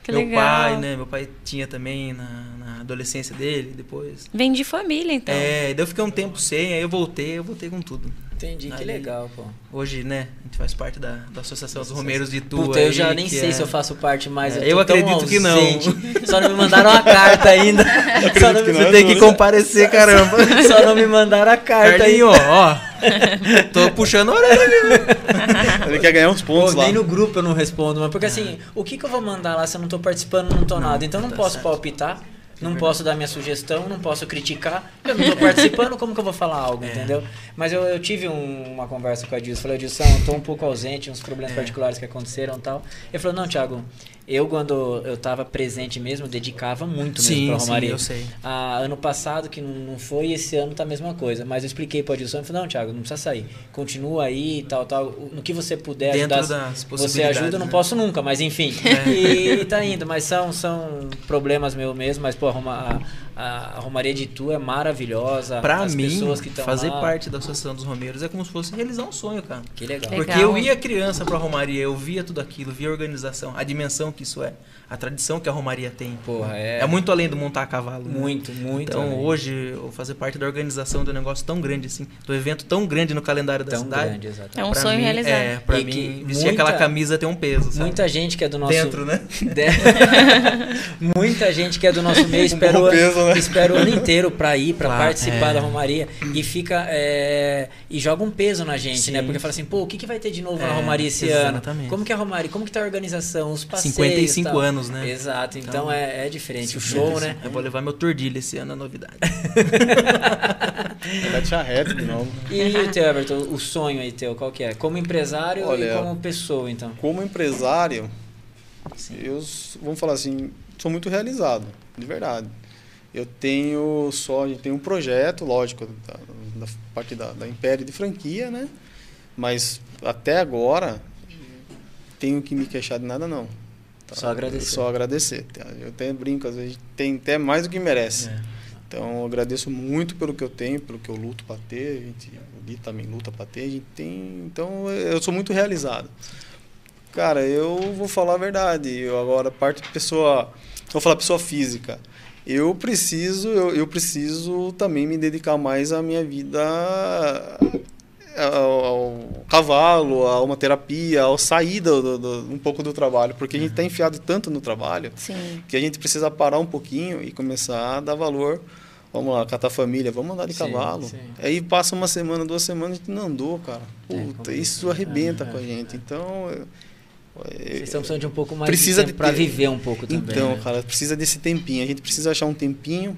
Que
meu
legal.
pai, né? Meu pai tinha também na, na adolescência dele, depois.
Vem de família, então.
É, daí eu fiquei um tempo sem, aí eu voltei, eu voltei com tudo.
Entendi, que
Aí-
legal, pô.
Hoje, né, a gente faz parte da, da Associação dos Romeiros de Tua.
Puta, eu já
aí,
nem
que
sei
é-
se eu faço parte mais.
É,
tô
eu
tão
acredito que não.
ausente. Só não me mandaram a carta ainda.
[laughs]
Só não, me-
não.
Você tem que comparecer, caramba.
só não me mandaram a carta
Carlinho,
ainda.
tá ó, ó. [laughs] Tô puxando a orelha ali.
Ele quer ganhar uns
Pô,
pontos lá.
nem no grupo eu não respondo, mas porque assim, o que, que eu vou mandar lá se eu não tô participando, não tô nada? Então eu não posso palpitar, não posso dar minha sugestão, não posso criticar. Eu não tô participando, como que eu vou falar algo, entendeu? Mas eu, eu tive um- uma conversa com a Dilson, falei, Dilson, eu tô um pouco ausente, uns problemas particulares que aconteceram e tal. Ele falou, não, Thiago, eu quando eu tava presente mesmo, dedicava muito mesmo pra Romaria.
sei.
Ah, ano passado que não, não foi, esse ano tá a mesma coisa. Mas eu expliquei pro Adilson e falei, não, Thiago, não precisa sair. Continua aí e tal, tal. O- No que você puder
Dentro
ajudar.
das
É, você ajuda, eu
possibilidades,
não
né? É.
posso nunca,
[laughs]
mas enfim. E, e tá indo, mas são, são problemas meu mesmo, mas, pô, a, Roma- a- a Romaria de Tu é maravilhosa.
Pra
as
mim,
pessoas que estão
fazer
lá.
parte É. da Associação dos Romeiros é como se fosse realizar um sonho, cara.
Que legal.
Legal.
Porque eu ia criança pra Romaria, eu via tudo aquilo, via a organização, a dimensão que isso é, a tradição que a Romaria tem.
Porra, é,
É, muito além do montar a cavalo. né?
muito, muito.
Então,
além.
hoje, eu fazer parte da organização do negócio tão grande assim, do evento tão grande no calendário da
tão
cidade.
grande, exatamente.
É um
pra
sonho
mim,
realizado.
É, pra
E que
mim, vestir
muita-
aquela camisa tem um peso, sabe?
Muita gente que é do nosso.
Dentro, né?
De- [laughs] Muita gente que é do nosso meio espera, o,
bom peso, né?
espera o ano inteiro pra ir, pra
Claro,
participar
é.
da Romaria e fica é, e joga um peso na gente,
Sim.
né? Porque fala assim, pô, o que, que vai ter de novo na
É,
Romaria esse ano?
exatamente.
Como que é a Romaria? Como que tá a organização? Os passeios,
55
tal.
anos, né?
Exato, então,
Então,
é, é diferente. O show, né?
Eu vou levar meu tordilho esse ano, é novidade.
Vai deixar reto de novo.
E o teu, Everton, o sonho aí teu, qual que é? Como empresário e
Olha,
como pessoa, então?
Como empresário, eu, s- vamos falar assim, sou muito realizado, de verdade. Eu tenho só, eu tenho um projeto, lógico, da, da parte da, da Império de franquia, né? Mas até agora, tenho que me queixar de nada, não.
Só agradecer.
Só agradecer. tá? Eu até brinco, às vezes tem até mais do que merece. Então, eu agradeço muito pelo que eu tenho, pelo que eu luto para ter. A gente, o Gui também luta para ter. A gente tem, então, eu sou muito realizado. Cara, eu vou falar a verdade. Eu agora, parte de pessoa. Vou falar pessoa física. Eu preciso, eu, eu preciso também me dedicar mais à minha vida ao, ao cavalo, a uma terapia, ao sair do, do- do- um pouco do trabalho, porque a gente está enfiado tanto no trabalho
Sim.
que a gente precisa parar um pouquinho e começar a dar valor. Vamos lá, catar a família, vamos andar de
Sim,
cavalo.
sim. É
Aí passa uma semana, duas semanas, a gente não andou, cara. Puta,
complicado.
isso arrebenta
É,
com a
é,
gente. Então, eu- eu-
Vocês estão precisando de um pouco mais
Precisa
de
de
tempo pra
ter-
viver um pouco também.
então,
né?
cara, precisa desse tempinho. A gente precisa achar um tempinho,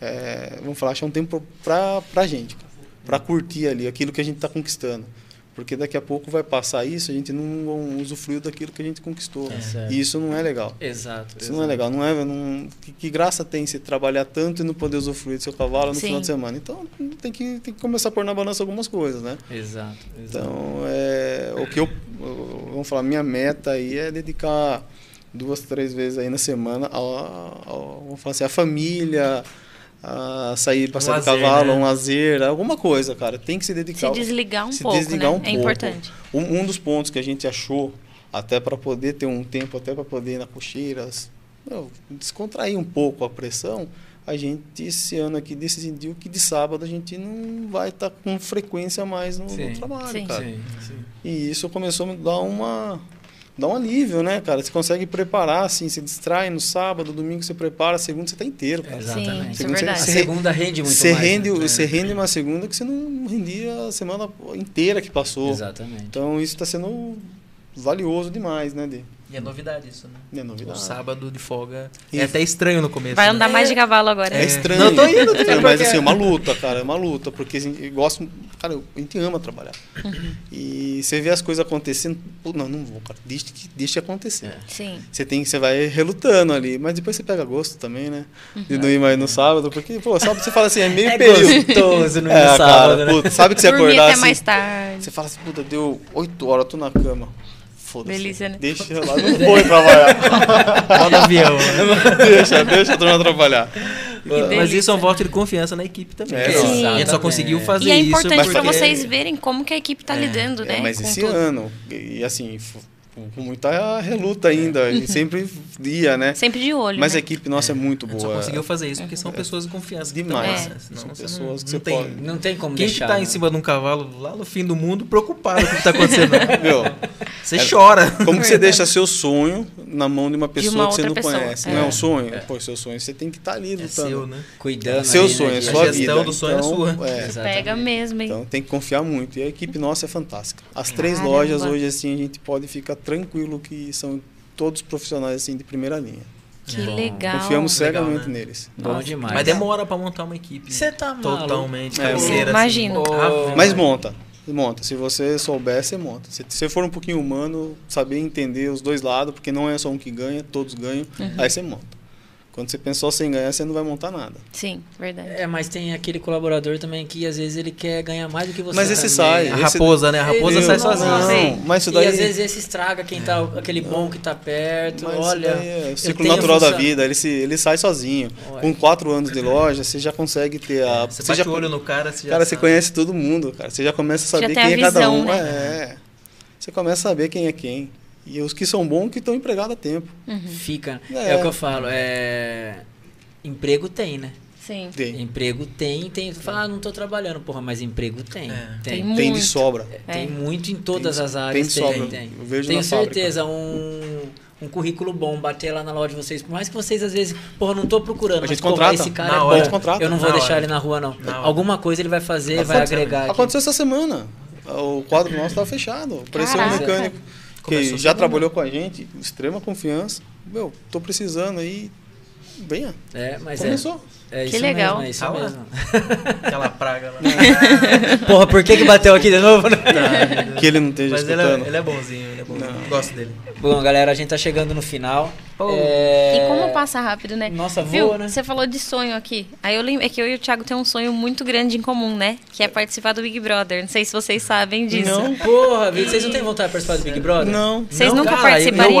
é, vamos falar, achar um tempo pra, pra gente, cara. pra curtir ali aquilo que a gente tá conquistando. Porque daqui a pouco vai passar isso, a gente não usufruiu daquilo que a gente conquistou.
É, certo.
e isso não é legal.
Exato.
Isso não é legal, não é? Não, que, que graça tem se trabalhar tanto e não poder usufruir do seu cavalo no
Sim.
final de semana? Então tem que, tem que começar a pôr na balança algumas coisas, né?
Exato, exato.
Então é, o que eu, eu- vamos falar, minha meta aí é dedicar duas, três vezes aí na semana ao, ao- vamos falar assim, a família, a sair passear de
lazer,
cavalo,
né?
um lazer, alguma coisa, cara. Tem que se
Se
dedicar.
desligar um
Então, se
pouco,
desligar
né?
um
é
pouco.
importante.
Um, um dos pontos que a gente achou, até para poder ter um tempo, até para poder ir na cocheira, s- meu, descontrair um pouco a pressão, a gente esse ano aqui decidiu que de sábado a gente não vai estar com frequência mais no, no
Sim.
trabalho,
Sim.
cara.
Sim, sim.
E isso começou a me dar uma dá um alívio, né, cara? Você consegue preparar, assim, se distrai no sábado, domingo você prepara, segunda você tá inteiro, cara.
Sim,
Exatamente.
isso é
Segunda,
verdade.
você-
Segunda rende muito
Você
mais. né?
rende,
É.
você rende uma segunda que você não rendia a semana inteira que passou.
Exatamente.
Então isso está sendo valioso demais, né, Dê?
E é novidade isso, né?
É
O
novidade.
sábado de folga.
E-
É até estranho no começo.
Vai
né?
andar mais de cavalo agora.
É
né?
estranho.
Não, eu tô indo, tô indo,
mas
porque-
assim, é uma luta, cara. É uma luta. Porque assim, eu gosto. Cara, eu- a gente ama trabalhar.
Uhum.
E você vê as coisas acontecendo. pô, não, não vou, cara. Deixa, que- deixa acontecer.
É.
Sim.
Você tem você vai relutando ali, mas depois você pega gosto também, né? De não ir mais
Uhum.
no sábado, porque, pô, sábado você fala assim, é meio
É
período.
gostoso no
[laughs] É,
sábado,
cara,
né?
puta, sabe que você
Dormir
acordar
até
assim,
mais tarde.
você fala assim, puta, deu 8 horas, eu tô na cama. Foda-se.
Delícia, né?
Deixa
[laughs]
eu lá, não vou trabalhar.
Só no avião.
né?
[laughs] deixa, deixa a turma trabalhar.
Mas
delícia.
isso é um voto de confiança na equipe também.
É,
Sim.
nossa.
A gente só conseguiu fazer
E é
isso
importante
mas
pra
porque-
vocês verem como que a equipe tá lidando,
É,
né?
mas
com
esse
tudo.
ano, e e assim, f- com com muita reluta ainda,
[laughs]
e sempre ia, né?
Sempre de olho.
Mas
né?
a equipe nossa é, muito
A gente
boa. É.
só conseguiu fazer isso porque são pessoas de confiança. que
Demais.
também, né?
É.
Senão
São
você
pessoas que
não
você
tem-
pode-
Não tem como
Quem
deixar.
que tá
né?
em cima de um cavalo lá no fim do mundo preocupado com o que tá acontecendo?
[laughs] Meu,
Você
É.
chora.
como
[laughs] É
que você deixa seu sonho na mão de uma pessoa que você
outra
não
pessoa,
conhece?
é.
Não é um sonho? Pô, seu sonho você tem que estar ali
É
lutando.
seu, né?
Cuidando.
Seu
ali, né,
sonho, é
de-
sua
a gestão
vida.
do sonho é sua.
é,
Exatamente.
Pega mesmo, hein?
Então tem que confiar muito. E a equipe nossa é fantástica. As três
Caramba.
lojas hoje, assim, a gente pode ficar tranquilo que são todos profissionais assim de primeira linha.
que
Bom.
legal.
Confiamos
Legal,
cegamente
né?
neles.
Bom demais.
Mas demora pra montar uma equipe.
Você tá maluco.
Totalmente.
É,
cabeceira,
Imagino.
assim.
Ô,
Ah,
Mas monta. Monta. Se você souber, você monta. Se você for um pouquinho humano, saber entender os dois lados, porque não é só um que ganha, todos ganham,
Uhum.
aí você monta. Quando você pensou sem ganhar, você não vai montar nada.
Sim, verdade.
É, mas tem aquele colaborador também que às vezes ele quer ganhar mais do que você.
Mas
também.
esse sai.
A raposa, né? A raposa
Meu,
sai
Não,
sozinha.
não,
Sim.
Mas isso
e
daí. É.
às vezes esse estraga quem tá, aquele bom que tá perto.
Mas
olha.
daí é
eu
o ciclo
tenho
natural da
função-
vida, ele, se, ele sai sozinho.
Olha.
Com quatro anos de loja, você já consegue ter a.
Você
você
bate
já-
o olho no cara, você já
Cara, você
sabe.
conhece todo mundo, cara. Você já começa a
Já tem
saber quem
a
é cada
visão,
um.
né?
É. Você começa a saber quem é quem. E os que são bons que estão empregados a tempo.
Hum.
Fica. É.
É.
o que eu falo. É... Emprego tem, né?
Sim.
Tem.
Emprego tem, tem. Tu fala, ah, não tô trabalhando, porra, mas emprego tem.
É.
Tem.
Tem
Tem de
Muito.
sobra.
Tem
É.
muito em todas
Tem-
as áreas.
tem
Tem,
sobra.
tem.
Eu vejo
Tenho
na fábrica.
certeza, um, um currículo bom, bater lá na loja de vocês. Por mais que vocês, às vezes, porra, não tô procurando,
A gente
mas porra,
contrata.
esse cara
Na
é
hora. A
bom.
gente
contrata.
Eu não vou
Na
deixar
hora.
ele na rua, não.
Na hora.
Alguma coisa ele vai fazer, vai
Aconteceu-
agregar. aqui.
Tá Aconteceu essa semana. O quadro nosso estava fechado. Apareceu um
Caraca.
mecânico que
Começou
já
todo
trabalhou com a gente, extrema confiança. Meu, tô precisando aí. Venha.
É, mas é,
Começou.
é
Que
isso
legal.
mesmo, é isso
Tá lá.
mesmo. [laughs]
Aquela praga [laughs] lá.
Porra, por que, que bateu aqui de novo? né?
[laughs]
É.
Que ele não esteja
Mas ele
escutando.
é, ele é bonzinho, ele é bonzinho. Gosto dele.
Bom, galera, a gente tá chegando no final.
Pô.
É,
E como passa rápido, né?
Nossa,
Viu?
voa, né?
Você falou de sonho aqui. Aí eu lembro é que eu e o Thiago tem um sonho muito grande em comum, né? Que é participar do Big Brother. Não sei se vocês sabem disso.
Não.
Porra, Vitor, vocês não têm vontade de participar do Big Brother?
Não.
Vocês
Não,
nunca
cara,
participariam?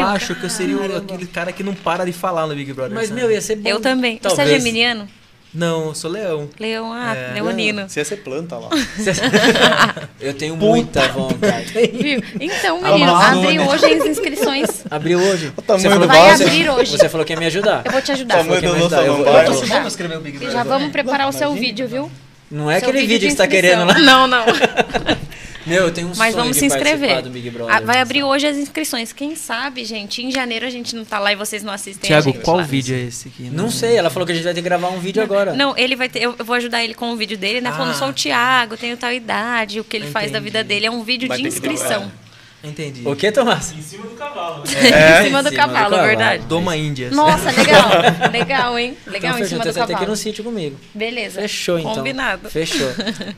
Eu, eu acho que eu seria o- aquele cara que não para de falar no Big Brother.
Mas,
sabe?
meu, ia ser bom.
Eu também. Você é
Talvez.
geminiano?
Não, eu sou leão.
Leão, ah,
É.
um
leonino.
Você ia ser planta lá.
[laughs] Eu tenho muita vontade.
Viu? Então, menino,
Amazônia.
abriu hoje as inscrições.
Abriu hoje?
O tamanho
Você falou
do
que-
Vai
vaso.
abrir hoje.
Você falou que ia me ajudar.
Eu vou te
O
ajudar.
tamanho
Quem
do
vai
nosso
ajudar? Eu vou-
samambaia.
eu tô
Vamos escrever o Big
E
Brother.
já vamos preparar o seu vídeo, viu?
Não é
Seu
aquele vídeo que você tá
um de inscrição.
querendo lá. [laughs]
Não, não.
Meu, eu tenho um
Mas
sonho
vamos
de
se inscrever.
participar do Big
Ah,
Brother.
Vai abrir hoje as inscrições. Quem sabe, gente, em janeiro a gente não tá lá e vocês não assistem. a
Tiago,
gente
qual
lá.
vídeo é esse aqui?
Não sei, ela falou que a gente vai ter que gravar um vídeo agora.
Não, ele vai ter. Eu eu vou ajudar ele com o vídeo dele, né? Falando
Ah.
sou o Thiago, tenho tal idade, o que ele faz da
Entendi.
vida dele. É um vídeo
Vai
de
ter que
inscrição.
Entendi.
O que, Tomás?
em cima do
É. Em cima do
cavalo,
cavalo.
verdade.
Doma Índia.
Nossa, legal.
[laughs]
legal, hein?
Então,
Legal, em
fechou,
cima
então
do
você vai ter que ir
cavalo.
no sítio comigo.
Beleza.
Fechou, então.
Combinado. [laughs]
Fechou.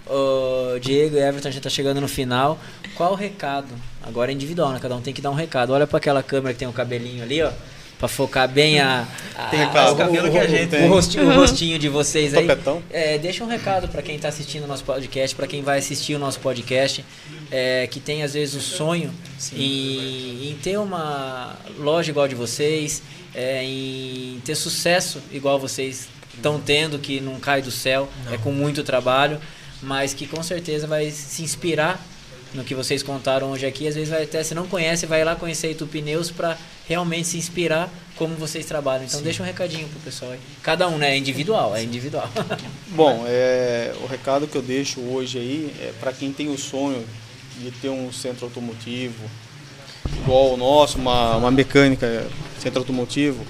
Ô, Diego e Everton, a gente tá chegando no final. Qual o recado? Agora é individual, né? Cada um tem que dar um recado. Olha pra aquela câmera que tem o cabelinho ali, ó. Pra focar bem a, a-
Tem recado.
o, cabelo que a gente o,
tem.
rostinho, o rostinho de [laughs] vocês aí.
Topetão.
É, deixa um recado pra quem tá assistindo o nosso podcast, pra quem vai assistir o nosso podcast, é, que tem às vezes o sonho em, em ter uma loja igual a de vocês, é, em ter sucesso igual vocês estão tendo, que não cai do céu, é com muito trabalho, mas que com certeza vai se inspirar no que vocês contaram hoje aqui. Às vezes vai até, se não conhece, vai lá conhecer a Itu Pneus pra realmente se inspirar como vocês trabalham. Então deixa um recadinho pro pessoal aí. Cada um, né? É individual, é individual.
Bom, é, o recado que eu deixo hoje aí é para quem tem o sonho de ter um centro automotivo, igual o nosso, uma, uma mecânica, centro automotivo,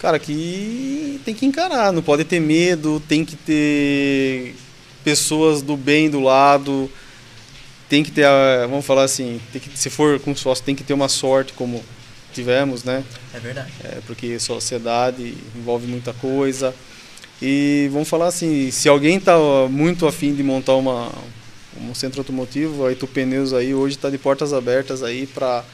cara, que tem que encarar, não pode ter medo, tem que ter pessoas do bem do lado, tem que ter, a- vamos falar assim, tem que, se for com sócio, tem que ter uma sorte como tivemos, né?
É verdade.
É, porque sociedade envolve muita coisa. E vamos falar assim, se alguém está muito afim de montar uma, um centro automotivo, a Itu Pneus aí hoje está de portas abertas aí para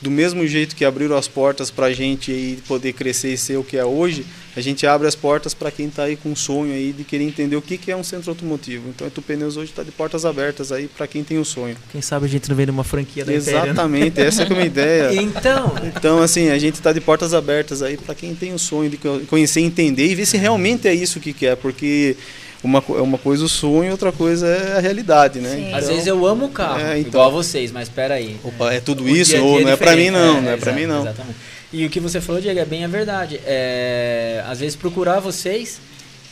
do mesmo jeito que abriram as portas para a gente aí poder crescer e ser o que é hoje, a gente abre as portas para quem está aí com um sonho aí de querer entender o que, que é um centro automotivo. Então a Itu Pneus hoje está de portas abertas aí para quem tem um sonho.
Quem sabe a gente não vende uma franquia da né? Ethereum.
Exatamente, essa é que é uma ideia.
Então,
Então, assim, a gente está de portas abertas aí para quem tem o sonho de co- conhecer, entender e ver se realmente é isso que quer, porque uma, co- é uma coisa o sonho, outra coisa é a realidade, né?
Sim.
Às vezes eu amo o carro,
É, então.
igual a vocês, mas peraí.
Opa, é tudo
O
isso?
dia a dia
ou não é para mim
diferente,
não, não é para
exato,
mim não.
Exatamente. E o que você falou, Diego, é bem a verdade. É, às vezes procurar vocês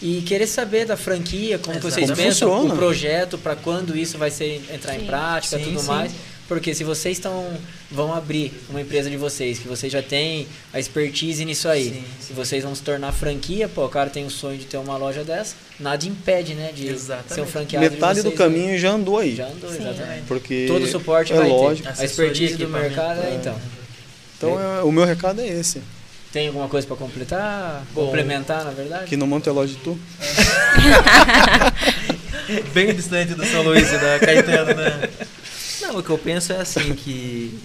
e querer saber da franquia, como que vocês
Como
pensam,
funciona.
o projeto, para quando isso vai ser entrar em prática,
Sim,
tudo
sim.
mais. Porque se vocês estão vão abrir uma empresa de vocês, que vocês já têm a expertise nisso aí,
Sim,
se vocês vão se tornar franquia, pô, o cara tem o sonho de ter uma loja dessa, nada impede, né, de ser um
Exatamente.
franqueado de
Metade do
vocês, né?
caminho já andou aí.
Já andou, exatamente.
Porque
Todo o suporte
é
vai ter.
lógico.
Ah, A expertise do
Assessoria,
mercado, é, então.
Então, é- o meu recado é esse.
Tem alguma coisa para completar? Complementar, na verdade?
Que não monta é loja de tu.
[laughs] Bem distante do São Luís e da Caetano, né?
Não, o que eu penso é assim que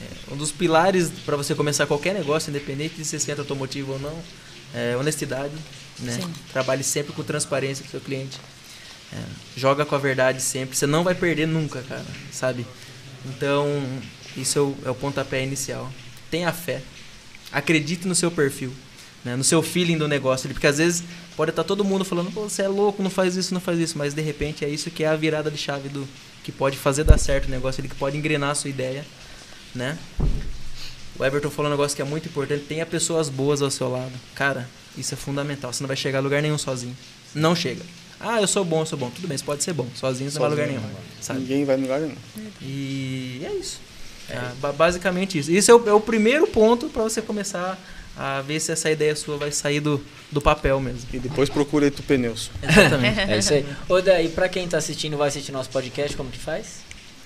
é, um dos pilares para você começar qualquer negócio, independente de ser centro automotivo ou não, é honestidade, né?
Sim.
Trabalhe sempre com transparência com o seu cliente. É, joga com a verdade sempre, você não vai perder nunca, cara, sabe? Então, isso é o, é o pontapé inicial. Tenha fé. Acredite no seu perfil, né? no seu feeling do negócio, porque às vezes pode estar todo mundo falando, Pô, você é louco, não faz isso, não faz isso, mas de repente é isso que é a virada de chave do que pode fazer dar certo o negócio, ele que pode engrenar a sua ideia, né? O Everton falou um negócio que é muito importante, tenha pessoas boas ao seu lado. Cara, isso é fundamental, você não vai chegar a lugar nenhum sozinho. Não chega. Ah, eu sou bom, eu sou bom. Tudo bem, você pode ser bom. Sozinho você não vai a lugar
Sozinho, né?
nenhum, sabe?
Ninguém vai no lugar nenhum.
E é isso. É ba- basicamente isso. Isso é o, é o primeiro ponto para você começar a ver se essa ideia sua vai sair do, do papel
[laughs]
mesmo.
E depois procura aí tu pneus.
Exatamente.
[laughs] É isso aí. Ô, daí, pra quem tá assistindo, vai assistir nosso podcast, como que faz?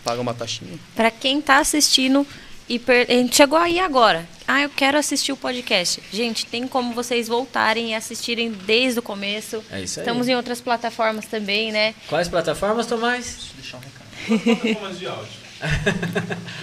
Paga uma taxinha.
Pra quem tá assistindo e per... eh, chegou aí agora. Ah, eu quero assistir o podcast. Gente, tem como vocês voltarem e assistirem desde o começo.
É isso aí.
Estamos em outras plataformas também, né?
Quais plataformas, Tomás?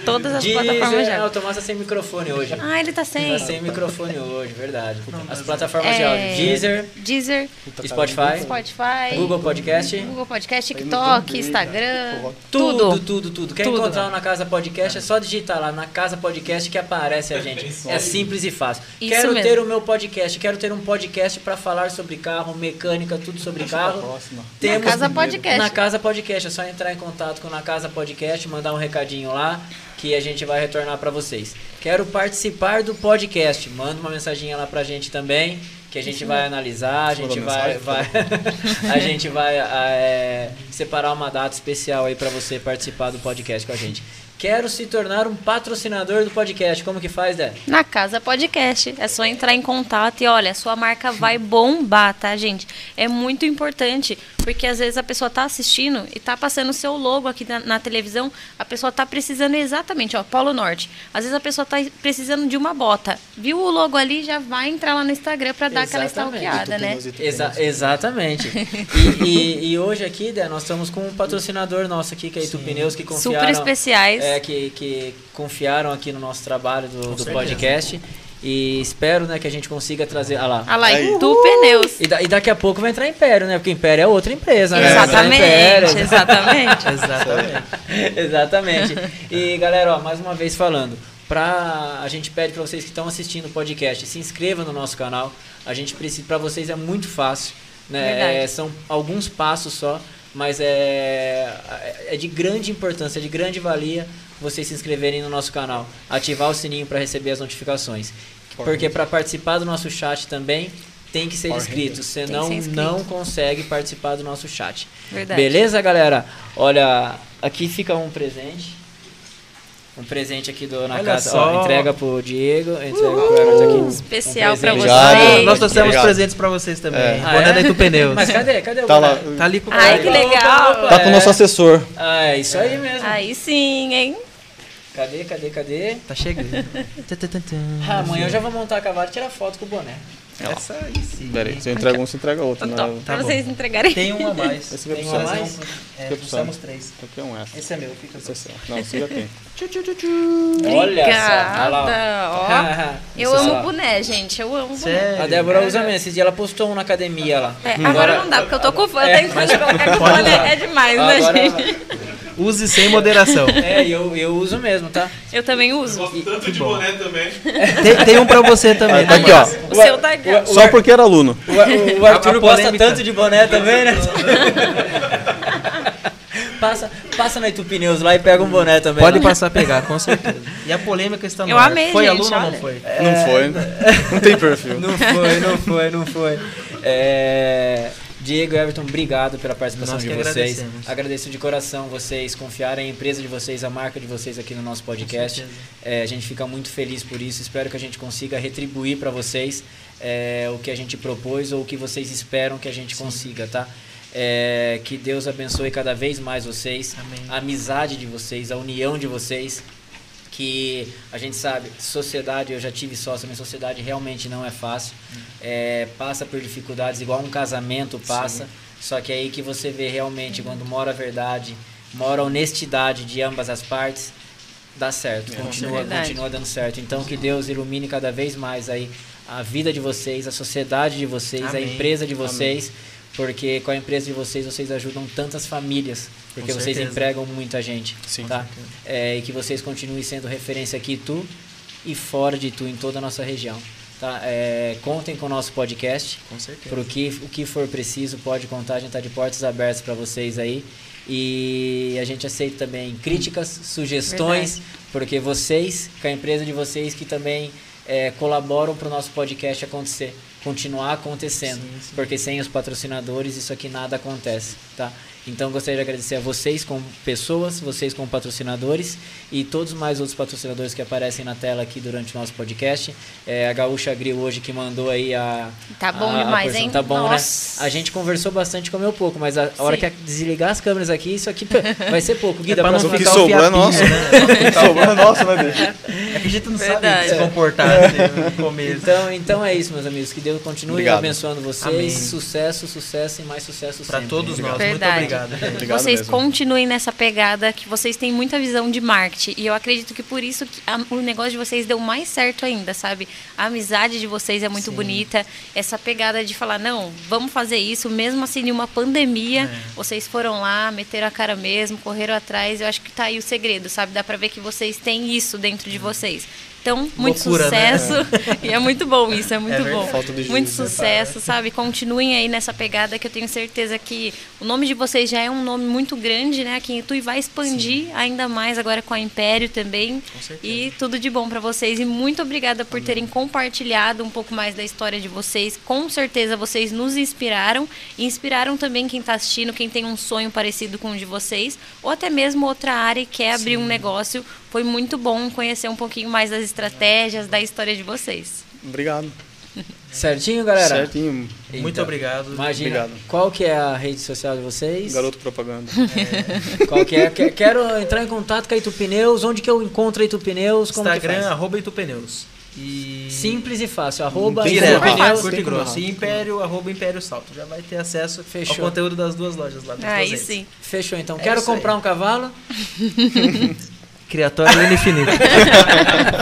Todas as plataformas
Deezer. Ah,
já.
o Tomás tá sem microfone hoje.
Ah, ele tá
Tá
sem.
sem microfone hoje, verdade. As plataformas de
É.
áudio. Deezer,
Deezer,
Spotify,
Spotify,
Google Tá Podcast.
Google Podcast, TikTok, Instagram,
Tudo,
tudo.
tudo, tudo. Quer
Tudo.
encontrar o na Casa Podcast, é só digitar lá na Casa Podcast que aparece a gente. É simples e fácil.
Isso
quero
mesmo.
ter o meu podcast, quero ter um podcast pra falar sobre carro, mecânica, tudo sobre carro.
Próxima.
Na Casa Podcast.
Na Casa Podcast, é só entrar em contato com o Na Casa Podcast, mandar um recadinho lá que a gente vai retornar pra vocês. Quero participar do podcast, manda uma mensaginha lá pra gente também, que a gente vai analisar, a gente
Mandou
vai,
mensagem,
vai- [laughs] a gente vai ah, é, separar uma data especial aí pra você participar do podcast com a gente. Quero se tornar um patrocinador do podcast. Como que faz, Dé?
Na Casa Podcast. É só entrar em contato e olha, a sua marca vai bombar, tá, gente? É muito importante, porque às vezes a pessoa tá assistindo e tá passando o seu logo aqui na, na televisão, a pessoa tá precisando exatamente, ó, Polo Norte. Às vezes a pessoa tá precisando de uma bota. Viu o logo ali, já vai entrar lá no Instagram pra dar aquela
Exatamente.
stalkeada, né?
Pneus, Itu
Exa-
Pneus.
exatamente. E, e- e hoje aqui, Dé, nós estamos com um patrocinador nosso aqui, que é a Itu Pneus, que confiaram...
Super especiais.
É, que, que confiaram aqui no nosso trabalho do, do podcast. E espero né, que a gente consiga trazer... Ah lá.
Olha lá,
Aí.
Itu Pneus.
E, da- e daqui a pouco vai entrar Império, né? Porque Império é outra empresa, né?
Exatamente,
Império,
exatamente.
Exatamente.
[laughs] Exatamente. E galera, ó, mais uma vez falando, pra, a gente pede para vocês que estão assistindo o podcast, se inscreva no nosso canal. A gente precisa, para vocês é muito fácil, né?
Verdade.
É, são alguns passos só, mas é é de grande importância, é de grande valia vocês se inscreverem no nosso canal, ativar o sininho para receber as notificações. Porque para participar do nosso chat também tem que ser inscrito, senão
inscrito.
não consegue participar do nosso chat.
Verdade.
Beleza, galera? Olha, aqui fica um presente. um presente aqui do Ana
Olha
Casa.
só.
Ó, entrega pro Diego, entrega pro Everton aqui.
Um
Um
Especial pra
presente.
Obrigado.
vocês.
Nós trouxemos
Obrigado.
presentes pra vocês também.
É.
Boné da Itu Pneus.
Mas cadê? Cadê o
Tá lá.
boné?
Tá ali com o cara.
Ai, que legal.
Opa,
Tá com o nosso
é.
assessor.
Ah, é isso aí mesmo.
Aí sim, hein?
Cadê, cadê, cadê?
Tá chegando. Tum, tum, tum, tum.
Ah, amanhã eu já vou montar a cavalo e tirar foto com o boné.
Essa aí sim.
Peraí, se eu entrego um, você entrega outro.
Então,
Né?
tá
top. pra
bom.
vocês entregarem.
Tem um a mais.
Esse vai
Tem um
pro
a
Sam.
mais. É,
Vai pro Sam.
trouxemos três.
tá.
Aqui é um essa.
Esse é meu, fica só.
Esse é seu. Não, você já tem.
Olha só. olha lá,
Obrigada.
ó. Ah,
Ó, eu
Isso,
amo
ó.
boné, gente. Eu amo boné.
Sério?
A Débora usa mesmo. Esse dia ela postou um na academia lá.
É, agora não dá, porque eu tô com fã.
É,
Tem que colocar com
pode
boné.
usar.
É demais, né,
Agora,
gente?
Use sem moderação.
é, e eu, eu uso mesmo, tá?
Eu também uso.
Tanto de boné também.
tem, tem um pra você também.
Ah, tá aqui, ó.
O seu tá aqui. ó.
[laughs] Só porque era aluno.
O, o- o
A-
Arthur
a
gosta
polêmica.
tanto de boné
[laughs]
também, né? passa, passa na Itupneus lá e pega um boné também.
Pode
lá.
passar a pegar, [laughs] com certeza. E a polêmica está no
Eu
ar.
amei,
Foi
gente,
aluno ou
olha. É.
não foi?
Não foi. né? Não tem perfil.
É. Não foi, não foi, não foi. É, Diego e Everton, obrigado pela participação
Nós
de
que
vocês.
agradecemos.
Agradeço de coração vocês confiarem a empresa de vocês, a marca de vocês aqui no nosso podcast.
certeza.
É, a gente fica muito feliz por isso. Espero que a gente consiga retribuir para vocês é, o que a gente propôs ou o que vocês esperam que a gente consiga, tá? É, que Deus abençoe cada vez mais vocês,
Amém.
a amizade de vocês, a união de vocês que a gente sabe, sociedade, eu já tive sócio, minha sociedade realmente não é fácil.
Hum.
É, passa por dificuldades, igual um casamento passa. Só que é aí que você vê realmente quando mora a verdade, mora a honestidade de ambas as partes, dá certo. continua,
certeza.
continua dando certo. Então que Deus ilumine cada vez mais aí a vida de vocês, a sociedade de vocês, a
Amém.
empresa de vocês. Porque com a empresa de vocês, vocês ajudam tantas famílias. Porque vocês
certeza.
empregam muita gente.
Sim.
Tá? É, e que vocês continuem sendo referência aqui, tu e fora de tu, em toda a nossa região. Tá? É, contem com o nosso podcast.
Com certeza.
Pro que, o que for preciso, pode contar. A gente tá de portas abertas para vocês aí. E a gente aceita também críticas, sugestões, porque vocês, com a empresa de vocês, que também é, colaboram para o nosso podcast acontecer, continuar acontecendo. Porque sem os patrocinadores, isso aqui nada acontece, tá? Então gostaria de agradecer a vocês como pessoas, vocês como patrocinadores e todos mais outros patrocinadores que aparecem na tela aqui durante o nosso podcast. É, a Gaúcha Grill hoje que mandou aí a,
Tá bom
ah,
demais,
porção
hein?
Tá bom,
Nossa.
né? A gente conversou bastante, comeu pouco, mas a hora que desligar as câmeras aqui, isso aqui [laughs] vai ser pouco. Guida, um-
pra
pra
não
O
próxima
que
ficar o
sobrou é
fiapinho,
nosso. O que sobrou é nosso,
[laughs]
né, bicho?
[laughs] É que a gente não
Verdade.
sabe se comportar [laughs] assim, no começo.
Então, então é isso, meus amigos. Que Deus continue
Obrigado.
abençoando vocês.
Amém.
Sucesso, sucesso e mais sucesso
Pra
sempre.
todos nós,
Verdade.
muito obrigado.
Tá
gente.
Obrigado
vocês
mesmo.
continuem nessa pegada, que vocês têm muita visão de marketing. E eu acredito que por isso que a- o negócio de vocês deu mais certo ainda, sabe? A amizade de vocês é muito bonita. Essa pegada de falar, não, vamos fazer isso, mesmo assim, em uma pandemia, vocês foram lá, meteram a cara mesmo, correram atrás. Eu acho que tá aí o segredo, sabe? Dá pra ver que vocês têm isso dentro de vocês. Então, muito
Loucura, né?
sucesso. [laughs] E é muito bom isso, é muito bom.
Falta de juízo,
muito
né?
sucesso, sabe? Continuem aí nessa pegada que eu tenho certeza que o nome de vocês já é um nome muito grande, né? Aqui em Itu e vai expandir ainda mais agora com a Império também. E tudo de bom pra vocês. E muito obrigada por terem compartilhado um pouco mais da história de vocês. Com certeza vocês nos inspiraram e inspiraram também quem tá assistindo, quem tem um sonho parecido com o de vocês, ou até mesmo outra área e quer abrir um negócio. Foi muito bom conhecer um pouquinho mais das estratégias, da história de vocês.
Obrigado.
Certinho, galera?
Certinho.
Muito
Então,
obrigado.
Imagina,
Obrigado.
qual que é a rede social de vocês?
Garoto propaganda.
Qual que é? Que- Quero entrar em contato com a Itu Pneus. Onde que eu encontro a Itu Pneus? Como que
Instagram,
faz?
arroba Itupneus. E...
Simples e fácil. Arroba
tem
Itu
Direto,
como errar.
Pneus.
curto
Tem
e
como
grosso.
errar.
E império, arroba império salto. Já vai ter acesso
Fechou.
ao conteúdo das duas lojas lá. dos dois
Aí
entes.
sim.
Fechou, então.
É
Quero
isso aí.
comprar um cavalo.
Criatório Lino [laughs] Infinito.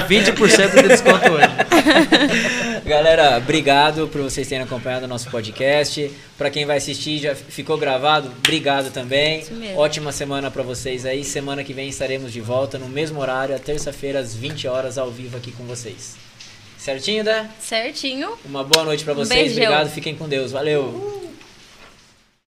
20% de desconto hoje.
Galera, obrigado por vocês terem acompanhado o nosso podcast. Pra quem vai assistir, já ficou gravado, obrigado também.
Isso mesmo.
Ótima semana pra vocês aí. Semana que vem estaremos de volta no mesmo horário, a terça-feira, às 20 horas, ao vivo aqui com vocês. Certinho, Dé?
Certinho.
Uma boa noite pra vocês.
Um beijão.
Obrigado, fiquem com Deus. Valeu.